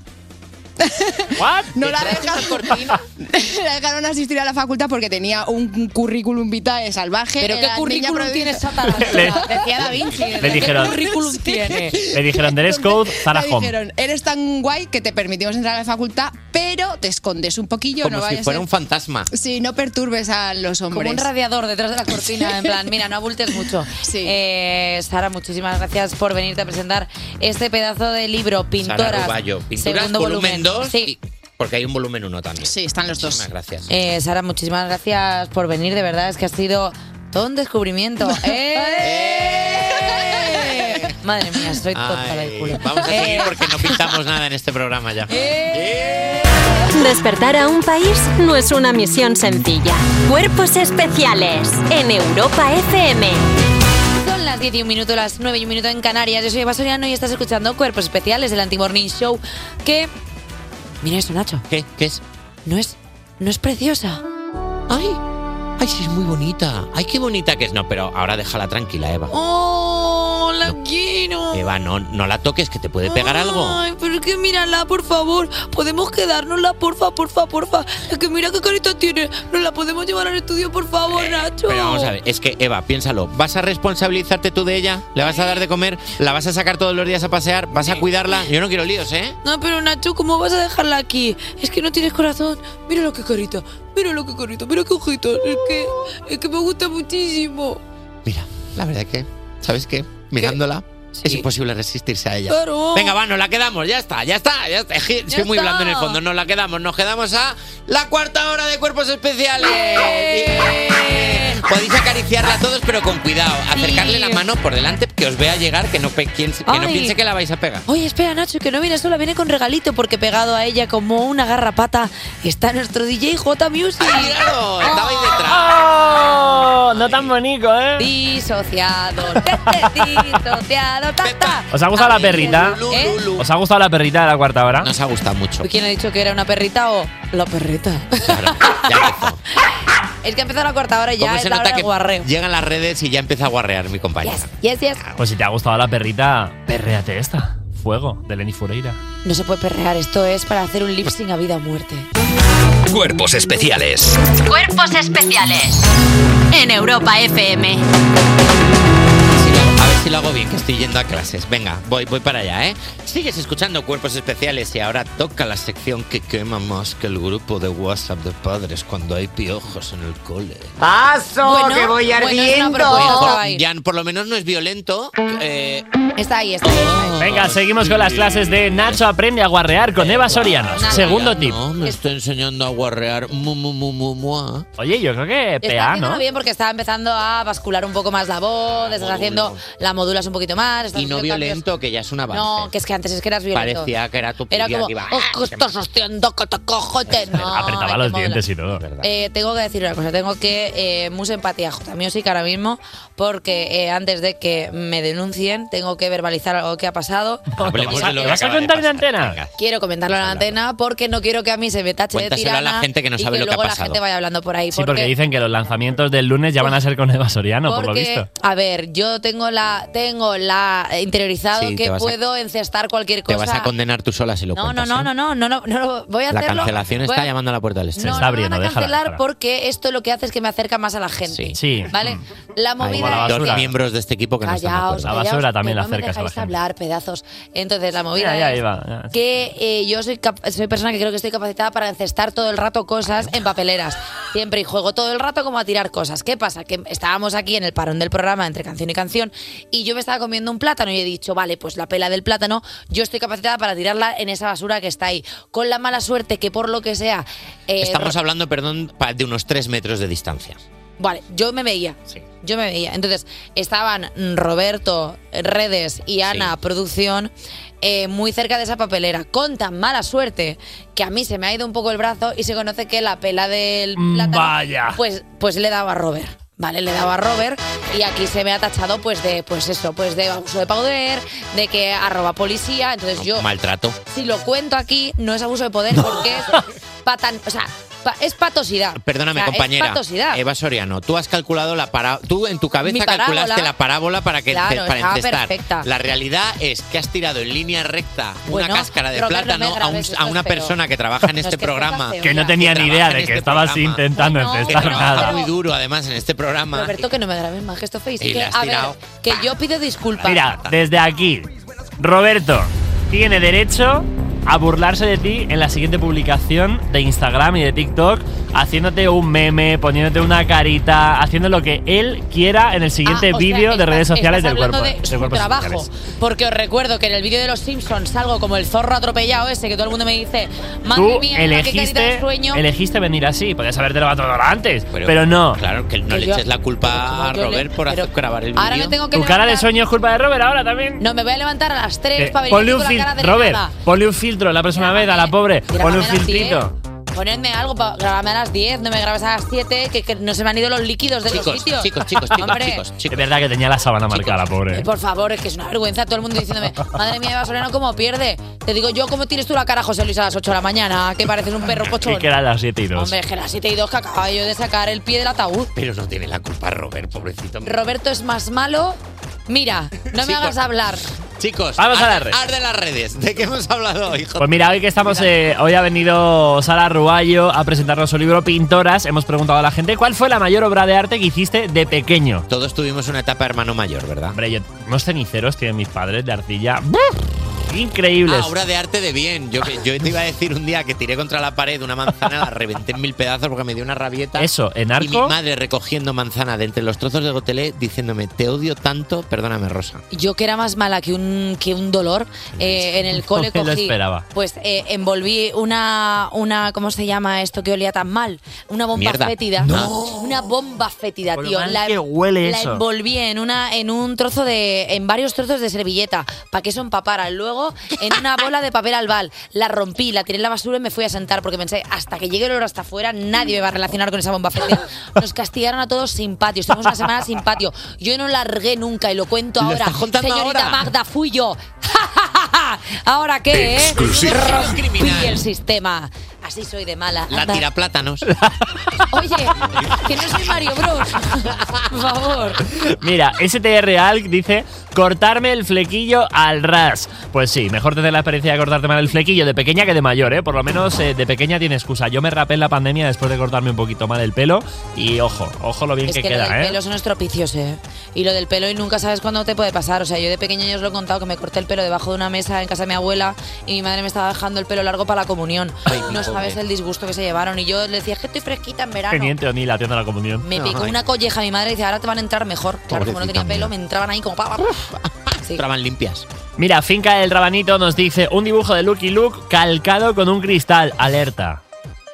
[SPEAKER 11] [LAUGHS] No la dejaron, [LAUGHS] la dejaron asistir a la facultad porque tenía un currículum vitae salvaje.
[SPEAKER 1] ¿Pero qué
[SPEAKER 11] Era niña
[SPEAKER 1] currículum
[SPEAKER 11] prodigio.
[SPEAKER 1] tiene esa
[SPEAKER 11] [LAUGHS]
[SPEAKER 1] tarantula?
[SPEAKER 9] Le-
[SPEAKER 11] Decía Da Vinci.
[SPEAKER 9] le dijeron-
[SPEAKER 11] ¿Qué currículum tiene?
[SPEAKER 9] Le dijeron, "Dress code, Zara
[SPEAKER 11] Le
[SPEAKER 9] Home".
[SPEAKER 11] dijeron, eres tan guay que te permitimos entrar a la facultad, pero te escondes un poquillo.
[SPEAKER 3] Como
[SPEAKER 11] no
[SPEAKER 3] si
[SPEAKER 11] vayas
[SPEAKER 3] fuera
[SPEAKER 11] a-
[SPEAKER 3] un fantasma.
[SPEAKER 11] Sí, no perturbes a los hombres.
[SPEAKER 1] un radiador detrás de la cortina, en plan, mira, no abultes
[SPEAKER 11] [LAUGHS]
[SPEAKER 1] mucho. Eh, Sara, muchísimas gracias por venirte a presentar este pedazo de libro, Pintoras.
[SPEAKER 3] Sara Ruballo. Pinturas,
[SPEAKER 1] segundo
[SPEAKER 3] volumen
[SPEAKER 1] volumen.
[SPEAKER 3] 2.
[SPEAKER 1] Sí.
[SPEAKER 3] Porque hay un volumen 1 también. Sí,
[SPEAKER 11] están los
[SPEAKER 3] dos. gracias.
[SPEAKER 1] Eh, Sara, muchísimas gracias por venir, de verdad, es que ha sido todo un
[SPEAKER 11] [LAUGHS]
[SPEAKER 1] descubrimiento.
[SPEAKER 3] [LAUGHS]
[SPEAKER 1] ¡Eh! Madre mía, estoy tonta
[SPEAKER 3] Ay,
[SPEAKER 1] del culo.
[SPEAKER 3] vamos a seguir
[SPEAKER 1] Eh,
[SPEAKER 3] porque no pintamos nada en este programa ya.
[SPEAKER 8] Despertar a un país no es una misión sencilla. Cuerpos especiales en Europa FM.
[SPEAKER 1] Son las 10 y un minuto, las 9 y un minuto en Canarias. Yo soy Eva Soriano y estás escuchando Cuerpos Especiales del Anti-Morning Show. Que. Mira eso, Nacho.
[SPEAKER 3] ¿Qué? ¿Qué es?
[SPEAKER 1] No es. No es preciosa.
[SPEAKER 3] ¡Ay! ¡Ay, sí, es muy bonita! ¡Ay, qué bonita que es! No, pero ahora déjala tranquila, Eva.
[SPEAKER 1] ¡Oh, la quiero!
[SPEAKER 3] Eva, no, no la toques, que te puede pegar algo.
[SPEAKER 1] Ay, pero es que mírala, por favor. Podemos quedárnosla, porfa, porfa, porfa. Es que mira qué carita tiene. Nos la podemos llevar al estudio, por favor, Nacho.
[SPEAKER 3] Eh, Pero vamos a ver, es que Eva, piénsalo. ¿Vas a responsabilizarte tú de ella? ¿Le vas a dar de comer? ¿La vas a sacar todos los días a pasear? ¿Vas a cuidarla? Yo no quiero líos, ¿eh?
[SPEAKER 1] No, pero Nacho, ¿cómo vas a dejarla aquí? Es que no tienes corazón. Mira lo que carita, mira lo que carita, mira qué ojitos. Es que, es que me gusta muchísimo.
[SPEAKER 3] La verdad que, ¿sabes qué? Mirándola, es imposible resistirse a ella.
[SPEAKER 1] Claro.
[SPEAKER 3] Venga, va, nos la quedamos, ya está, ya está, ya está. Es que Soy muy
[SPEAKER 1] está.
[SPEAKER 3] blando en el fondo, nos la quedamos. Nos quedamos a la cuarta hora de cuerpos especiales. Bien. Podéis acariciarla a todos, pero con cuidado. Acercarle la mano por delante, que os vea llegar, que no, pe- quien- que no
[SPEAKER 1] Ay.
[SPEAKER 3] piense que la vais a pegar.
[SPEAKER 1] Oye, espera, Nacho, que no viene sola, viene con regalito, porque pegado a ella como una garrapata está nuestro DJ J Music.
[SPEAKER 3] ¡Claro! Ah, Estaba ahí detrás.
[SPEAKER 9] ¡Oh! No tan bonito, ¿eh?
[SPEAKER 1] Disociado, [LAUGHS] disociado, ta, ta.
[SPEAKER 9] ¿Os ha gustado la perrita?
[SPEAKER 1] ¿Eh?
[SPEAKER 9] ¿Os ha gustado la perrita de la cuarta hora? Nos
[SPEAKER 3] ha gustado mucho.
[SPEAKER 1] ¿Quién ha dicho que era una perrita o la perrita? [LAUGHS] es que ha empezado la cuarta hora y ya,
[SPEAKER 3] ¿Cómo
[SPEAKER 1] es
[SPEAKER 3] se
[SPEAKER 1] la hora
[SPEAKER 3] nota
[SPEAKER 1] del
[SPEAKER 3] que
[SPEAKER 1] guarreo.
[SPEAKER 3] llegan las redes y ya empieza a guarrear mi compañera?
[SPEAKER 1] Yes, yes.
[SPEAKER 9] Pues si te ha gustado la perrita, perréate esta. Fuego, de Lenny Fureira.
[SPEAKER 1] No se puede perrear, esto es para hacer un lip sync a vida o muerte.
[SPEAKER 7] Cuerpos especiales.
[SPEAKER 8] Cuerpos especiales en Europa FM.
[SPEAKER 3] A ver si lo hago bien, que estoy yendo a clases. Venga, voy, voy para allá, ¿eh? Sigues escuchando Cuerpos Especiales y ahora toca la sección que quema más que el grupo de WhatsApp de padres cuando hay piojos en el cole.
[SPEAKER 4] ¡Paso!
[SPEAKER 1] Bueno,
[SPEAKER 4] ¡Que voy
[SPEAKER 1] bueno, es una
[SPEAKER 4] ardiendo!
[SPEAKER 1] propuesta,
[SPEAKER 3] Por-
[SPEAKER 1] ahí.
[SPEAKER 3] ya por lo menos no es violento. eh,
[SPEAKER 1] Está ahí, está ahí.
[SPEAKER 9] Venga, seguimos con las clases de Nacho Aprende a Guarrear con Eva Soriano.
[SPEAKER 1] Nada.
[SPEAKER 9] Segundo tip.
[SPEAKER 3] no, me está enseñando a guarrear. Mu, mu, mu, mu, ah. mua.
[SPEAKER 9] Oye, yo creo que
[SPEAKER 1] Está
[SPEAKER 9] PA,
[SPEAKER 1] haciéndolo
[SPEAKER 9] E ¿no?
[SPEAKER 1] bien porque está empezando a bascular un poco más la voz, estás haciendo la modulas un poquito más. estás
[SPEAKER 3] Oh. Y no
[SPEAKER 1] haciendo cambios.
[SPEAKER 3] violento, que ya es una avance.
[SPEAKER 1] No, que es que antes es que eras violento.
[SPEAKER 3] Parecía que era tu
[SPEAKER 1] Era
[SPEAKER 3] tía
[SPEAKER 1] como,
[SPEAKER 3] que iba- "Ah,
[SPEAKER 1] oh, que estás haciendo que te cojo y
[SPEAKER 3] [LAUGHS]
[SPEAKER 1] te-". No,
[SPEAKER 9] Apretaba
[SPEAKER 1] hay
[SPEAKER 9] los
[SPEAKER 1] que modular.
[SPEAKER 9] dientes y todo.
[SPEAKER 1] Eh, tengo que decir una cosa, tengo que eh, mucha empatía a J Music ahora mismo porque eh, antes de que me denuncien tengo que verbalizar algo que ha
[SPEAKER 9] [LAUGHS]
[SPEAKER 1] pasado.
[SPEAKER 3] Hablemos de pues lo
[SPEAKER 9] pues
[SPEAKER 3] que
[SPEAKER 9] ¿Vas a
[SPEAKER 3] acaba de
[SPEAKER 9] contar en antena?
[SPEAKER 1] Quiero comentarlo en la antena porque no quiero que a mí se me tache de
[SPEAKER 9] Cuéntaselo a
[SPEAKER 1] tirana
[SPEAKER 9] la gente que no sabe
[SPEAKER 1] y
[SPEAKER 9] lo que ha
[SPEAKER 1] luego
[SPEAKER 9] pasado.
[SPEAKER 1] la gente vaya hablando por ahí.
[SPEAKER 9] Sí, porque dicen que los lanzamientos del lunes ya van a ser con Eva Soriano, por lo
[SPEAKER 1] porque,
[SPEAKER 9] visto.
[SPEAKER 1] A ver, yo tengo la tengo la eh, interiorizado
[SPEAKER 3] Sí, te
[SPEAKER 1] que
[SPEAKER 3] vas a-
[SPEAKER 1] puedo encestar cualquier
[SPEAKER 3] Te
[SPEAKER 1] cosa.
[SPEAKER 3] vas a condenar tú sola si lo
[SPEAKER 1] no, no,
[SPEAKER 3] cuentas.
[SPEAKER 1] no,
[SPEAKER 3] ¿eh?
[SPEAKER 1] no, no, no, no, no, no, voy a
[SPEAKER 3] La
[SPEAKER 1] hacerlo.
[SPEAKER 3] cancelación está
[SPEAKER 1] Voy a-
[SPEAKER 3] llamando a la puerta del este. estrés.
[SPEAKER 1] No,
[SPEAKER 9] está abriendo,
[SPEAKER 1] voy a
[SPEAKER 9] déjala.
[SPEAKER 1] cancelar porque esto lo que hace es que me acerca más a la gente.
[SPEAKER 9] Sí. Mm.
[SPEAKER 1] ¿Vale? La
[SPEAKER 3] Hay
[SPEAKER 1] movida es
[SPEAKER 3] dos
[SPEAKER 1] que-
[SPEAKER 3] miembros de este equipo que no están de
[SPEAKER 1] Callaos,
[SPEAKER 3] acuerdo.
[SPEAKER 9] La basura
[SPEAKER 1] callaos,
[SPEAKER 9] también
[SPEAKER 1] que
[SPEAKER 9] la
[SPEAKER 1] no me
[SPEAKER 9] acercas a la
[SPEAKER 1] dejáis
[SPEAKER 9] gente.
[SPEAKER 1] hablar, pedazos. Entonces, la movida
[SPEAKER 9] Ya, ya,
[SPEAKER 1] es
[SPEAKER 9] Eva, ya.
[SPEAKER 1] que eh, yo soy, cap- soy persona que creo que estoy capacitada para encestar todo el rato cosas en papeleras. Siempre y juego todo el rato como a tirar cosas. ¿Qué pasa? Que estábamos aquí en el parón del programa entre canción y canción y yo me estaba comiendo un plátano y he dicho, vale, pues la pela del plátano, yo estoy capacitada para tirarla en esa basura que está ahí. Con la mala suerte que por lo que sea... eh,
[SPEAKER 3] Estamos hablando, perdón, pa- de unos 3 metros de distancia.
[SPEAKER 1] Vale, yo me veía. Yo me veía. Entonces, estaban mm, Roberto, Redes y Ana, producción, eh, muy cerca de esa papelera. Con tan mala suerte que a mí se me ha ido un poco el brazo y se conoce que la pela del
[SPEAKER 9] Mm,
[SPEAKER 1] plátano,
[SPEAKER 9] vaya.
[SPEAKER 1] Pues, pues le daba a Robert. Vale, le daba a Robert y aquí se me ha tachado pues de, pues eso, pues de abuso de poder, de que arroba policía. Entonces yo
[SPEAKER 3] Maltrato.
[SPEAKER 1] si lo cuento aquí, no es abuso de poder porque es patan. O sea, pa- es patosidad.
[SPEAKER 3] Perdóname,
[SPEAKER 1] O sea, Es
[SPEAKER 3] compañera.
[SPEAKER 1] patosidad.
[SPEAKER 3] Eva Soriano, tú has calculado la para tú en tu
[SPEAKER 1] Mi
[SPEAKER 3] cabeza
[SPEAKER 1] parábola.
[SPEAKER 3] calculaste la parábola para que
[SPEAKER 1] Claro,
[SPEAKER 3] para
[SPEAKER 1] estaba
[SPEAKER 3] encestar.
[SPEAKER 1] perfecta.
[SPEAKER 3] La realidad es que has tirado en línea recta
[SPEAKER 1] Bueno,
[SPEAKER 3] una cáscara de
[SPEAKER 1] Robert, no
[SPEAKER 3] plátano
[SPEAKER 1] me
[SPEAKER 3] a, un-
[SPEAKER 1] grabes, esto
[SPEAKER 3] a una
[SPEAKER 1] es feo.
[SPEAKER 3] persona que trabaja en
[SPEAKER 1] No, es
[SPEAKER 3] este
[SPEAKER 1] que
[SPEAKER 3] programa.
[SPEAKER 1] estás feo
[SPEAKER 9] Que no tenía ni idea
[SPEAKER 3] trabaja
[SPEAKER 9] de
[SPEAKER 3] en
[SPEAKER 9] que
[SPEAKER 3] este
[SPEAKER 9] estabas
[SPEAKER 3] programa.
[SPEAKER 9] intentando
[SPEAKER 3] que
[SPEAKER 9] encestar
[SPEAKER 3] trabaja
[SPEAKER 9] nada.
[SPEAKER 3] muy duro además en este programa.
[SPEAKER 1] Roberto, que no me grabes más, que esto es feo.
[SPEAKER 3] Y
[SPEAKER 1] Que,
[SPEAKER 3] le has
[SPEAKER 1] a ver,
[SPEAKER 3] tirado.
[SPEAKER 1] que yo pido disculpas.
[SPEAKER 9] Mira, desde aquí, Roberto tiene derecho a burlarse de ti en la siguiente publicación de Instagram y de TikTok, haciéndote un meme, poniéndote una carita, haciendo lo que él quiera en el siguiente
[SPEAKER 1] Ah, o sea,
[SPEAKER 9] vídeo de
[SPEAKER 1] estás-
[SPEAKER 9] redes sociales
[SPEAKER 1] estás
[SPEAKER 9] del cuerpo.
[SPEAKER 1] hablando de su
[SPEAKER 9] cuerpos
[SPEAKER 1] trabajo.
[SPEAKER 9] sociales.
[SPEAKER 1] Porque os recuerdo que en el vídeo de los Simpsons salgo como el zorro atropellado ese que todo el mundo me dice, madre
[SPEAKER 9] Tú
[SPEAKER 1] mía, qué carita de
[SPEAKER 9] elegiste,
[SPEAKER 1] sueño.
[SPEAKER 9] elegiste venir así, podías haberte levantado antes, pero, no.
[SPEAKER 3] Claro, que no
[SPEAKER 1] Que
[SPEAKER 3] le
[SPEAKER 1] yo-
[SPEAKER 3] eches la culpa a
[SPEAKER 1] yo le-
[SPEAKER 3] Robert por hacer grabar el
[SPEAKER 1] Ahora me
[SPEAKER 3] vídeo.
[SPEAKER 1] tengo que
[SPEAKER 9] Tu cara de
[SPEAKER 1] levantar.
[SPEAKER 9] sueño es culpa de Robert ahora también.
[SPEAKER 1] No, me voy a levantar a las 3
[SPEAKER 9] Eh,
[SPEAKER 1] para venir
[SPEAKER 9] ponle
[SPEAKER 1] aquí
[SPEAKER 9] un
[SPEAKER 1] con la cara
[SPEAKER 9] filtro,
[SPEAKER 1] de
[SPEAKER 9] Robert, ponle un filtro la próxima vez a la pobre. Ponle un
[SPEAKER 1] ¿eh?
[SPEAKER 9] filtrito.
[SPEAKER 1] Ponedme algo para grabarme a las 10, no me grabes a las 7, que, que no se me han ido los líquidos de los sitios. [LAUGHS] Hombre, eh,
[SPEAKER 9] Es verdad que tenía la sábana marcada, pobre.
[SPEAKER 1] Por favor, es que es una vergüenza todo el mundo diciéndome, madre mía, Eva Soriano, ¿cómo pierde? Te digo yo, ¿cómo tienes tú la cara, José Luis, a las 8 de la mañana? Que pareces un perro
[SPEAKER 9] Y
[SPEAKER 1] pochón.
[SPEAKER 9] que eran las 7 y 2.
[SPEAKER 1] Hombre, es que las 7 y 2 que acababa yo de sacar el pie del ataúd.
[SPEAKER 3] Pero no tiene la culpa Robert, pobrecito.
[SPEAKER 1] Roberto es más malo. Mira, no me
[SPEAKER 3] Chicos.
[SPEAKER 1] hagas hablar.
[SPEAKER 3] Chicos,
[SPEAKER 9] Vamos a la
[SPEAKER 3] arde-
[SPEAKER 9] red.
[SPEAKER 3] arde las redes. ¿De qué hemos hablado hoy?
[SPEAKER 9] Pues mira, hoy que estamos, eh, hoy ha venido Sara Ruballo a presentarnos su libro Pintoras. Hemos preguntado a la gente cuál fue la mayor obra de arte que hiciste de pequeño.
[SPEAKER 3] Todos tuvimos una etapa hermano mayor, ¿verdad?
[SPEAKER 9] Hombre, yo, unos ceniceros tienen mis padres de arcilla. ¡Buf! Increíbles.
[SPEAKER 3] Ah, obra de arte de bien. Yo, yo te iba a decir un día que tiré contra la pared una manzana, la reventé en mil pedazos porque me dio una rabieta.
[SPEAKER 9] Eso, en arco.
[SPEAKER 3] Y mi madre recogiendo manzana de entre los trozos de gotelé diciéndome, te odio tanto, perdóname, Rosa.
[SPEAKER 1] Yo que era más mala que un, que un dolor, eh, en el
[SPEAKER 9] [LAUGHS]
[SPEAKER 1] cole
[SPEAKER 3] me lo
[SPEAKER 1] cogí,
[SPEAKER 3] esperaba.
[SPEAKER 1] pues eh, envolví una, una, ¿cómo se llama esto que olía tan mal? Una bomba
[SPEAKER 9] Mierda.
[SPEAKER 1] fétida.
[SPEAKER 9] No.
[SPEAKER 1] Una bomba fétida,
[SPEAKER 9] Por lo
[SPEAKER 1] tío.
[SPEAKER 9] mal que huele
[SPEAKER 1] la
[SPEAKER 9] eso.
[SPEAKER 1] envolví en una, en un trozo de, en varios trozos de servilleta, para que eso empapara. Luego, en
[SPEAKER 9] [LAUGHS]
[SPEAKER 1] una bola de papel albal. La rompí, la tiré en la basura y me fui a sentar porque pensé, hasta que llegue el olor hasta afuera, nadie me va a relacionar con esa bomba fétida. Nos castigaron a todos sin patio. Estuvimos una semana sin patio. Yo no largué nunca y lo cuento
[SPEAKER 3] Lo
[SPEAKER 1] ahora.
[SPEAKER 3] estás contando
[SPEAKER 1] Señorita
[SPEAKER 3] ahora.
[SPEAKER 1] Magda, fui yo. [LAUGHS] ¿Ahora qué? eh?
[SPEAKER 3] Exclusiva.
[SPEAKER 1] Rompí
[SPEAKER 3] Criminal.
[SPEAKER 1] el sistema. Así soy de mala.
[SPEAKER 3] La
[SPEAKER 1] Anda.
[SPEAKER 3] tira plátanos.
[SPEAKER 1] Oye, que no soy Mario Bros. [LAUGHS] Por favor.
[SPEAKER 9] Mira, STR Alc dice cortarme el flequillo al ras. Pues sí, mejor tener la experiencia de cortarte mal el flequillo de pequeña que de mayor, ¿eh? Por lo menos eh, de pequeña tiene excusa. Yo me rapé en la pandemia después de cortarme un poquito mal el pelo y ojo, ojo lo bien
[SPEAKER 1] Es
[SPEAKER 9] que,
[SPEAKER 1] que lo del
[SPEAKER 9] queda, ¿eh?
[SPEAKER 1] pelo son estropicios, ¿eh? Y lo del pelo y nunca sabes cuándo te puede pasar. O sea, yo de pequeña ya os lo he contado que me corté el pelo debajo de una mesa en casa de mi abuela y mi madre me estaba dejando el pelo largo para la comunión.
[SPEAKER 9] Ay, mi
[SPEAKER 1] no
[SPEAKER 9] pobre.
[SPEAKER 1] sabes el disgusto que se llevaron. Y yo le decía, es que estoy fresquita en verano.
[SPEAKER 9] Teniente O'Neill haciendo la comunión.
[SPEAKER 1] Me picó una colleja mi madre dice, ahora te van a entrar mejor. Claro, como no
[SPEAKER 9] Pobrecita
[SPEAKER 1] tenía pelo, me entraban ahí como... pa, pa, pa.
[SPEAKER 3] Traban limpias.
[SPEAKER 9] Mira, Finca del Rabanito nos dice un dibujo de Lucky Luke calcado con un cristal. Alerta.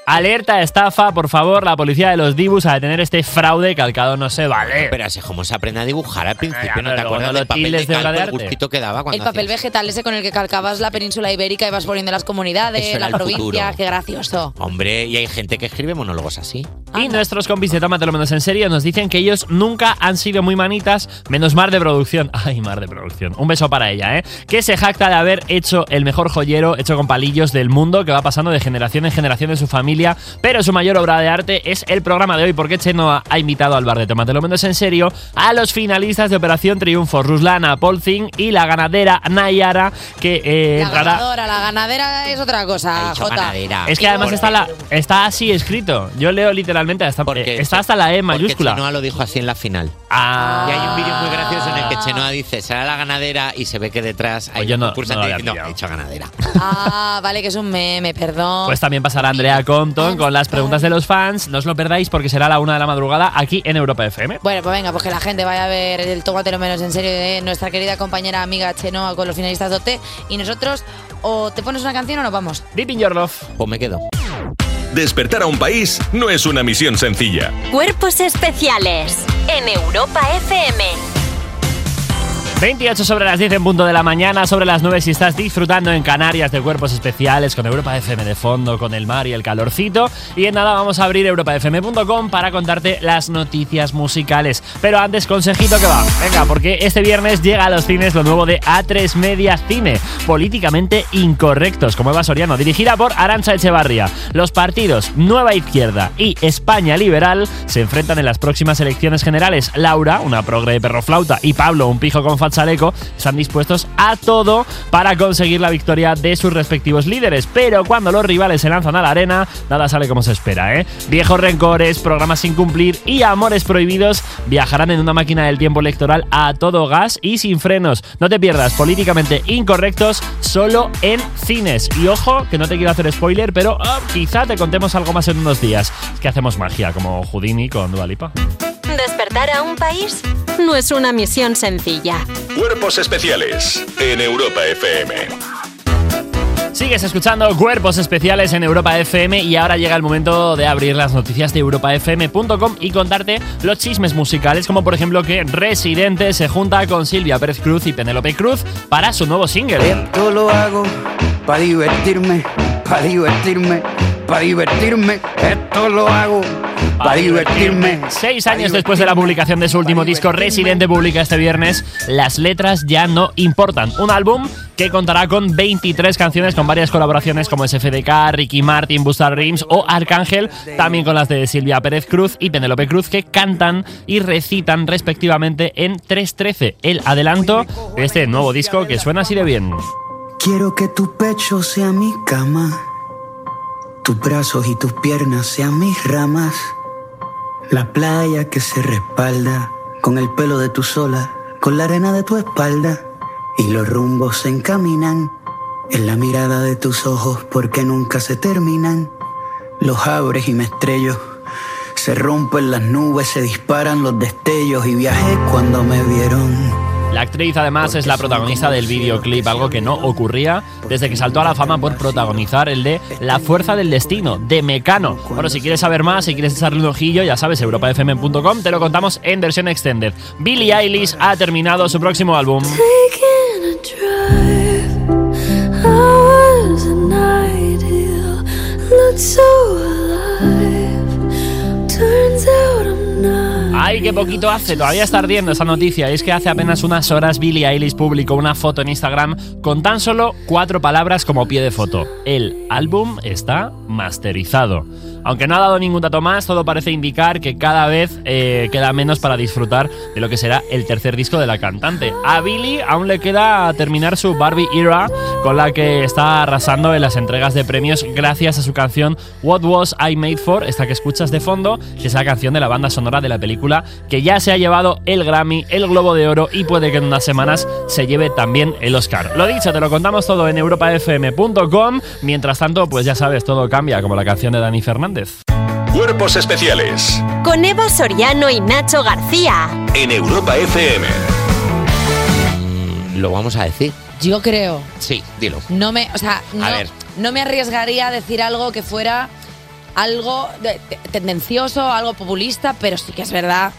[SPEAKER 9] Alerta, estafa, por favor, la policía de los Dibus a detener este fraude calcado no se vale.
[SPEAKER 3] Pero así como se aprende a dibujar al principio, ¿no te
[SPEAKER 9] pero
[SPEAKER 3] acuerdas
[SPEAKER 9] cuando lo
[SPEAKER 3] del papel de
[SPEAKER 9] tildes de obra
[SPEAKER 3] calco,
[SPEAKER 9] de
[SPEAKER 3] el
[SPEAKER 9] arte?
[SPEAKER 3] gustito que daba
[SPEAKER 1] El
[SPEAKER 3] cuando
[SPEAKER 1] papel
[SPEAKER 3] hacías?
[SPEAKER 1] vegetal ese con el que calcabas la península ibérica y vas poniendo las
[SPEAKER 3] Eso
[SPEAKER 1] comunidades,
[SPEAKER 3] era
[SPEAKER 1] las
[SPEAKER 3] el futuro.
[SPEAKER 1] provincias, qué gracioso.
[SPEAKER 3] Hombre, y hay gente que escribe monólogos así.
[SPEAKER 9] Y nuestros compis de Tómatelo Menos en Serio nos dicen que ellos nunca han sido muy manitas, menos Mar de Producción. [LAUGHS] Ay, Mar de Producción. Un beso para ella, ¿eh? Que se jacta de haber hecho el mejor joyero hecho con palillos del mundo, que va pasando de generación en generación en su familia. Pero su mayor obra de arte es el programa de hoy, porque Chenoa ha invitado al bar de Tómatelo Menos en Serio a los finalistas de Operación Triunfo, Ruslana Polzin y la ganadera Nayara, que eh,
[SPEAKER 1] La
[SPEAKER 9] entrará...
[SPEAKER 1] ganadora, la ganadera es otra cosa, Jota.
[SPEAKER 9] Es que además está, la, está así escrito. Yo leo literalmente, hasta, eh, está hasta la E mayúscula.
[SPEAKER 3] Chenoa lo dijo así en la final.
[SPEAKER 9] Ah.
[SPEAKER 3] Y hay un vídeo muy gracioso en el que Chenoa dice, será la ganadera y se ve que detrás
[SPEAKER 9] Pues
[SPEAKER 3] hay un concursante diciendo, he hecho ganadera.
[SPEAKER 1] Ah, vale, que es un meme, perdón.
[SPEAKER 9] Pues también pasará Andrea Compton con las preguntas de los fans. No os lo perdáis porque será a la una de la madrugada aquí en Europa FM.
[SPEAKER 1] Bueno, pues venga, pues que la gente vaya a ver el Tómatelo Menos en serio de nuestra querida compañera amiga Chenoa con los finalistas de OT. Y nosotros, o te pones una canción o nos vamos.
[SPEAKER 9] Deep in your love.
[SPEAKER 3] O Pues me quedo.
[SPEAKER 12] Despertar a un país no es una misión sencilla.
[SPEAKER 8] Cuerpos especiales en Europa FM.
[SPEAKER 9] 28 sobre las 10 en punto de la mañana, sobre las 9 si estás disfrutando en Canarias de cuerpos especiales, con Europa FM de fondo, con el mar y el calorcito. Y en nada, vamos a abrir europafm.com para contarte las noticias musicales. Pero antes, consejito que va. Venga, porque este viernes llega a los cines lo nuevo de A3 Media Cine, políticamente incorrectos, como Eva Soriano, dirigida por Arancha Echevarría. Los partidos Nueva Izquierda y España Liberal se enfrentan en las próximas elecciones generales. Laura, una progre de perro flauta, y Pablo, un pijo con fachaleco, están dispuestos a todo para conseguir la victoria de sus respectivos líderes. Pero cuando los rivales se lanzan a la arena, nada sale como se espera, ¿eh? Viejos rencores, programas sin cumplir y amores prohibidos viajarán en una máquina del tiempo electoral a todo gas y sin frenos. No te pierdas, políticamente incorrectos, solo en cines. Y ojo, que no te quiero hacer spoiler, pero ah, quizá te contemos algo más en unos días. Es que hacemos magia, como Houdini con Dualipa.
[SPEAKER 8] Despertar a un país no es una misión sencilla.
[SPEAKER 12] Cuerpos especiales en Europa FM.
[SPEAKER 9] Sigues escuchando Cuerpos Especiales en Europa FM y ahora llega el momento de abrir las noticias de europafm.com y contarte los chismes musicales, como por ejemplo que Residente se junta con Silvia Pérez Cruz y Penélope Cruz para su nuevo single.
[SPEAKER 15] Esto lo hago para divertirme, para divertirme, para divertirme. Esto lo hago para divertirme.
[SPEAKER 9] Seis años después de la publicación de su último disco, Residente publica este viernes Las letras ya no importan. Un álbum que contará con 23 canciones con varias colaboraciones como SFDK, Ricky Martin, Busta Rhymes o Arcángel, también con las de Silvia Pérez Cruz y Penélope Cruz que cantan y recitan respectivamente en 313, el adelanto de este nuevo disco que suena así de bien.
[SPEAKER 15] Quiero que tu pecho sea mi cama, tus brazos y tus piernas sean mis ramas, la playa que se respalda con el pelo de tu sola, con la arena de tu espalda, y los rumbos se encaminan en la mirada de tus ojos porque nunca se terminan, los abres y me estrello. Se rompen las nubes, se disparan los destellos y viajé cuando me vieron
[SPEAKER 9] La actriz además es la protagonista del videoclip, algo que no ocurría desde que saltó a la fama por protagonizar el de La Fuerza del Destino, de Mecano. Bueno, si quieres saber más, si quieres echarle un ojillo, ya sabes, europafm.com, te lo contamos en versión extended. Billie Eilish ha terminado su próximo álbum.
[SPEAKER 2] Taking a drive, I was an ideal, looked so alive. Turns out I'm not.
[SPEAKER 9] Ay, qué poquito hace, todavía está ardiendo esa noticia. Y es que hace apenas unas horas Billie Eilish publicó una foto en Instagram con tan solo cuatro palabras como pie de foto. El álbum está masterizado. Aunque no ha dado ningún dato más, todo parece indicar que cada vez eh, queda menos para disfrutar de lo que será el tercer disco de la cantante. A Billie aún le queda terminar su Barbie Era, con la que está arrasando en las entregas de premios gracias a su canción What Was I Made For, esta que escuchas de fondo, que es la canción de la banda sonora de la película, que ya se ha llevado el Grammy, el Globo de Oro y puede que en unas semanas se lleve también el Oscar. Lo dicho, te lo contamos todo en europafm.com. Mientras tanto, pues ya sabes, todo cambia, como la canción de Dani Fernández.
[SPEAKER 12] Cuerpos especiales
[SPEAKER 8] Con Eva Soriano y Nacho García.
[SPEAKER 12] en Europa FM.
[SPEAKER 3] Mm, ¿Lo vamos a decir?
[SPEAKER 1] Yo creo.
[SPEAKER 3] Sí, dilo.
[SPEAKER 1] No me, o sea, no,
[SPEAKER 3] A ver.
[SPEAKER 1] no me arriesgaría a decir algo que fuera algo de- te- tendencioso, algo populista, pero sí que es verdad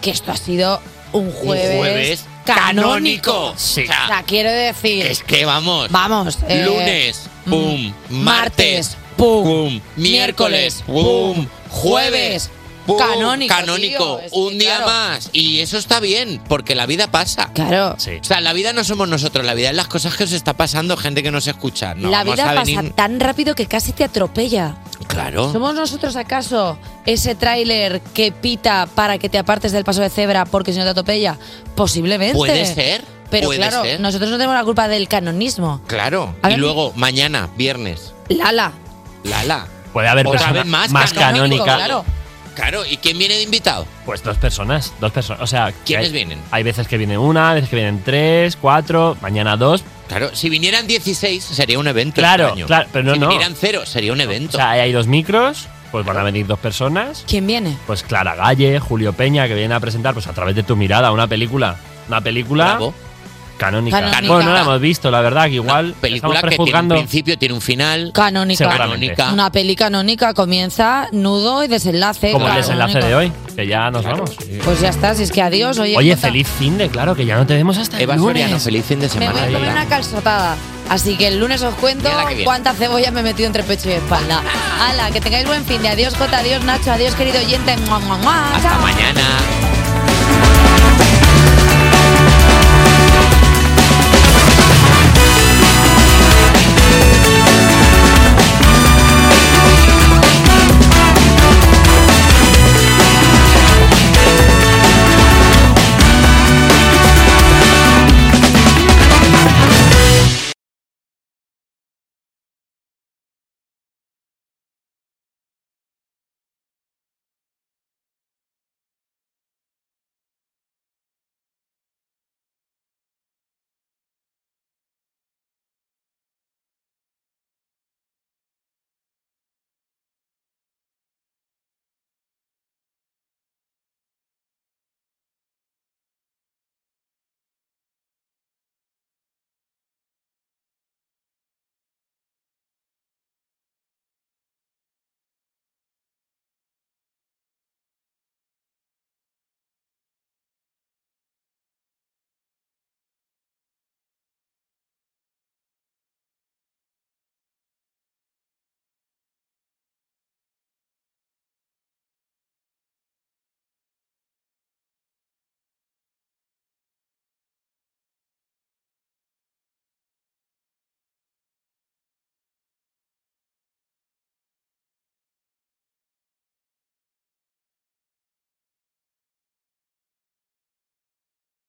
[SPEAKER 1] que esto ha sido un jueves,
[SPEAKER 3] jueves canónico. Sí.
[SPEAKER 1] O sea, quiero decir,
[SPEAKER 3] Es que vamos.
[SPEAKER 1] Vamos. eh,
[SPEAKER 3] Lunes, pum. Martes,
[SPEAKER 1] pum.
[SPEAKER 3] Miércoles, pum. Jueves, pum.
[SPEAKER 1] Canónico, tío,
[SPEAKER 3] Canónico.
[SPEAKER 1] es que
[SPEAKER 3] un día
[SPEAKER 1] claro.
[SPEAKER 3] más. Y eso está bien, porque la vida pasa.
[SPEAKER 1] Claro.
[SPEAKER 3] O sea, la vida no somos nosotros, la vida es las cosas que os está pasando, gente que nos escucha. No,
[SPEAKER 1] la
[SPEAKER 3] vamos
[SPEAKER 1] vida
[SPEAKER 3] a
[SPEAKER 1] pasa
[SPEAKER 3] venir- Oh.
[SPEAKER 1] tan rápido que casi te atropella.
[SPEAKER 3] Claro.
[SPEAKER 1] ¿Somos nosotros acaso ese tráiler que pita para que te apartes del paso de cebra porque si no te atropella? Posiblemente.
[SPEAKER 3] Puede ser,
[SPEAKER 1] Pero
[SPEAKER 3] puede
[SPEAKER 1] claro,
[SPEAKER 3] ser.
[SPEAKER 1] nosotros no tenemos la culpa del canonismo.
[SPEAKER 3] Claro.
[SPEAKER 1] A
[SPEAKER 3] y
[SPEAKER 1] ver.
[SPEAKER 3] luego, mañana, viernes,
[SPEAKER 1] Lala.
[SPEAKER 3] Lala.
[SPEAKER 9] Puede haber
[SPEAKER 3] Otra
[SPEAKER 9] persona
[SPEAKER 3] vez más,
[SPEAKER 9] más
[SPEAKER 3] canónico,
[SPEAKER 9] canónica.
[SPEAKER 3] Claro. Claro, ¿y quién viene de invitado?
[SPEAKER 9] Pues dos personas, dos personas. O sea, que
[SPEAKER 3] ¿Quiénes
[SPEAKER 9] hay-
[SPEAKER 3] vienen?
[SPEAKER 9] Hay veces que viene una, veces que vienen tres, cuatro, mañana dos.
[SPEAKER 3] Claro, si vinieran 16 sería un evento.
[SPEAKER 9] Claro,
[SPEAKER 3] extraño.
[SPEAKER 9] claro, pero no,
[SPEAKER 3] Si
[SPEAKER 9] no.
[SPEAKER 3] vinieran cero sería un evento.
[SPEAKER 9] O sea, hay dos micros, pues van a venir dos personas.
[SPEAKER 1] ¿Quién viene?
[SPEAKER 9] Pues Clara Galle, Julio Peña, que vienen a presentar, pues a través de tu mirada, una película. Una película. Canónica.
[SPEAKER 3] Canónica.
[SPEAKER 9] Bueno, no la hemos visto, la verdad, que igual. estamos
[SPEAKER 3] Película que tiene un
[SPEAKER 9] prejuzgando.
[SPEAKER 3] principio, tiene un final.
[SPEAKER 1] Canónica.
[SPEAKER 3] Seguramente.
[SPEAKER 1] Una peli canónica comienza, nudo y desenlace.
[SPEAKER 9] Como el
[SPEAKER 1] Claro,
[SPEAKER 9] desenlace
[SPEAKER 1] canónica.
[SPEAKER 9] de hoy, que ya nos vamos.
[SPEAKER 1] Pues ya está, si es que adiós. Oye,
[SPEAKER 9] Oye,
[SPEAKER 1] Jota,
[SPEAKER 9] feliz fin de, claro, que ya no te vemos hasta el
[SPEAKER 3] Eva
[SPEAKER 9] lunes.
[SPEAKER 3] Soriano, feliz fin de
[SPEAKER 1] Me voy a
[SPEAKER 9] Ahí.
[SPEAKER 1] comer una calzotada. Así que el lunes os cuento
[SPEAKER 9] Mira la que viene.
[SPEAKER 1] cuántas cebollas me he metido entre pecho y espalda. Hala, que tengáis buen fin de adiós, Jota, adiós, Nacho, adiós, querido oyente. Mua, mua, mua. Chao.
[SPEAKER 3] Hasta mañana.